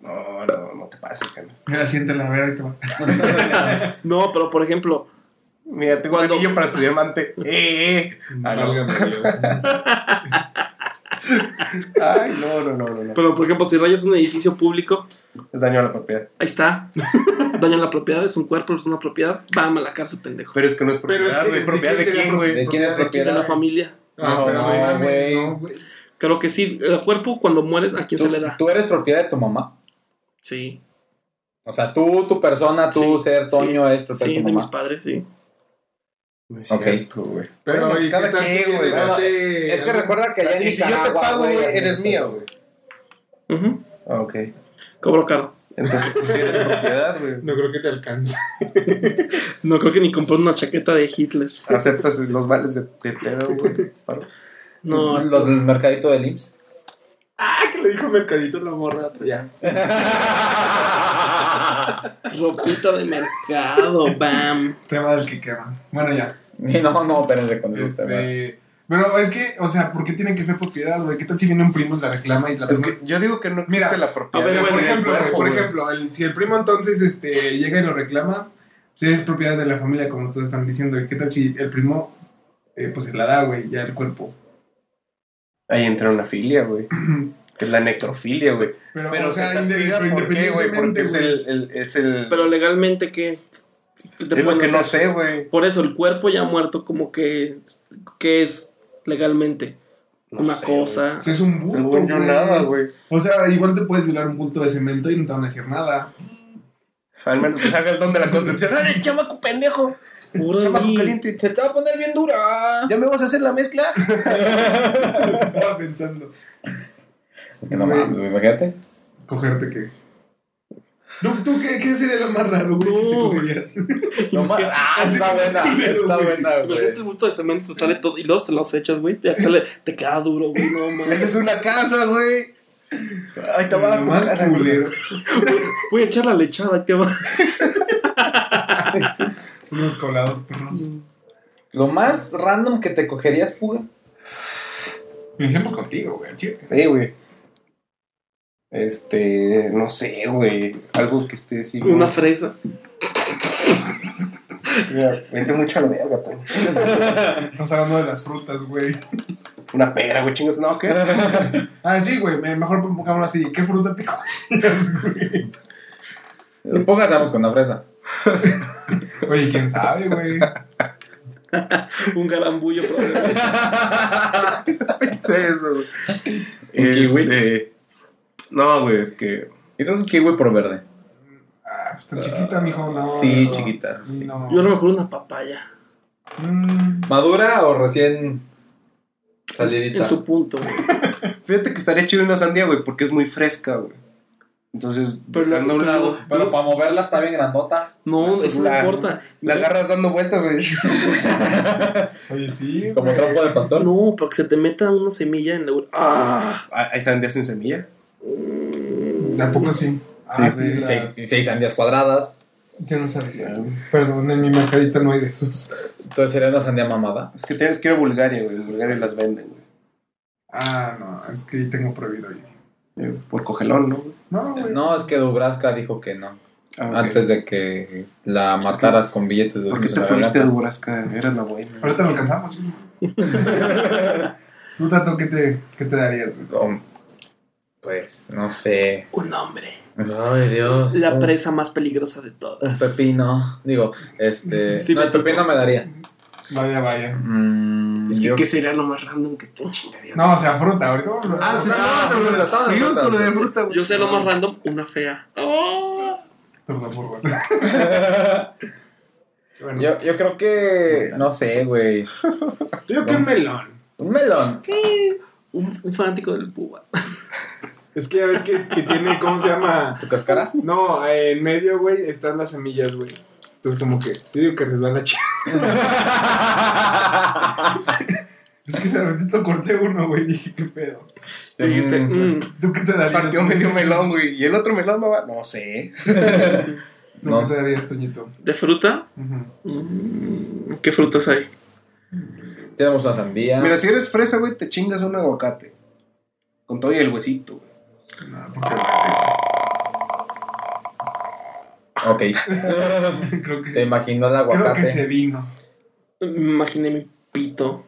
Speaker 3: No, no, no te pases, carnal.
Speaker 2: Mira, siéntela, a ver, ahí te va.
Speaker 4: No, pero por ejemplo,
Speaker 3: Mira, tengo un
Speaker 4: Cuando-
Speaker 3: anillo para
Speaker 1: (laughs)
Speaker 3: tu diamante. ¡Eh, eh! Ah, no.
Speaker 6: Válgame Dios.
Speaker 3: Ay, no, no, no, no. no.
Speaker 4: pero por ejemplo, si rayas un edificio público,
Speaker 3: Es daño a la propiedad.
Speaker 1: (laughs)
Speaker 4: ahí está. Daño a la propiedad, es un cuerpo, es una propiedad. Bam, a la cárcel, pendejo.
Speaker 3: Pero es que no es propiedad,
Speaker 6: Pero es que,
Speaker 3: güey.
Speaker 6: ¿de
Speaker 3: ¿Propiedad
Speaker 6: quién
Speaker 3: de
Speaker 6: sería
Speaker 3: quién, güey?
Speaker 1: ¿De quién es
Speaker 4: De la
Speaker 1: propiedad?
Speaker 4: familia.
Speaker 6: Ah,
Speaker 1: No,
Speaker 6: pero
Speaker 1: no,
Speaker 6: no, mames,
Speaker 1: güey.
Speaker 6: no, güey.
Speaker 4: Claro que sí, el cuerpo cuando mueres, ¿a quién
Speaker 1: ¿Tú,
Speaker 4: se le da?
Speaker 1: tú eres propiedad de tu mamá.
Speaker 4: Sí,
Speaker 1: O sea, tú, tu persona, tú,
Speaker 4: Sí,
Speaker 1: ser Toño, es propiedad
Speaker 4: sí,
Speaker 1: de tu
Speaker 4: de mis
Speaker 1: mamá.
Speaker 4: padres, sí.
Speaker 3: No es
Speaker 1: Ok.
Speaker 3: cierto, güey.
Speaker 6: Pero,
Speaker 2: pues
Speaker 1: Bueno,
Speaker 6: ¿y qué
Speaker 1: cada
Speaker 6: tal
Speaker 1: quien,
Speaker 6: si alguien
Speaker 1: güey,
Speaker 6: le
Speaker 1: bueno,
Speaker 6: hace
Speaker 1: Es que
Speaker 6: algo?
Speaker 1: recuerda que allá en
Speaker 3: Y si yo te
Speaker 1: Nicaragua,
Speaker 3: pago, Ah, güey,
Speaker 1: hacen
Speaker 3: eres
Speaker 1: esto.
Speaker 3: mío, güey.
Speaker 4: Ujú.
Speaker 3: Ah, Ok.
Speaker 4: Cobro caro.
Speaker 3: Entonces, pues (laughs) sí eres propiedad, güey.
Speaker 6: No creo que te alcance.
Speaker 4: No creo que ni compré una chaqueta de Hitler.
Speaker 3: Aceptas los vales de, de pedo, güey. Disparo.
Speaker 1: (laughs)
Speaker 4: No,
Speaker 1: Los del mercadito del (laughs) IMSS.
Speaker 6: Ah, que le dijo Mercadito la morra. Ya.
Speaker 4: ropita de mercado,
Speaker 1: (laughs)
Speaker 4: bam.
Speaker 2: Tema del que quema. Bueno, ya.
Speaker 1: No, no, espérense con esos temas.
Speaker 2: Este, pero es que, o sea, ¿por qué tienen que ser propiedad, güey? ¿Qué tal si viene un primo y la reclama y la
Speaker 3: Es
Speaker 2: reclama?
Speaker 3: que yo digo que no existe
Speaker 2: Mira,
Speaker 3: la
Speaker 2: A
Speaker 3: propiedad.
Speaker 2: ver, por
Speaker 3: del
Speaker 2: ejemplo, güey,
Speaker 3: cuerpo,
Speaker 2: por
Speaker 3: güey.
Speaker 2: ejemplo, el- si el primo entonces este, llega y lo reclama, pues es propiedad de la familia, como todos están diciendo. ¿Y qué tal si el primo, eh, pues se la da, güey, ya el cuerpo?
Speaker 3: Ahí entra una
Speaker 2: (clears throat)
Speaker 3: filia, güey. Que es la necrofilia, güey.
Speaker 2: Pero,
Speaker 3: Pero
Speaker 2: o sea,
Speaker 3: se castiga,
Speaker 2: inde-
Speaker 3: ¿por qué, güey? Porque es
Speaker 2: güey.
Speaker 3: el... el- es el
Speaker 4: Pero legalmente, ¿qué? ¿Qué te
Speaker 3: es lo
Speaker 4: pueden
Speaker 3: que no
Speaker 4: hacer?
Speaker 3: sé, güey.
Speaker 4: Por eso, el cuerpo ya muerto, como que. ¿Qué es legalmente?
Speaker 3: No
Speaker 4: Una
Speaker 3: sé, (laughs)
Speaker 4: cosa.
Speaker 2: O sea, es un bulto,
Speaker 3: Según yo,
Speaker 2: güey.
Speaker 3: nada, güey.
Speaker 2: O sea, igual te puedes violar un bulto de cemento y no te van a decir nada. (laughs)
Speaker 3: Al menos que salga el don de la construcción. ¡Ay, chamaco pendejo!
Speaker 4: Órale.
Speaker 3: Chamaco caliente.
Speaker 1: Se te va a poner bien dura.
Speaker 3: ¿Ya me vas a hacer la mezcla?
Speaker 2: Estaba pensando,
Speaker 1: Es que no mames, güey, imagínate.
Speaker 2: cogerte que... ¿Tú, tú qué, qué sería lo más raro, güey, que te
Speaker 4: No.
Speaker 2: cogieras?
Speaker 1: No mames.
Speaker 3: (laughs)
Speaker 1: Ah, está buena. Está buena, güey.
Speaker 4: Imagínate el gusto de cemento, te sale todo. Y los, los echas, güey. Te, sale- te queda duro, güey. No
Speaker 3: Le
Speaker 4: mames.
Speaker 3: haces una casa, güey. Ay, te va a
Speaker 2: Lo más
Speaker 3: casa,
Speaker 2: culero.
Speaker 4: Voy a echar la lechada, ¿qué va?
Speaker 2: Unos colados perros.
Speaker 1: Lo más random que te cogerías, puga.
Speaker 2: Iniciamos contigo, güey. al chile.
Speaker 3: Sí, güey. Este, no sé, güey. Algo que esté así.
Speaker 4: Una
Speaker 3: güey.
Speaker 4: fresa.
Speaker 3: Mira, Vente mucho a la verga, tú.
Speaker 2: Estamos hablando de las frutas, güey.
Speaker 3: Una pera, güey, chingas. No, ¿qué?
Speaker 2: Ah, sí, güey. me- Mejor pongámoslo así. ¿Qué fruta te comías, güey?
Speaker 1: Puga estamos con una fresa.
Speaker 2: Oye, quién sabe, güey. Ah,
Speaker 4: Un garambullo, probablemente.
Speaker 3: (laughs) pensé eso, güey.
Speaker 1: Un kiwi.
Speaker 3: (laughs) Este, No, güey, es que.
Speaker 1: Yo creo que un kiwi por verde.
Speaker 2: Ah, pues tan chiquita, mijo. No,
Speaker 1: Sí,
Speaker 2: no.
Speaker 1: chiquita, sí.
Speaker 2: No.
Speaker 4: Yo a lo mejor una papaya.
Speaker 2: Mm,
Speaker 1: ¿Madura o recién salidita?
Speaker 4: En su punto, güey.
Speaker 3: Fíjate que estaría chido una sandía, güey, porque es muy fresca, güey. Entonces,
Speaker 4: Pero la-
Speaker 3: dejando a un
Speaker 4: pero-
Speaker 3: lado.
Speaker 1: Pero para moverla está bien grandota.
Speaker 4: No, eso no
Speaker 3: La-
Speaker 4: importa.
Speaker 3: La agarras dando vueltas, (laughs) güey.
Speaker 2: Oye,
Speaker 3: (laughs)
Speaker 2: sí.
Speaker 1: Como
Speaker 2: güey.
Speaker 1: trompo de pastor.
Speaker 4: No, para que se te meta una semilla en la. ¡Ah!
Speaker 3: Ah, ¿Hay sandías sin semilla?
Speaker 2: ¿A poco sí? Ah, sí. la-
Speaker 1: Seis, y seis sandías cuadradas.
Speaker 2: Yo no sabía.
Speaker 3: Ah,
Speaker 2: Perdón, en mi mercadita no hay de esos.
Speaker 1: Entonces sería una sandía mamada.
Speaker 3: Es que tienes que ir a Bulgaria, güey. En Bulgaria las venden, güey.
Speaker 2: Ah, no. Es que ahí tengo prohibido ir.
Speaker 3: Eh, Por cogelón, ¿no? güey?
Speaker 2: No, güey.
Speaker 1: No, es que Dubraska dijo que no.
Speaker 3: Ah, ok.
Speaker 1: Antes
Speaker 4: pues,
Speaker 1: de que la mataras con billetes de
Speaker 3: ¿Por qué
Speaker 1: en
Speaker 3: te
Speaker 1: la
Speaker 3: fuiste a
Speaker 1: garganta.
Speaker 3: Durazca? Eras la buena.
Speaker 2: Ahorita lo alcanzamos, chisme. ¿Tú, Tato, qué te, qué te darías, güey?
Speaker 1: No, pues, no sé.
Speaker 4: Un hombre.
Speaker 1: Ay, Dios.
Speaker 3: Oh.
Speaker 4: La
Speaker 1: un-
Speaker 4: presa más peligrosa de
Speaker 1: Un
Speaker 4: todas.
Speaker 1: pepino. Digo,
Speaker 3: (laughs)
Speaker 1: este.
Speaker 4: Sí,
Speaker 1: no, el
Speaker 4: pepito.
Speaker 1: pepino me daría.
Speaker 2: Vaya, vaya.
Speaker 1: Mm,
Speaker 3: Es que,
Speaker 1: yo-
Speaker 3: ¿qué sería lo más random que te chingaría?
Speaker 2: No, o sea, fruta, ahorita. vamos a-
Speaker 3: Ah, sí, sí,
Speaker 1: Ah,
Speaker 3: no,
Speaker 1: fruta,
Speaker 3: no,
Speaker 1: estamos en
Speaker 3: Seguimos
Speaker 1: fruta.
Speaker 3: con lo de fruta, güey.
Speaker 4: Yo sé lo más random, una fea. Oh.
Speaker 2: (laughs) Perdón, por favor.
Speaker 6: (laughs)
Speaker 2: Bueno,
Speaker 1: yo, yo creo que. No sé, güey.
Speaker 2: yo digo que un melón.
Speaker 1: Un melón.
Speaker 4: Un, un fanático del púa.
Speaker 6: Es que ya ves que, que tiene, ¿cómo se llama?
Speaker 1: ¿Su
Speaker 3: (laughs)
Speaker 1: cáscara?
Speaker 6: No, en medio, güey, están las semillas, güey. Entonces, como que, yo digo que resbala chido.
Speaker 2: (laughs) Es que ese ratito corté uno, güey. Dije, qué pedo.
Speaker 4: Dijiste,
Speaker 1: Mm,
Speaker 2: (laughs)
Speaker 4: mm,
Speaker 2: ¿Tú qué te darías?
Speaker 3: Partió
Speaker 2: güey?
Speaker 3: medio melón, güey. Y el otro melón no va. No sé.
Speaker 2: ¿Tú
Speaker 1: No
Speaker 2: qué te
Speaker 1: sé.
Speaker 2: darías, Toñito?
Speaker 4: ¿de fruta?
Speaker 2: Ujú.
Speaker 4: Mm, ¿Qué frutas hay?
Speaker 1: Tenemos una sandía.
Speaker 3: Mira, si eres fresa, güey, te chingas un aguacate. Con todo y el huesito, güey.
Speaker 2: No, porque
Speaker 1: Ok.
Speaker 2: (laughs) creo que
Speaker 1: Se imaginó el
Speaker 2: Creo que
Speaker 1: aguacate.
Speaker 2: se vino.
Speaker 4: Me imaginé mi pito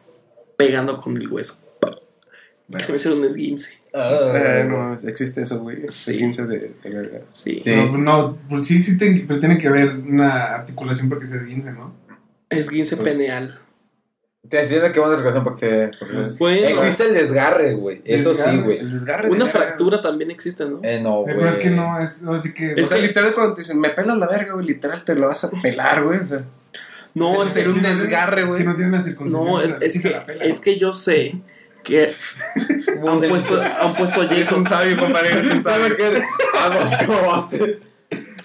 Speaker 4: pegando con el hueso.
Speaker 2: Bueno.
Speaker 4: Se me hicieron un esguince.
Speaker 1: Ah.
Speaker 3: Eh, no, existe eso, güey.
Speaker 4: Sí.
Speaker 3: Esguince de, de verga.
Speaker 4: Sí.
Speaker 1: Sí.
Speaker 2: No, no, pues sí existen, pero tiene que haber una articulación para que se esguince, ¿no?
Speaker 4: Esguince
Speaker 1: Pues-
Speaker 4: peneal.
Speaker 1: Te entiendo que vamos a relación porque se. porque se-
Speaker 4: Bueno.
Speaker 1: Existe el desgarre, güey. Eso sí,
Speaker 2: Pues, Desgarre.
Speaker 1: güey.
Speaker 3: El desgarre de
Speaker 4: Una
Speaker 3: verga,
Speaker 4: fractura también existe, ¿no?
Speaker 1: Eh, no, güey.
Speaker 2: Pero es que no, es no, así que.
Speaker 3: güey. O sea, literal, cuando te dicen, me pelas la verga, güey, literal te lo vas a pelar, güey. O sea,
Speaker 4: No,
Speaker 3: Eso
Speaker 4: es
Speaker 3: sería
Speaker 4: que,
Speaker 3: un
Speaker 2: no tiene-
Speaker 3: desgarre, güey.
Speaker 2: Si no tiene una circuncisión,
Speaker 4: no,
Speaker 2: se
Speaker 4: es,
Speaker 2: la-
Speaker 4: es
Speaker 2: sí se
Speaker 4: que,
Speaker 2: la pela,
Speaker 4: es que yo sé que han puesto, han puesto yeso.
Speaker 3: sabio, compadre, eres un sabio. Ah,
Speaker 1: Vamos,
Speaker 3: (laughs)
Speaker 1: probaste.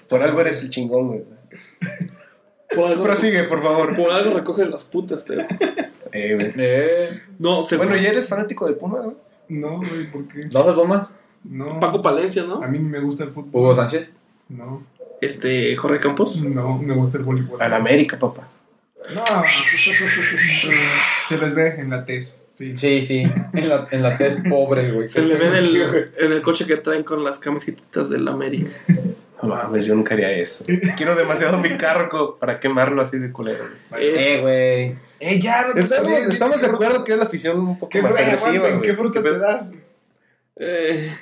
Speaker 3: Por algo eres el chingón, güey.
Speaker 4: Por algo,
Speaker 3: Prosigue, por favor.
Speaker 4: por algo recoge las putas, Teo.
Speaker 3: Eh, güey.
Speaker 1: Eh.
Speaker 4: No, según
Speaker 3: Bueno, ¿ya eres fanático de Puma, güey?
Speaker 2: No, güey, ¿por qué?
Speaker 1: ¿No salvó más?
Speaker 2: No.
Speaker 4: Paco Palencia, ¿no?
Speaker 2: A mí ni me gusta el fútbol.
Speaker 1: Hugo Sánchez.
Speaker 2: No,
Speaker 4: Este, Jorge Campos.
Speaker 2: no, me gusta el voleibol.
Speaker 3: Al América, papá.
Speaker 2: No, se les ve en la tez. Sí.
Speaker 1: Sí, sí. En la, en la tez pobre, güey.
Speaker 4: Se le ve en el, en el coche que traen con las camisetitas del América.
Speaker 3: No mames, yo nunca haría eso. Quiero demasiado mi carro co- para quemarlo así de culero. güey.
Speaker 4: Es-
Speaker 1: Eh, güey.
Speaker 2: Eh, ya, no te
Speaker 3: Estamos,
Speaker 2: pases,
Speaker 3: estamos
Speaker 2: ¿qué
Speaker 3: de
Speaker 2: fruta-
Speaker 3: acuerdo que es la afición un poco
Speaker 2: ¿Qué
Speaker 3: más
Speaker 2: fruta,
Speaker 3: agresiva.
Speaker 2: aguanten,
Speaker 3: güey.
Speaker 2: ¿Qué fruta
Speaker 3: Pero-
Speaker 2: te das?
Speaker 4: eh,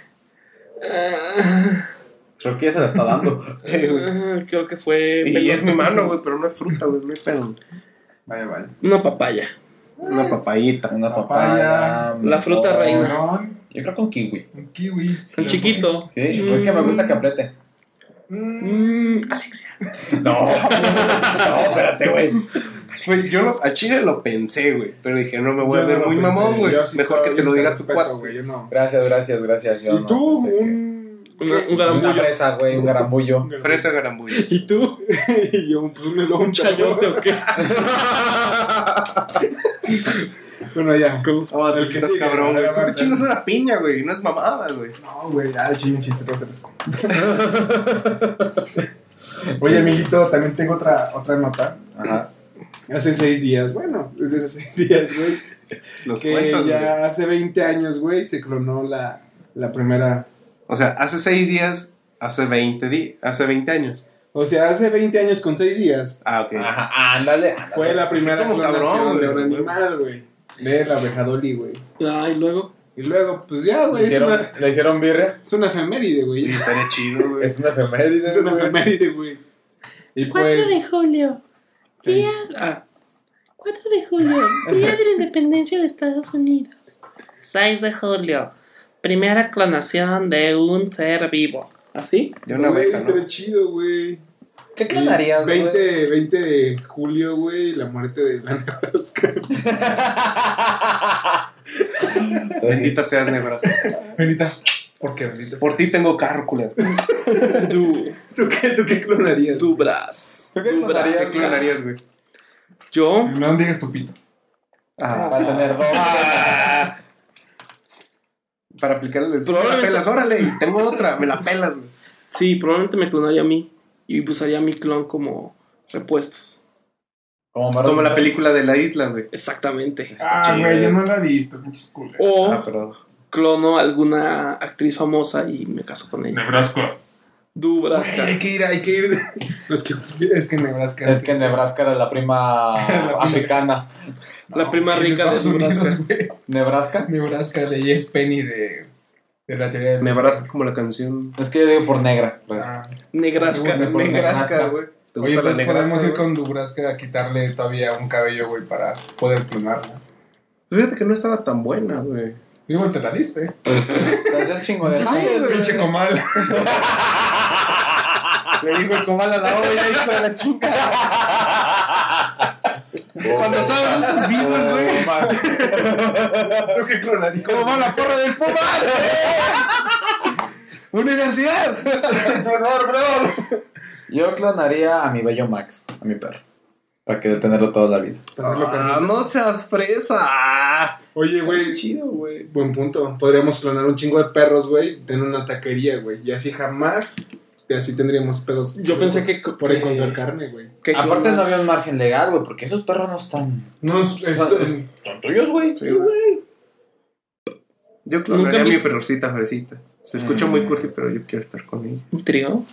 Speaker 4: ah,
Speaker 1: Creo que ya se la está dando.
Speaker 3: Eh, güey.
Speaker 4: ah, creo que fue
Speaker 3: Y es mi mano, güey, pero no es fruta, güey, no hay pedo. güey.
Speaker 2: Vaya, vaya.
Speaker 4: una papaya.
Speaker 3: Una papayita.
Speaker 1: Una
Speaker 2: Papaya.
Speaker 1: papaya.
Speaker 4: La fruta
Speaker 1: melón.
Speaker 4: reina.
Speaker 2: Melón,
Speaker 1: Yo creo con kiwi.
Speaker 2: un kiwi.
Speaker 4: El chiquito.
Speaker 1: Sí, porque me gusta que apriete.
Speaker 2: Mm,
Speaker 4: Mm, Alexia.
Speaker 1: (laughs)
Speaker 3: No, no, espérate, güey. Pues yo lo- a Chile lo pensé, güey, pero dije, no me voy a
Speaker 2: yo
Speaker 3: ver
Speaker 2: no lo
Speaker 3: muy
Speaker 2: pensé,
Speaker 3: mamón, güey.
Speaker 2: yo sí soy-
Speaker 3: Mejor que
Speaker 2: yo
Speaker 3: te lo
Speaker 2: sí
Speaker 3: diga tu
Speaker 2: respeto,
Speaker 3: cuate.
Speaker 2: güey, yo no.
Speaker 1: Gracias, gracias, gracias. Yo
Speaker 2: ¿Y tú?
Speaker 1: no pensé que-
Speaker 2: Un.
Speaker 4: Una- un
Speaker 1: Una
Speaker 4: garambullo.
Speaker 1: fresa, güey, un garambullo.
Speaker 3: Fresa garambullo.
Speaker 6: ¿Y tú? (laughs) y yo, pues un melón.
Speaker 4: Un chayote o qué.
Speaker 6: (laughs) Bueno, ya.
Speaker 3: Oh, tú
Speaker 6: El que
Speaker 3: estás
Speaker 6: sigue,
Speaker 3: cabrón,
Speaker 6: la
Speaker 3: güey. Tú te
Speaker 6: verdad.
Speaker 3: chingas una piña, güey, no es mamada, güey.
Speaker 2: No, güey, ya, ching, chiste, todos se los como. Oye, amiguito, también tengo otra, otra nota.
Speaker 1: Ajá.
Speaker 6: Hace seis días, bueno, desde hace seis días, güey.
Speaker 3: Los
Speaker 6: Que
Speaker 3: cuentas,
Speaker 6: ya
Speaker 3: güey.
Speaker 6: hace 20 años, güey, se clonó la, la primera.
Speaker 3: O sea, hace seis días, hace 20 di- hace 20 años.
Speaker 6: O sea, hace 20 años con seis días
Speaker 3: Ah, ok.
Speaker 1: Ajá, ándale. ándale.
Speaker 6: fue la primera
Speaker 3: como
Speaker 6: clonación
Speaker 3: cabrón,
Speaker 6: de un
Speaker 3: güey.
Speaker 6: animal, güey. De la abejadoli, güey.
Speaker 4: Ah, y luego.
Speaker 6: Y luego, pues ya,
Speaker 1: Le
Speaker 6: güey, es
Speaker 1: hicieron,
Speaker 6: una,
Speaker 1: le hicieron birria.
Speaker 6: es una efeméride, güey.
Speaker 3: Y estaría chido, güey.
Speaker 1: Es una efeméride.
Speaker 6: (laughs) Es una
Speaker 1: güey.
Speaker 6: efeméride, güey. Y
Speaker 9: 4
Speaker 6: pues,
Speaker 9: de julio,
Speaker 6: seis-
Speaker 9: día,
Speaker 4: Ah,
Speaker 9: 4 de julio, día de la independencia de Estados Unidos.
Speaker 5: 6 de julio.
Speaker 9: Primera clonación de un ser vivo.
Speaker 4: ¿así?
Speaker 3: De una
Speaker 6: güey,
Speaker 3: abeja, ¿no?
Speaker 6: estaría este chido, güey.
Speaker 1: ¿Qué clonarías, güey?
Speaker 6: 20, 20 de julio, güey, la muerte de la
Speaker 2: (laughs)
Speaker 6: Nebraska.
Speaker 3: Bendita seas, Nebraska.
Speaker 6: Benita, ¿por qué Benita?
Speaker 3: Por ti tengo carro, culero.
Speaker 4: Du,
Speaker 6: ¿Tú qué, tú qué clonarías?
Speaker 4: Dubras.
Speaker 1: ¿Tú qué
Speaker 4: Dubras.
Speaker 1: clonarías?
Speaker 3: ¿Qué clonarías, güey?
Speaker 4: Yo,
Speaker 2: No digas tu pito.
Speaker 3: Ah.
Speaker 1: Para tener dos.
Speaker 3: Para aplicarle el... Me la
Speaker 4: Probablemente-
Speaker 3: pelas, órale. y Tengo otra, me la pelas, güey.
Speaker 4: sí, probablemente me clonaría a mí. Y usaría mi clon como repuestos.
Speaker 1: Como, Mario
Speaker 3: Como la
Speaker 1: Simpson.
Speaker 3: película de la isla, güey.
Speaker 4: Exactamente.
Speaker 2: Ah, güey, yo no la he visto, pinches culeros.
Speaker 4: O
Speaker 3: Ah, perdón.
Speaker 6: Oh.
Speaker 4: clono a alguna actriz famosa y me caso con ella.
Speaker 2: Nebraska.
Speaker 4: Dubrasca.
Speaker 2: Hay que ir, hay que ir. Los que, es que en Nebraska.
Speaker 1: Es que en Nebraska era la prima africana.
Speaker 4: La prima
Speaker 2: en
Speaker 4: rica de
Speaker 2: Estados Unidos,
Speaker 4: Dubrasca.
Speaker 2: güey.
Speaker 1: ¿Nebraska?
Speaker 2: Nebraska de Yes Penny de, de la teoría de
Speaker 3: Nebraska como la canción.
Speaker 1: Es que yo digo por negra. pues.
Speaker 2: Ah,
Speaker 4: Negrasca.
Speaker 2: me gusta, Nebraska, güey.
Speaker 3: ¿Te
Speaker 2: Oye,
Speaker 3: gusta
Speaker 2: pues
Speaker 3: la negrasca,
Speaker 2: podemos ir
Speaker 3: güey?
Speaker 2: con Dubraska a quitarle todavía un cabello, güey, para poder clonarla.
Speaker 3: Fíjate que no estaba tan buena, güey.
Speaker 2: Digo, te la diste.
Speaker 1: Es el chingo de... Ay, güey.
Speaker 2: Pinche comal.
Speaker 1: Le dijo el comal a la olla, hijo de la chingada.
Speaker 4: Cuando sabes esos
Speaker 1: business, güey.
Speaker 2: ¿Tú qué clonarías?
Speaker 1: ¿Cómo va la porra del Puma? ¡Universidad!
Speaker 2: Tu honor, bro.
Speaker 1: Yo clonaría a mi bello Max, a mi perro. Para que tenerlo toda la vida.
Speaker 2: Hacerlo con-
Speaker 3: Ah, no seas fresa.
Speaker 2: Oye, güey,
Speaker 1: Chido, güey.
Speaker 2: Buen punto. Podríamos clonar un chingo de perros, güey, tener una taquería, güey. Y así jamás, y así tendríamos pedos.
Speaker 4: Yo pensé que.
Speaker 2: Por encontrar carne, güey.
Speaker 4: que-
Speaker 1: Aparte no había un margen legal, güey, porque esos perros no están...
Speaker 2: No, es- es-
Speaker 1: es- Son tuyos, güey. Sí, güey.
Speaker 3: Yo clonaría
Speaker 4: Nunca
Speaker 3: a mi
Speaker 4: mis-
Speaker 3: ferrocita, fresita. Se escucha muy
Speaker 1: Mm.
Speaker 3: cursi, pero yo quiero estar con ella.
Speaker 4: Un trío.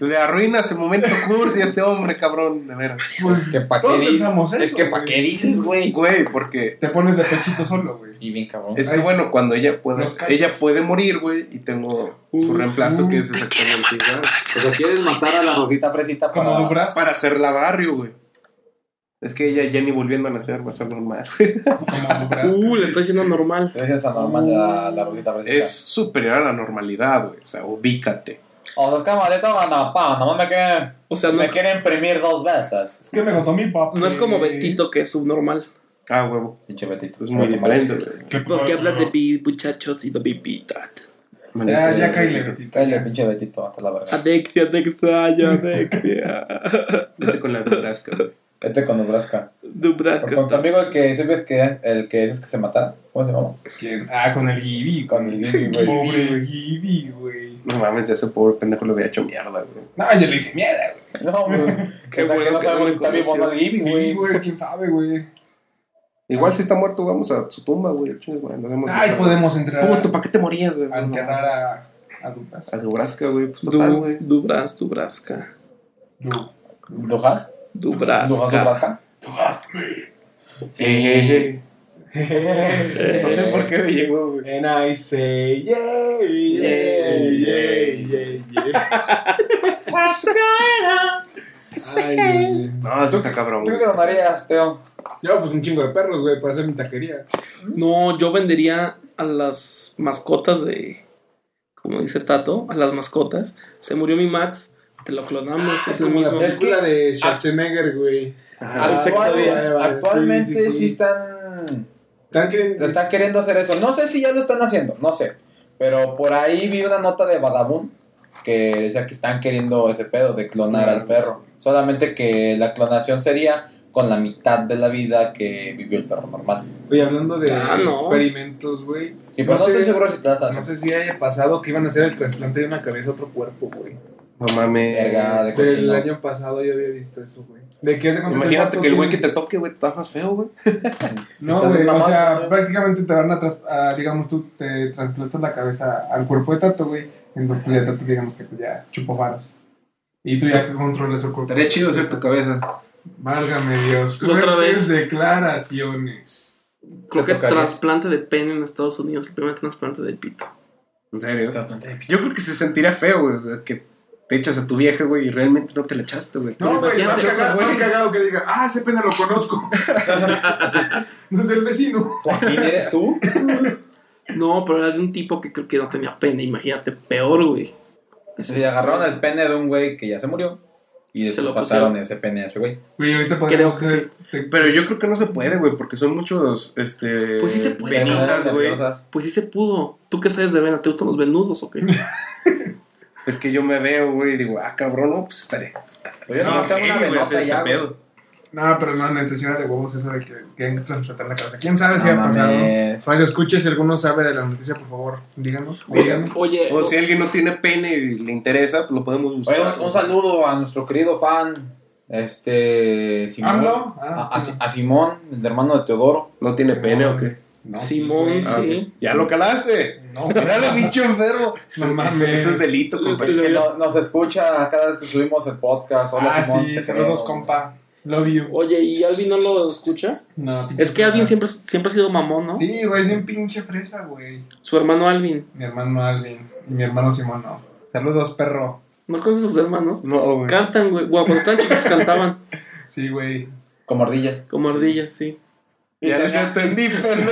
Speaker 3: Le arruinas el momento cursi a este hombre, cabrón. De veras.
Speaker 2: pues,
Speaker 1: que pa'
Speaker 2: todos
Speaker 1: qué di-
Speaker 2: pensamos eso.
Speaker 1: Es que para
Speaker 2: güey.
Speaker 1: qué dices, güey.
Speaker 3: Güey, porque
Speaker 2: Te pones de pechito solo, güey.
Speaker 1: Y bien cabrón.
Speaker 3: es que bueno, cuando ella pueda,
Speaker 2: Los cachos.
Speaker 3: ella puede morir, güey, y tengo su
Speaker 2: Uh,
Speaker 3: reemplazo
Speaker 2: uh.
Speaker 3: que es exactamente igual.
Speaker 1: Pero quieres matar a la Rosita Fresita
Speaker 2: Como
Speaker 1: para...
Speaker 2: Dubrasco.
Speaker 3: Para hacerla barrio, güey. Es que ella ya ni volviendo a nacer va a ser normal, (laughs) güey.
Speaker 2: Como Dubrasco.
Speaker 4: Uh, le estoy diciendo normal.
Speaker 1: Gracias a Norman la, la Rosita Fresita.
Speaker 3: Es superior a la normalidad, güey. O sea, ubícate.
Speaker 1: O sea, es que maleto gana pa, nomás me quieren,
Speaker 4: O sea, no
Speaker 1: me
Speaker 4: es,
Speaker 1: quieren imprimir dos veces.
Speaker 2: Es que me contó mi papá.
Speaker 4: no es como Betito que es subnormal.
Speaker 3: Ah, huevo.
Speaker 1: Pinche Betito.
Speaker 3: Es muy diferente, güey.
Speaker 4: Porque hablan de pi, muchachos y de pipita.
Speaker 2: Ah, Ya, ya,
Speaker 1: Sí,
Speaker 2: cállate,
Speaker 1: sí,
Speaker 2: Betito.
Speaker 1: Cállate, pinche Betito, hasta la verga.
Speaker 4: Adexia, adexia, ya, adexia.
Speaker 3: Vete con la Nebraska, güey.
Speaker 1: Vete con Nebraska. Con tu
Speaker 4: Dubrasca.
Speaker 1: amigo el que siempre que el que dices que se matara. ¿Cómo se llama?
Speaker 2: ¿Quién? Ah, con el Gibi.
Speaker 1: Con el Gibi,
Speaker 2: (laughs)
Speaker 1: güey.
Speaker 2: Pobre Gibi, güey.
Speaker 3: No mames, ya ese pobre pendejo lo había hecho mierda, güey.
Speaker 2: No, yo le hice mierda, güey.
Speaker 1: No, güey.
Speaker 4: Qué
Speaker 1: Qué bueno que
Speaker 4: bueno
Speaker 1: no
Speaker 4: que no
Speaker 1: sabemos
Speaker 4: lo
Speaker 1: si está vivo o no el Gibi,
Speaker 2: Sí,
Speaker 1: güey.
Speaker 2: güey, quién sabe, güey.
Speaker 3: Igual si está muerto, vamos a su tumba, güey. Chingues, güey, nos vemos.
Speaker 2: Ay, podemos entrar a-
Speaker 3: Puto, ¿para qué te morías, güey?
Speaker 2: a enterrar a, a Dubrasco.
Speaker 3: A Nebraska, güey. Pues total,
Speaker 4: Du-
Speaker 3: güey.
Speaker 4: Dubras, Dubrasca.
Speaker 2: Du-
Speaker 1: ¿Dujas? ¿Dujas
Speaker 4: Dubrasca.
Speaker 1: Nebraska?
Speaker 3: Sí.
Speaker 2: (laughs)
Speaker 3: Eh,
Speaker 4: Eh,
Speaker 3: no sé por qué me llegó, güey.
Speaker 2: And I say, yeah, yeah, yeah, yeah, yeah. (laughs) Ay, güey.
Speaker 3: No, eso está cabrón,
Speaker 1: ¿Tú
Speaker 3: güey.
Speaker 1: qué donarías, Teo?
Speaker 2: Yo, pues un chingo de perros, güey, para hacer mi taquería.
Speaker 4: No, yo vendería a las mascotas de. Como dice Tato, a las mascotas. Se murió mi Max, te lo clonamos, es lo
Speaker 2: Ah, Como la
Speaker 4: mismo.
Speaker 2: película de Schwarzenegger, güey.
Speaker 3: Ajá.
Speaker 2: Al sexto
Speaker 1: Actual-
Speaker 2: día, vale,
Speaker 1: Actualmente
Speaker 2: sí, sí, sí.
Speaker 1: sí están...
Speaker 2: Tan que-
Speaker 1: Le están queriendo hacer eso. No sé si ya lo están haciendo, no sé. Pero por ahí vi una nota de Badabun que decía que están queriendo ese pedo de clonar al perro. Solamente que la clonación sería con la mitad de la vida que vivió el perro normal.
Speaker 2: Oye, hablando de
Speaker 4: Ah, no.
Speaker 2: experimentos, güey.
Speaker 1: Sí, pero
Speaker 2: No
Speaker 1: no,
Speaker 2: sé-
Speaker 1: estoy seguro si te las
Speaker 2: No (laughs)
Speaker 1: hacen.
Speaker 2: sé si haya pasado que iban a hacer el trasplante de una cabeza a otro cuerpo, güey.
Speaker 3: No mames.
Speaker 1: Verga, de
Speaker 2: Este, El
Speaker 1: cochino.
Speaker 2: año pasado yo había visto eso, güey. ¿De qué hace cuando
Speaker 3: Imagínate que el güey que te toque, güey, estás más feo, güey.
Speaker 1: Si
Speaker 2: No,
Speaker 1: estás
Speaker 2: güey, o
Speaker 1: mamado,
Speaker 2: sea, (laughs)
Speaker 1: güey.
Speaker 2: prácticamente te van a, tras- a, digamos, tú te trasplantas la cabeza al cuerpo de Tato, güey. Entonces, pues ya Tato, digamos que pues, ya chupó faros. Y tú ya que controlas el cuerpo.
Speaker 3: Estaría chido hacer tu cabeza.
Speaker 2: Válgame Dios.
Speaker 4: Otra
Speaker 2: Fuertes
Speaker 4: vez.
Speaker 2: declaraciones.
Speaker 4: Creo
Speaker 1: Te
Speaker 4: que
Speaker 1: tocaría.
Speaker 4: trasplante de pene en Estados Unidos, el primer trasplante de pito.
Speaker 3: En serio. Yo creo que se sentiría feo, güey. O sea, que te echas a tu vieja, güey, y realmente no te la echaste, güey.
Speaker 2: No, güey, más
Speaker 4: imagínate,
Speaker 2: cagado,
Speaker 3: güey.
Speaker 2: más cagado que diga, ah, ese pene lo conozco. no es del vecino.
Speaker 1: Joaquín, ¿eres tú?
Speaker 4: No, pero era de un tipo que creo que no tenía pene, imagínate, peor, güey.
Speaker 1: Se le agarraron el pene de un güey que ya se murió. Y
Speaker 4: Se
Speaker 1: se
Speaker 4: lo
Speaker 1: lo pasaron ese pene a ese güey.
Speaker 2: Güey, ahorita podríamos
Speaker 4: que
Speaker 2: hacer. te-
Speaker 3: Pero yo creo que no se puede, güey, porque son muchos, este...
Speaker 4: Pues sí se puede,
Speaker 1: Venas
Speaker 3: venitas, güey.
Speaker 1: nerviosas.
Speaker 4: Pues sí se pudo. ¿Tú qué sabes de vena? ¿Te gustan los venudos o qué?
Speaker 3: Es que yo me veo, güey, y digo, ah, cabrón, no, pues estaré. estaré.
Speaker 1: Pero yo no,
Speaker 2: No,
Speaker 1: tengo una
Speaker 3: güey,
Speaker 1: venota
Speaker 3: hacer este
Speaker 1: ya, güey.
Speaker 3: pedo.
Speaker 2: No, pero no, neta, si era de huevos eso de que querían trasplantar la cabeza. ¿Quién sabe si
Speaker 1: No
Speaker 2: ha pasado?
Speaker 1: mames.
Speaker 2: Cuando escuches, si alguno sabe de la noticia, por favor, díganos. Díganos.
Speaker 4: Oye,
Speaker 3: O si alguien no tiene pene y le interesa, pues lo podemos buscar.
Speaker 1: Oye, un, un saludo a nuestro querido fan, este Simón.
Speaker 2: AMLO.
Speaker 1: A,
Speaker 2: Ah,
Speaker 1: a- a Simón, el hermano de Teodoro.
Speaker 3: ¿No tiene
Speaker 2: Sí,
Speaker 3: pene
Speaker 2: no.
Speaker 3: o qué? Ah,
Speaker 2: No, güey.
Speaker 4: Simón, sí.
Speaker 3: Ya lo calaste.
Speaker 2: No,
Speaker 3: Era lo bicho enfermo.
Speaker 2: No mames.
Speaker 3: Eso es delito,
Speaker 1: El
Speaker 3: compañero.
Speaker 1: que no- nos escucha cada vez que subimos el podcast. Hola,
Speaker 2: ah,
Speaker 1: Simón.
Speaker 2: sí,
Speaker 1: te
Speaker 2: saludos,
Speaker 1: queremos.
Speaker 2: compa. Love you.
Speaker 4: Oye, ¿y Alvin no lo escucha?
Speaker 2: No, pinche
Speaker 4: Es que
Speaker 2: fresa.
Speaker 4: Alvin siempre, siempre ha sido mamón, ¿no?
Speaker 2: Sí, güey, es bien pinche fresa, güey.
Speaker 4: Su hermano Alvin.
Speaker 2: Mi hermano Alvin y mi hermano Simón no. Saludos, perro.
Speaker 4: ¿No conoces a sus hermanos?
Speaker 3: No, güey.
Speaker 4: Cantan, güey. Bueno, cuando estaban chicos cantaban.
Speaker 2: Sí, güey.
Speaker 1: Como ardillas.
Speaker 4: Como ardillas, sí.
Speaker 3: Ya les entendí, pendejo.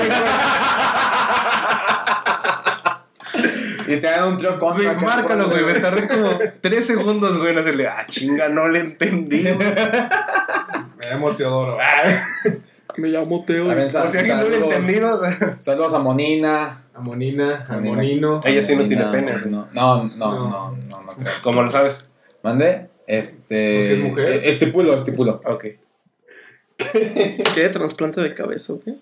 Speaker 1: Y te dan un trío con.
Speaker 3: Güey, márcalo, güey. Me tardé (laughs) como tres segundos, güey, en hacerle. Ah, chinga, no le entendí. güey.
Speaker 2: Me llamo Teodoro. Ah,
Speaker 4: Me llamo Teo.
Speaker 1: También sal-
Speaker 3: Por si alguien no le
Speaker 1: saludos.
Speaker 3: entendido. o sea.
Speaker 1: Saludos a Monina.
Speaker 10: A Monina, a
Speaker 1: Monina.
Speaker 10: Monino.
Speaker 3: Ella sí no tiene pene.
Speaker 1: No, no, no,
Speaker 10: No.
Speaker 1: no, no, no creo.
Speaker 3: ¿Cómo lo sabes?
Speaker 1: ¿Mande? Este.
Speaker 10: Porque es mujer.
Speaker 1: eh, Estipulo, estipulo.
Speaker 3: (laughs) Ok.
Speaker 4: ¿Qué? ¿Transplante de cabeza o qué?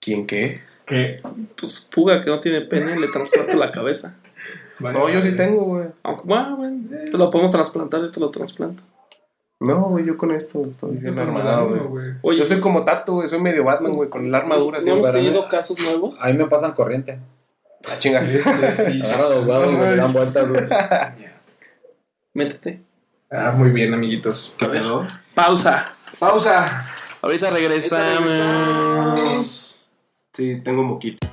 Speaker 3: ¿Quién qué?
Speaker 10: Que
Speaker 4: Pues Puga, que no tiene pene, le trasplanta la cabeza.
Speaker 10: vale,
Speaker 3: No, yo sí
Speaker 10: vale.
Speaker 3: tengo, güey.
Speaker 4: Aunque, bueno, bueno, te lo podemos trasplantar, yo te lo trasplanto.
Speaker 3: No, güey, yo con esto estoy
Speaker 10: Yo
Speaker 3: bien
Speaker 10: tengo
Speaker 3: armado,
Speaker 10: uno,
Speaker 3: güey.
Speaker 10: güey.
Speaker 3: (laughs)
Speaker 4: Oye,
Speaker 3: Yo soy como Tato, güey. Soy medio Batman, güey, con la armadura.
Speaker 4: ¿no
Speaker 3: así,
Speaker 4: hemos
Speaker 3: para-
Speaker 4: tenido casos nuevos?
Speaker 1: Ahí me pasan corriente.
Speaker 3: Ah,
Speaker 2: (laughs)
Speaker 3: chinga.
Speaker 2: Este, sí.
Speaker 1: Agarro los huevos, me dan vueltas, güey.
Speaker 4: Métete.
Speaker 2: Ah, muy bien, amiguitos.
Speaker 4: A ver. Pausa.
Speaker 2: Pausa.
Speaker 4: Ahorita regresamos.
Speaker 3: Sí, tengo moquito.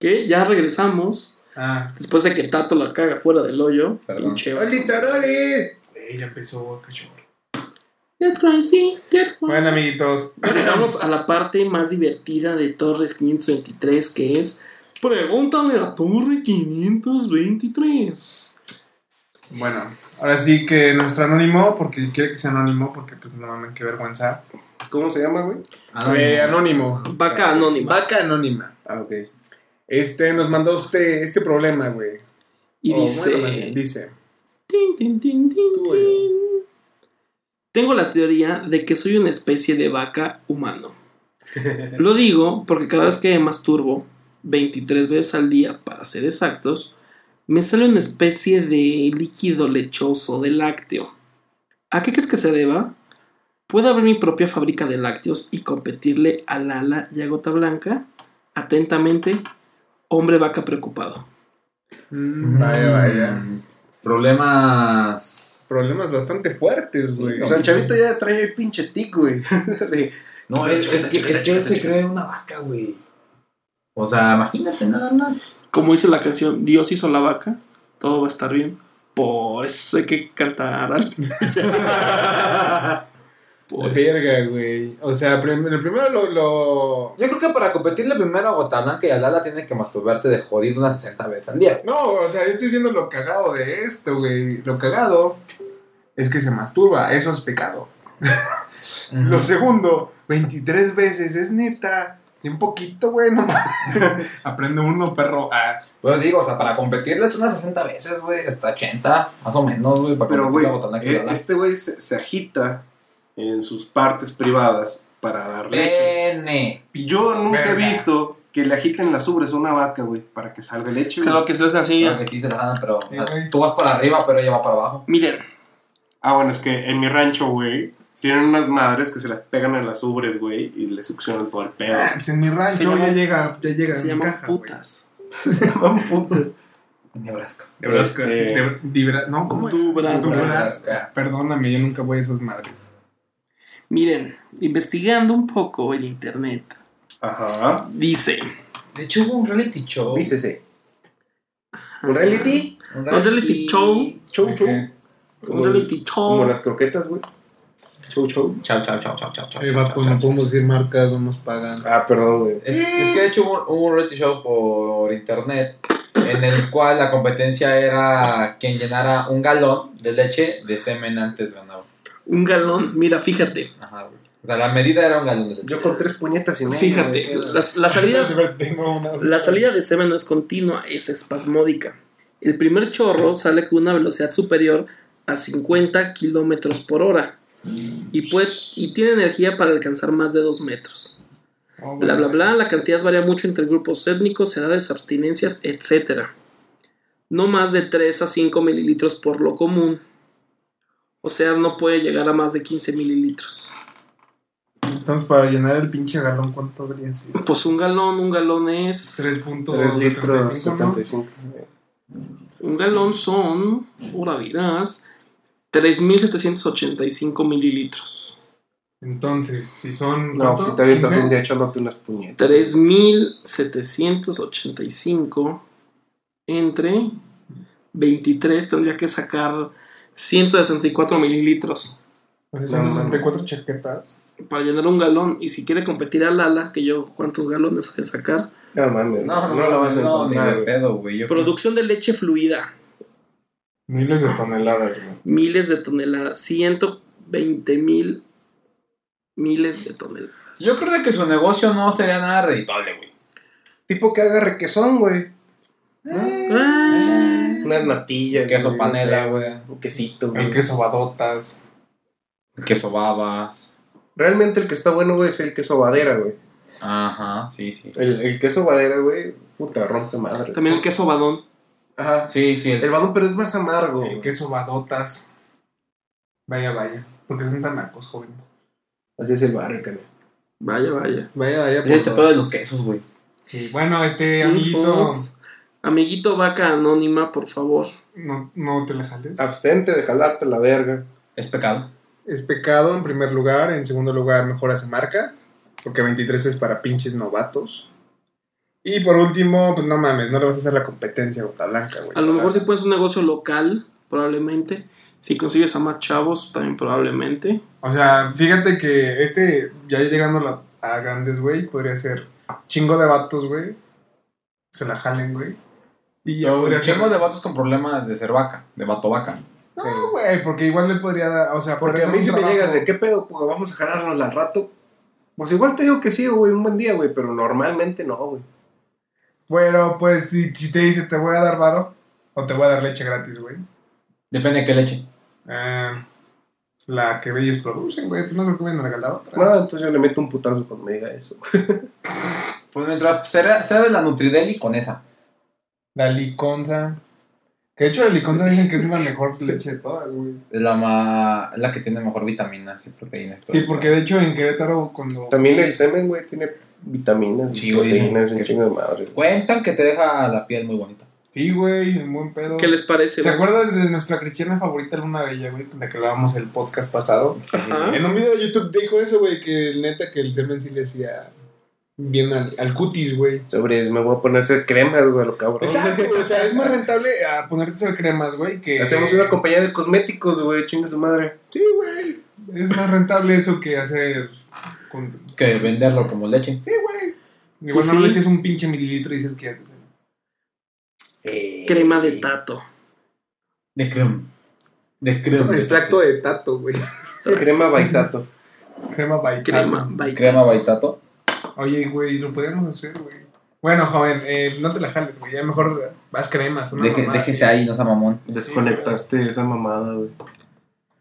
Speaker 4: ¿Qué? Ya regresamos.
Speaker 2: Ah.
Speaker 4: Después de que Tato la caga fuera del hoyo.
Speaker 1: Perdón.
Speaker 4: Pinche.
Speaker 2: ¡Oli, Taroli! Güey, ya empezó, cachorro.
Speaker 4: Get crazy, get crazy.
Speaker 2: Bueno, amiguitos.
Speaker 4: Llegamos a la parte más divertida de Torres 523, que es Pregúntale a Torre 523.
Speaker 2: Bueno, ahora sí que nuestro anónimo, porque quiere que sea anónimo, porque pues no mames, qué vergüenza.
Speaker 3: ¿Cómo se llama, güey?
Speaker 2: Eh, anónimo.
Speaker 4: Vaca anónima.
Speaker 2: Vaca anónima.
Speaker 3: Ah, ok.
Speaker 2: Este, nos mandó este, este problema, güey.
Speaker 4: Y
Speaker 2: O,
Speaker 4: dice...
Speaker 2: Oh, bueno, bueno, dice.
Speaker 4: Tin, tin, tin, tin,
Speaker 2: Tú, bueno.
Speaker 4: tin. Tengo la teoría de que soy una especie de vaca humano. Lo digo porque cada vez que me masturbo, 23 veces al día para ser exactos, me sale una especie de líquido lechoso de lácteo. ¿A qué crees que se deba? ¿Puedo abrir mi propia fábrica de lácteos y competirle a Lala y a Gota Blanca? Atentamente, hombre vaca preocupado.
Speaker 2: Mm, vaya, vaya.
Speaker 1: Problemas.
Speaker 2: Problemas bastante fuertes, güey. (laughs)
Speaker 3: O sea, (laughs) el chavito ya trae el pinche tic, güey. (laughs) De-
Speaker 1: No, es, es que, es que él se cree una vaca, güey. O sea, imagínate nada más.
Speaker 4: Como dice la canción, Dios hizo la vaca, todo va a estar bien. Por eso hay que cantar. Por
Speaker 2: Pues,
Speaker 4: eso.
Speaker 2: Verga, güey. O sea, prim- el primero lo, lo-
Speaker 1: Yo creo que para competirle primero a Gota Blanca y a Lala tiene que masturbarse de jodido unas 60 veces al día.
Speaker 2: No, o sea, yo estoy viendo lo cagado de esto, güey. Lo cagado es que se masturba. Eso es pecado. Lo segundo, 23 veces. Es neta. Sí, un poquito, güey. No
Speaker 3: (laughs)
Speaker 2: mames. Aprende uno, perro. Ah,
Speaker 1: Pues digo, o sea, para competirles unas 60 veces, güey, hasta 80, más o menos, güey, para
Speaker 3: Pero, güey,
Speaker 1: competirle a Gota Blanca y
Speaker 3: eh,
Speaker 1: a Lala.
Speaker 3: este güey se, se agita en sus partes privadas para dar
Speaker 4: Eh.
Speaker 3: leche.
Speaker 1: Pene.
Speaker 3: Yo nunca
Speaker 2: Verga.
Speaker 3: he visto que le agiten las ubres a una vaca, güey, para que salga leche. güey.
Speaker 4: Claro que se hace así.
Speaker 1: Claro que sí se la ganan, pero
Speaker 2: Sí, güey.
Speaker 1: tú vas para arriba, pero ella va para abajo.
Speaker 4: Miren,
Speaker 3: Ah, bueno, es que en mi rancho, güey, tienen unas madres que se las pegan a las ubres, güey, y le succionan todo el pedo.
Speaker 2: ah, pues en mi rancho
Speaker 4: Se llama-
Speaker 2: ya llega, ya llega.
Speaker 4: se
Speaker 2: en
Speaker 4: llaman
Speaker 2: caja, güey.
Speaker 4: putas.
Speaker 3: Se llaman putas.
Speaker 1: Nebraska.
Speaker 2: Nebraska.
Speaker 3: Este-
Speaker 2: Neb- Dibra- no, ¿cómo es?
Speaker 4: Dubraska.
Speaker 2: Dubraska. Perdóname, yo nunca voy a esos madres.
Speaker 4: Miren, investigando un poco en internet,
Speaker 3: Ajá.
Speaker 4: dice.
Speaker 1: De hecho, hubo un reality show.
Speaker 3: Dícese. ¿Un reality?
Speaker 1: Un
Speaker 4: Un reality show.
Speaker 3: Chau, chau.
Speaker 2: Ok.
Speaker 4: Un reality
Speaker 3: Como
Speaker 4: show.
Speaker 3: las croquetas, güey. Chau, chau.
Speaker 1: Chao, chao, chao, chao, chao. chao,
Speaker 2: Ahí va,
Speaker 1: chao,
Speaker 2: pues
Speaker 1: chao,
Speaker 2: no podemos decir marcas, no nos pagan.
Speaker 3: Ah, perdón, güey.
Speaker 1: Es, es que de hecho hubo, hubo un reality show por internet en el cual la competencia era quien llenara un galón de leche de semen antes ganaba.
Speaker 4: Un galón. Mira, fíjate.
Speaker 1: Ajá, güey. O sea, la medida era un galón de leche.
Speaker 3: Yo con tres puñetas y media. güey.
Speaker 4: Fíjate. La, la salida
Speaker 2: Tengo una-
Speaker 4: La salida de semen no es continua, es espasmódica. El primer chorro sale con una velocidad superior a 50 kilómetros por hora y, puede- y tiene energía para alcanzar más de 2 metros.
Speaker 2: Oh,
Speaker 4: Bla, bla,
Speaker 2: güey.
Speaker 4: bla. La cantidad varía mucho entre grupos étnicos, edades, abstinencias, etc. no más de 3 a 5 mililitros por lo común. O sea, no puede llegar a más de 15 mililitros.
Speaker 2: Entonces, para llenar el pinche galón, ¿cuánto habría sido?
Speaker 4: Pues un galón, un galón es...
Speaker 2: 3.75
Speaker 3: 3 litros
Speaker 2: ¿no?
Speaker 3: 75.
Speaker 4: Un galón son, hora vidas, 3.785 mililitros.
Speaker 2: Entonces, si son.
Speaker 3: No, pues,
Speaker 2: ¿cuánto?
Speaker 3: si te avientas
Speaker 2: 15,
Speaker 3: un día echándote unas puñetas.
Speaker 4: 3.785 entre 23 tendría que sacar 164 mililitros
Speaker 2: pues,
Speaker 3: No,
Speaker 2: son
Speaker 3: no, no.
Speaker 2: 64 chaquetas.
Speaker 4: para llenar un galón. Y si quiere competir a Lala, que yo cuántos galones he de sacar.
Speaker 3: No mames,
Speaker 1: No,
Speaker 3: no,
Speaker 1: no,
Speaker 3: lo vas a
Speaker 1: no, ni
Speaker 3: encontrar.
Speaker 1: de
Speaker 3: güey.
Speaker 1: pedo, güey. Yo
Speaker 4: Producción de leche fluida.
Speaker 2: Miles de toneladas, güey.
Speaker 4: miles de toneladas, 120 mil miles de toneladas.
Speaker 1: Yo creo que su negocio no sería nada reditable, güey.
Speaker 3: Tipo que haga requesón, güey.
Speaker 4: Ah,
Speaker 3: Unas natillas.
Speaker 1: Queso
Speaker 3: güey, no
Speaker 1: panela,
Speaker 3: sé,
Speaker 1: güey.
Speaker 3: Un quesito, güey.
Speaker 2: El queso badotas.
Speaker 1: Queso babas.
Speaker 3: Realmente el que está bueno, güey, es el queso badera, güey.
Speaker 1: Ajá, sí, sí.
Speaker 3: El, el queso badera, güey, puta, rompe madre.
Speaker 4: también el queso badón.
Speaker 3: Ajá.
Speaker 1: Sí, sí.
Speaker 3: El balón, pero es más amargo.
Speaker 2: El
Speaker 3: güey.
Speaker 2: queso badotas. Vaya, vaya. Porque son tanacos, jóvenes.
Speaker 3: Así es el barrio, canal.
Speaker 4: Vaya, vaya.
Speaker 2: Vaya, vaya. por
Speaker 1: este
Speaker 2: dos.
Speaker 1: pedo de los quesos, güey.
Speaker 2: Sí, Bueno, este
Speaker 4: ¿Quién
Speaker 2: amiguito.
Speaker 4: somos? Amiguito vaca anónima, por favor.
Speaker 2: No, no te la jales.
Speaker 3: Abstente de jalarte la verga.
Speaker 1: Es pecado.
Speaker 2: Es pecado en primer lugar. En segundo lugar, mejora se marca. Porque 23 es para pinches novatos. Y por último, pues no mames, no le vas a hacer la competencia a Bota Blanca, güey.
Speaker 4: A lo mejor si pones un negocio local, probablemente. Si consigues a más chavos, también probablemente.
Speaker 2: O sea, fíjate que este, ya llegando la- a grandes, güey, podría ser chingo de vatos, güey. Se la jalen, güey. Y ya
Speaker 1: Yo
Speaker 2: podría ser.
Speaker 1: tengo de vatos con problemas de ser vaca, de vato vaca.
Speaker 2: No, güey, porque igual le podría dar. O sea,
Speaker 3: Porque
Speaker 2: podría
Speaker 3: a mí si
Speaker 2: ser un
Speaker 3: me
Speaker 2: trabajo.
Speaker 3: llegas de qué pedo, porque vamos a jalarnos la rato. Pues igual te digo que sí, güey, un buen día, güey, pero normalmente no, güey.
Speaker 2: Bueno, pues si, si te dice, te voy a dar varo o te voy a dar leche gratis, güey.
Speaker 1: Depende de qué leche.
Speaker 2: Ah, la que ellos producen, güey. Pues no creo que vayan a regalar otra.
Speaker 3: No, entonces yo le meto un putazo cuando me diga eso.
Speaker 1: Pues mientras sea, sea de la Nutrideli con esa.
Speaker 2: La liconza. Que de hecho la liconza dicen que es la mejor (laughs) leche de todas, güey.
Speaker 1: Es la, ma- es la que tiene mejor vitaminas y proteínas.
Speaker 2: Sí, porque de hecho en Querétaro cuando...
Speaker 3: También el semen, güey, tiene vitaminas,
Speaker 1: Sí, güey.
Speaker 3: proteínas, un chingo de madre. güey.
Speaker 1: Cuentan que te deja la piel muy bonita.
Speaker 2: Sí, güey, un buen pedo.
Speaker 4: ¿Qué les parece?
Speaker 2: ¿Se
Speaker 4: güey?
Speaker 2: acuerdan de nuestra cristiana favorita, Luna Bella, güey? Con la que hablábamos el podcast pasado.
Speaker 4: Ajá.
Speaker 2: Ah. En un video de YouTube dijo eso, güey, que neta que el semen sí le hacía bien al, al cutis, güey.
Speaker 3: Sobres, me voy a poner a hacer cremas, güey, a lo cabrón.
Speaker 2: Exacto, güey, o sea, es más rentable a ponerte esas cremas, güey, que...
Speaker 3: Hacemos una compañía de cosméticos, güey, chinga su madre.
Speaker 2: Sí, güey. Es más rentable eso que hacer... Con...
Speaker 1: Que venderlo como leche.
Speaker 2: Sí, güey. Igual
Speaker 4: Pues
Speaker 2: no
Speaker 4: sí.
Speaker 2: le eches un pinche mililitro y dices que ya te sale.
Speaker 4: Crema de tato.
Speaker 1: De crema. De crema.
Speaker 2: Extracto de tato, güey.
Speaker 3: Crema baitato.
Speaker 2: Crema by
Speaker 4: Crema,
Speaker 2: Tato.
Speaker 4: by
Speaker 1: Crema baitato.
Speaker 2: Oye, güey, lo podríamos hacer, güey. Bueno, joven, eh, no te la jales, güey. Ya mejor vas cremas. Una
Speaker 1: Deje-
Speaker 2: mamada
Speaker 1: déjese
Speaker 2: así.
Speaker 1: ahí, no sea mamón.
Speaker 3: Desconectaste esa mamada, güey.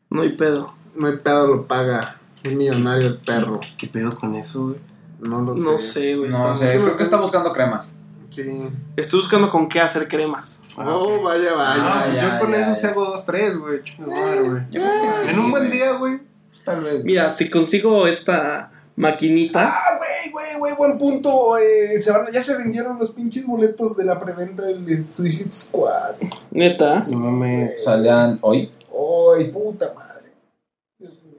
Speaker 4: No hay pedo.
Speaker 2: No hay pedo, lo paga. Un millonario el perro.
Speaker 3: ¿Qué pedo con eso, güey?
Speaker 2: No lo
Speaker 4: No sé, güey.
Speaker 1: No
Speaker 4: estamos-
Speaker 1: sé, creo que está buscando cremas.
Speaker 2: Sí.
Speaker 4: Estoy buscando con qué hacer cremas.
Speaker 2: Oh, vaya, vaya. Eh.
Speaker 1: Ah,
Speaker 3: Ah,
Speaker 1: ya,
Speaker 3: yo con
Speaker 1: ya,
Speaker 3: eso
Speaker 1: ya.
Speaker 3: se hago dos, tres, güey. Chinga su madre, güey.
Speaker 1: Yo creo que sí,
Speaker 3: En un buen
Speaker 1: güey.
Speaker 3: día, güey. pues, Tal vez.
Speaker 4: Mira, si consigo esta maquinita.
Speaker 2: Ah, güey, güey, güey, buen punto. eh, se van- ya se vendieron los pinches boletos de la preventa del Suicide Squad.
Speaker 4: Neta.
Speaker 3: No mames.
Speaker 1: Salían hoy.
Speaker 2: Ay, puta madre.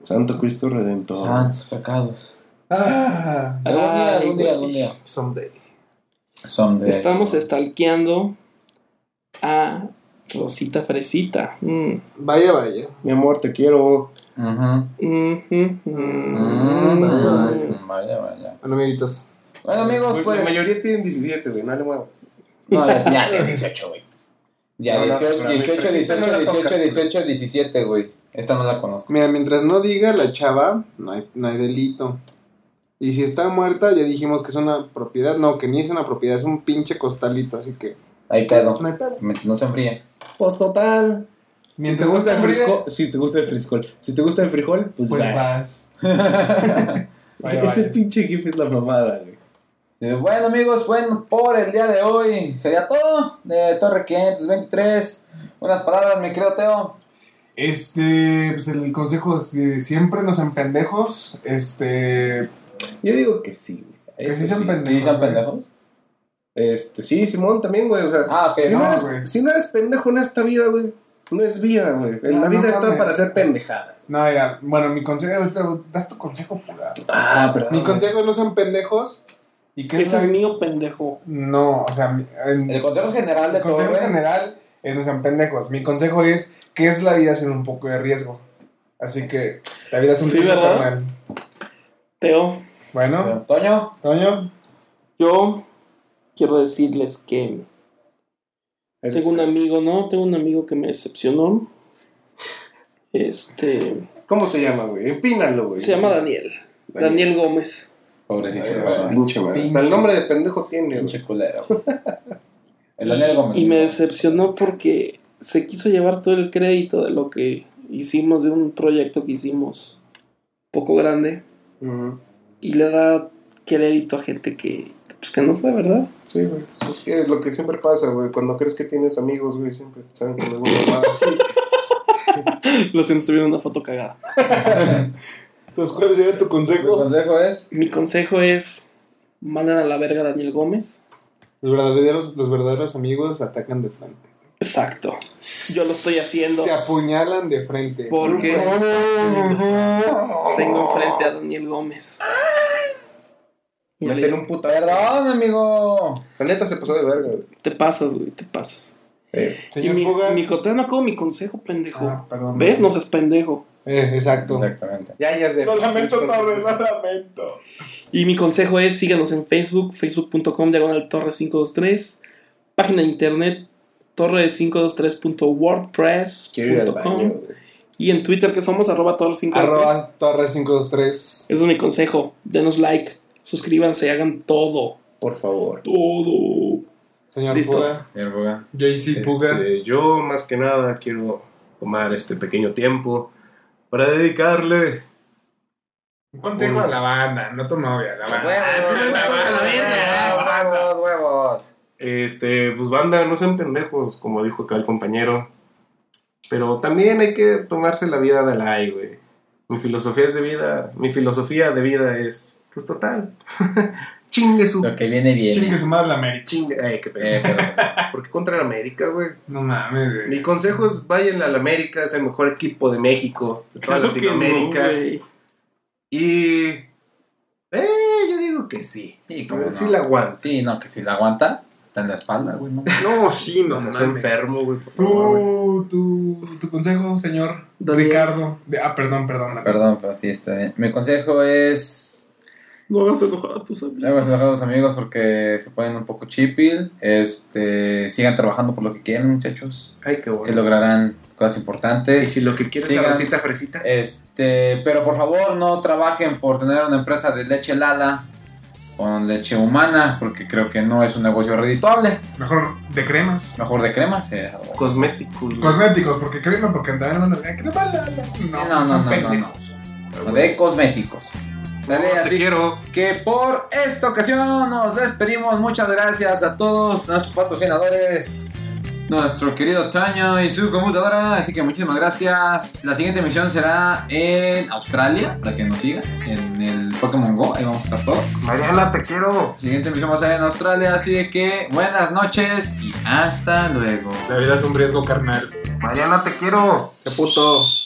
Speaker 3: Santo Cristo Redentor.
Speaker 1: Santos pecados.
Speaker 2: Ah.
Speaker 1: Algún día,
Speaker 4: Ay,
Speaker 1: algún día,
Speaker 4: güey.
Speaker 1: algún día.
Speaker 3: Someday.
Speaker 1: Someday.
Speaker 4: Estamos estalqueando a Rosita Fresita. Mm,
Speaker 2: Vaya, vaya.
Speaker 3: Mi amor, te quiero.
Speaker 1: Ujú.
Speaker 4: mm, mm,
Speaker 1: Mm,
Speaker 4: mm.
Speaker 1: Vaya, vaya.
Speaker 2: Bueno, amiguitos.
Speaker 1: Bueno, amigos,
Speaker 3: Güey,
Speaker 1: pues.
Speaker 3: La mayoría tienen 17, güey. No le muevas.
Speaker 1: No, ya, ya tiene 18, güey. Ya,
Speaker 3: No, no,
Speaker 1: 18,
Speaker 3: pero a mí
Speaker 1: 18,
Speaker 3: Fresita
Speaker 1: 18,
Speaker 3: no la
Speaker 1: 18,
Speaker 3: tocas,
Speaker 1: 18, 17, güey. Esta no la conozco.
Speaker 2: Mira, mientras no diga la chava, no hay, no hay delito. Y si está muerta, ya dijimos que es una propiedad. No, que ni es una propiedad, es un pinche costalito, así que
Speaker 1: Ahí pedo.
Speaker 2: no hay pedo.
Speaker 1: Me- No se enfríe.
Speaker 3: Pues total. Si te
Speaker 2: Mientras
Speaker 3: gusta el
Speaker 2: no enfríe,
Speaker 3: frisco, si te gusta el friscol. Si te gusta el frijol, pues,
Speaker 2: Pues
Speaker 3: vas.
Speaker 2: vas.
Speaker 1: sí,
Speaker 3: (laughs)
Speaker 2: Vaya,
Speaker 3: Ese
Speaker 2: vaya.
Speaker 3: pinche gif es la mamada, güey.
Speaker 1: Eh, Bueno amigos, bueno, por el día de hoy sería todo de Torre 523. Unas palabras, mi querido Teo.
Speaker 2: Este, pues el consejo es eh, siempre no sean pendejos. Este,
Speaker 3: Yo digo que sí, güey.
Speaker 2: que sí
Speaker 3: Eso
Speaker 2: sean
Speaker 3: sí.
Speaker 2: pendejos.
Speaker 1: ¿Y sean
Speaker 2: güey.
Speaker 1: pendejos?
Speaker 3: Este, sí, Simón también, güey. O sea,
Speaker 1: Ah, ok.
Speaker 3: si, no
Speaker 2: no, güey.
Speaker 3: eres, si no eres pendejo en esta vida, güey, no es vida, güey. En
Speaker 2: No,
Speaker 3: la
Speaker 2: no
Speaker 3: vida está
Speaker 2: mames.
Speaker 3: para ser pendejada.
Speaker 2: No, mira, bueno, mi consejo, este, das tu consejo, pura.
Speaker 3: Ah,
Speaker 2: Mi
Speaker 3: perdón.
Speaker 2: consejo es no sean pendejos. ¿Y qué es
Speaker 4: Ese
Speaker 2: la-
Speaker 4: es mío, pendejo.
Speaker 2: No, o sea, mi- en-
Speaker 1: El consejo general de
Speaker 2: el consejo
Speaker 1: Torre.
Speaker 2: general es no sean pendejos. Mi consejo es que es la vida sin un poco de riesgo. Así que la vida es un
Speaker 4: Sí,
Speaker 2: riesgo,
Speaker 4: ¿verdad?
Speaker 2: carnal.
Speaker 4: Teo,
Speaker 2: Bueno,
Speaker 1: Toño,
Speaker 2: Toño,
Speaker 4: yo quiero decirles que tengo un amigo, ¿no? Tengo un amigo que me decepcionó. Este.
Speaker 3: ¿Cómo se llama, güey? Empínalo, güey.
Speaker 4: Se llama Daniel. Daniel Gómez.
Speaker 1: pobrecito,
Speaker 3: Ay,
Speaker 1: güey.
Speaker 3: Pinche, güey. Hasta el nombre de pendejo tiene, güey.
Speaker 1: pinche culero. El Daniel Gómez.
Speaker 4: Y me decepcionó porque se quiso llevar todo el crédito de lo que hicimos, de un proyecto que hicimos poco grande.
Speaker 3: Ujú.
Speaker 4: Y le da crédito a gente que, pues, que no fue, ¿verdad?
Speaker 3: Sí, güey. Pues Es que es lo que siempre pasa, güey. Cuando crees que tienes amigos, güey, siempre te saben con alguna mamada así.
Speaker 4: Lo siento, subieron una foto cagada.
Speaker 2: pues, ¿cuál sería tu
Speaker 1: El
Speaker 2: consejo?
Speaker 1: consejo es.
Speaker 4: Mi consejo es: mandan a la verga a Daniel Gómez.
Speaker 2: Los verdaderos, los verdaderos amigos atacan de frente.
Speaker 4: Exacto. Yo lo estoy haciendo.
Speaker 2: Se apuñalan de frente.
Speaker 4: Porque
Speaker 2: Ujú.
Speaker 4: tengo enfrente a Daniel Gómez. Y le
Speaker 3: Meten
Speaker 4: digo,
Speaker 3: un puta.
Speaker 1: Perdón, Ah, amigo.
Speaker 3: La neta se pasó de verga, güey.
Speaker 4: te pasas, güey, te pasas.
Speaker 3: Eh,
Speaker 4: Y
Speaker 2: Señor
Speaker 4: mi,
Speaker 2: Puga.
Speaker 4: mi conteo no como mi consejo, pendejo.
Speaker 2: Ah, perdón.
Speaker 4: ¿Ves? No seas pendejo.
Speaker 2: Eh, exacto.
Speaker 1: Exactamente.
Speaker 3: ya, ya es de.
Speaker 2: Lo lamento, Torre, lo
Speaker 3: ¿no?
Speaker 2: lamento.
Speaker 4: Y mi consejo es síganos en Facebook, facebook.com diagonal torre 523, página de internet
Speaker 3: Quiero ir al baño,
Speaker 4: torre523.wordpress.com
Speaker 3: güey.
Speaker 4: y en Twitter que somos arroba torre 523.
Speaker 2: Arroba Torre 523.
Speaker 4: Ese es mi consejo. Denos like, suscríbanse, hagan todo.
Speaker 3: Por favor.
Speaker 4: Todo.
Speaker 2: Señor
Speaker 4: Listo.
Speaker 2: Puga.
Speaker 11: Señor Puga.
Speaker 2: JC Puga.
Speaker 6: Este,
Speaker 3: yo más que nada quiero tomar este pequeño tiempo para dedicarle
Speaker 6: Un consejo a la banda, no a tu novia, a la banda.
Speaker 1: Huevos, huevos, huevos.
Speaker 3: Este, pues banda, no sean pendejos, como dijo acá el compañero. Pero también hay que tomarse la vida de la güey. Mi filosofía es de vida, mi filosofía de vida es, pues total. (laughs) chingue su.
Speaker 1: Lo que viene,
Speaker 6: Chingue
Speaker 1: viene.
Speaker 6: su madre la América.
Speaker 3: Chingue. Ay, qué
Speaker 1: Eh,
Speaker 3: pendejo.
Speaker 1: pero-
Speaker 3: (laughs) Porque contra la América, güey.
Speaker 6: No mames,
Speaker 3: Mi
Speaker 6: güey.
Speaker 3: consejo es vayan a la América, es el mejor equipo de México, de toda
Speaker 4: Claro que no,
Speaker 3: Latinoamérica.
Speaker 4: güey.
Speaker 3: y. Eh, yo digo que sí.
Speaker 1: Pues Sí, cómo
Speaker 3: sí
Speaker 1: no.
Speaker 3: la aguanto.
Speaker 1: Sí, no, que si la aguanta, está en la espalda, güey. No.
Speaker 6: No, sí,
Speaker 1: (laughs)
Speaker 6: no
Speaker 3: O sea, soy
Speaker 6: mames.
Speaker 3: enfermo, güey. por favor, güey.
Speaker 6: Tu, tu, tu consejo, señor
Speaker 4: Daniel.
Speaker 6: Ricardo. De- ah, perdón, perdón. Daniel.
Speaker 1: Perdón, pero sí está bien. Mi consejo es.
Speaker 4: No hagas enojar a tus
Speaker 1: No hagas
Speaker 4: amigos.
Speaker 1: enojar a los amigos porque se ponen un poco chipil. Este, sigan trabajando por lo que quieren, muchachos.
Speaker 3: Ay, qué
Speaker 1: Que
Speaker 3: bueno.
Speaker 1: lograrán cosas
Speaker 3: Y
Speaker 1: importantes.
Speaker 3: si lo que quieres es
Speaker 1: Sigan.
Speaker 3: la recita fresita.
Speaker 1: Este, pero por favor no trabajen por tener una empresa de leche Lala con leche humana, porque creo que no es un negocio redituable.
Speaker 6: Mejor de cremas.
Speaker 1: Mejor de cremas. eh, algo.
Speaker 3: Cosméticos.
Speaker 6: Cosméticos, porque crema, porque andan van a decir, crema, la, la".
Speaker 1: No, no,
Speaker 6: son
Speaker 1: no, no,
Speaker 6: pendejos.
Speaker 1: O de cosméticos. Sale
Speaker 3: No, te
Speaker 1: así
Speaker 3: quiero.
Speaker 1: que por esta ocasión nos despedimos. Muchas gracias a todos nuestros patrocinadores. Nuestro querido Taño y su computadora. Así que muchísimas gracias. La siguiente emisión será en Australia. Para que nos sigan. En el Pokémon Go. Ahí vamos a estar todos.
Speaker 3: Mariana, te quiero.
Speaker 1: Siguiente emisión va a ser en Australia, así de que buenas noches y hasta luego.
Speaker 6: La vida es un riesgo carnal.
Speaker 3: Mariana, te quiero.
Speaker 6: Se puto.